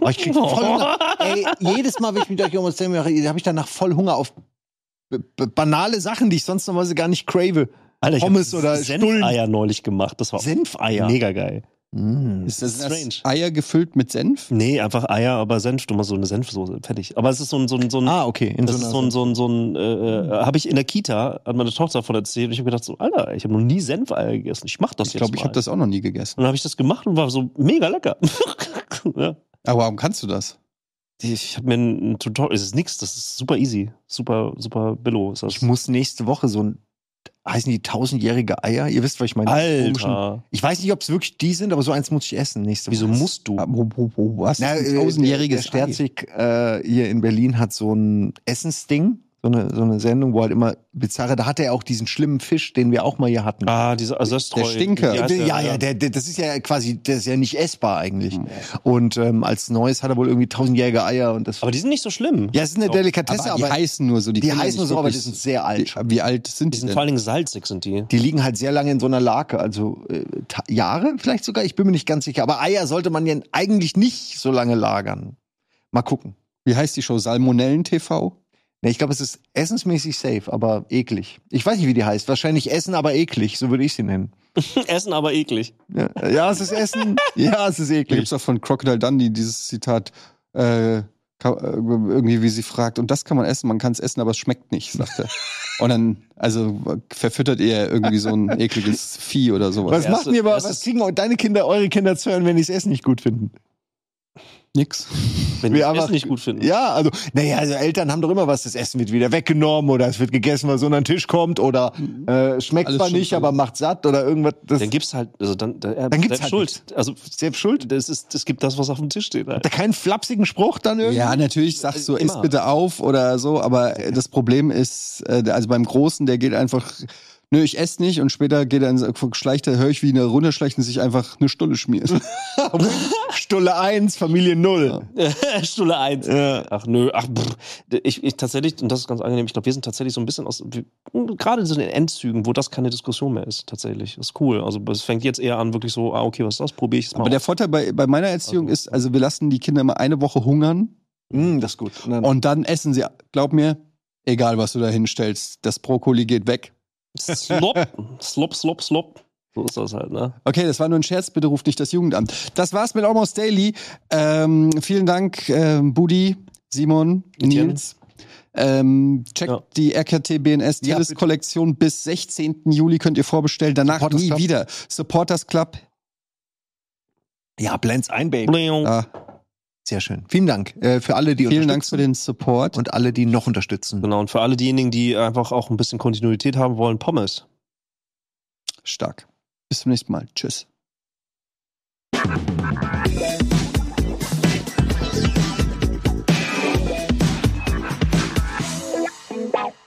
C: Oh, ich krieg voll Hunger. Ey, jedes Mal, wenn ich mit euch irgendwas erzählen mache, habe ich danach voll Hunger auf b- b- banale Sachen, die ich sonst normalerweise gar nicht crave.
B: Alter, ich
C: Pommes
B: hab
C: oder
B: Senfeier neulich gemacht. Das war
C: Senfeier.
B: mega geil.
C: Mm.
A: Ist das,
B: Strange.
A: das Eier gefüllt mit Senf?
B: Nee, einfach Eier, aber Senf, du machst so eine Senfsoße, fertig. Aber es ist so ein, so ein, so ein
C: Ah, okay. In
B: das
C: so
B: ist
C: einer-
B: so ein, so ein, so ein äh, äh, habe ich in der Kita, hat meine Tochter davon erzählt und ich habe gedacht so, Alter, ich habe noch nie Senfeier gegessen. Ich mach das
A: Ich
B: jetzt
A: glaube, ich
B: mal.
A: habe das auch noch nie gegessen.
B: und dann habe ich das gemacht und war so mega lecker. ja.
A: Aber warum kannst du das?
B: Die- Ich habe mir ein ein Tutorial, es ist nix, das ist super easy, super, super billo. Ist das.
C: ich muss nächste Woche so ein. Heißen die tausendjährige Eier? Ihr wisst, was ich meine. diese komischen-
B: Alter,
C: Ich weiß nicht, ob es wirklich die sind, aber so eins muss ich essen nächste Woche.
B: wieso musst du?
A: Ah, Wo, wo, wo, was?
C: Na,
A: Ein
C: äh,
A: tausendjähriges
C: der Sterzig äh, hier in Berlin hat so ein Essensding, so eine, so eine Sendung, wo halt immer bizarre, da hatte er auch diesen schlimmen Fisch, den wir auch mal hier hatten.
B: Ah, dieser Aserstreu.
A: Der Stinker.
B: Wie heißt der?
C: ja,
A: also
C: ja, der, der, das ist ja quasi, der ist ja nicht essbar eigentlich.
A: Hm.
C: Und ähm, als Neues hat er wohl irgendwie tausendjährige Eier und das.
B: Aber die sind nicht so schlimm.
C: ja, es ist eine
A: Ei.
C: Delikatesse,
A: Aber die
C: aber die,
A: heißen nur so. Die, können ja
C: heißen
A: nicht
C: so, aber die
A: wirklich-
C: sind sehr alt. schon.
A: die, Wie alt sind
B: Die
A: die,
B: sind vor
A: denn?
B: allen Dingen salzig, sind die.
C: Die liegen halt sehr lange in so einer Lake, also äh, ta- Jahre vielleicht sogar, ich bin mir nicht ganz sicher. Aber Eier sollte man ja eigentlich nicht so lange lagern. Mal gucken.
A: Wie heißt die Show? Salmonellen TV?
C: Nee, ich glaube, es ist essensmäßig safe, aber eklig. Ich weiß nicht, wie die heißt. Wahrscheinlich Essen, aber eklig. So würde ich sie nennen.
B: Essen aber eklig.
C: Ja, ja es ist Essen. ja, es ist
A: Da
C: eklig.
A: gibt's auch von Crocodile Dundee dieses Zitat, äh, ka- äh, irgendwie wie sie fragt, und das kann man essen, man kann es essen, aber es schmeckt nicht, sagt er. und dann, also verfüttert er irgendwie so ein ekliges Vieh oder sowas.
C: Was
B: Erste-
C: macht ihr aber, was
B: erstes-
C: kriegen eu- deine Kinder, eure Kinder zu hören, wenn die das Essen nicht gut finden?
A: Nix.
B: Wenn
C: Wir
B: die
C: aber-
B: es nicht gut finden.
C: Ja, also, naja, also Eltern haben doch immer was, das Essen wird wieder weggenommen oder es wird gegessen, weil so an den Tisch kommt oder äh, schmeckt
A: Mhm. Alles
C: zwar
A: schon
C: nicht,
A: so.
C: aber macht satt oder irgendwas. Das
B: Dann gibt's halt, also dann, dann,
C: Dann gibt's
B: selbst
C: halt
B: Schuld. Also
C: selbst schuld.
B: das ist, es gibt das, was auf dem Tisch steht.
C: Hat
B: Halt.
C: er keinen flapsigen Spruch dann irgendwie?
A: Ja, natürlich sagst du,
B: Immer.
A: iss bitte auf oder so, aber äh, das Problem ist, äh, also beim Großen, der geht einfach, nö, ich esse nicht und später geht er in, schleicht er, höre ich wie eine Runde schleichen sich einfach eine Stulle schmiert.
C: Stulle 1, Familie 0.
B: Stulle 1.
C: Ja.
B: Ach nö, ach brr. Ich, ich tatsächlich, und das ist ganz angenehm, ich glaube, wir sind tatsächlich so ein bisschen aus, wir- gerade in so den Endzügen, wo das keine Diskussion mehr ist, tatsächlich. Das ist cool. Also es fängt jetzt eher an, wirklich so, ah, okay, was ist das? Probiere ich es mal.
A: aber der Vorteil bei, bei meiner Erziehung ist, also wir lassen die Kinder mal eine Woche hungern
C: Mm, das ist gut. Und dann-
A: Und dann essen sie, glaub mir, egal was du da hinstellst, das Brokkoli geht weg.
B: aus. slop, slop, slop, slop. So ist das halt, ne?
A: Okay, das war nur ein Scherz, bitte ruft nicht das Jugendamt. Das war's mit Almost Daily. Ähm, vielen Dank, ähm, Budi, Simon,
B: Etienne.
A: Nils. Ähm, checkt
B: Ja.
A: die RKT BNS
C: Ja,
A: Tennis Kollektion bis 16. Juli könnt ihr vorbestellen. Danach
C: Supporters
A: nie
C: Club.
A: wieder. Supporters Club.
C: ja, blends ein, Baby.
B: Bling.
A: Ah,
C: Sehr schön. Vielen Dank äh, für alle, die
A: vielen Dank für
C: unterstützen
A: den Support.
C: und alle, die noch unterstützen.
B: Genau, und für alle diejenigen, die einfach auch ein bisschen Kontinuität haben wollen, Pommes.
A: Stark. Bis zum nächsten Mal. Tschüss.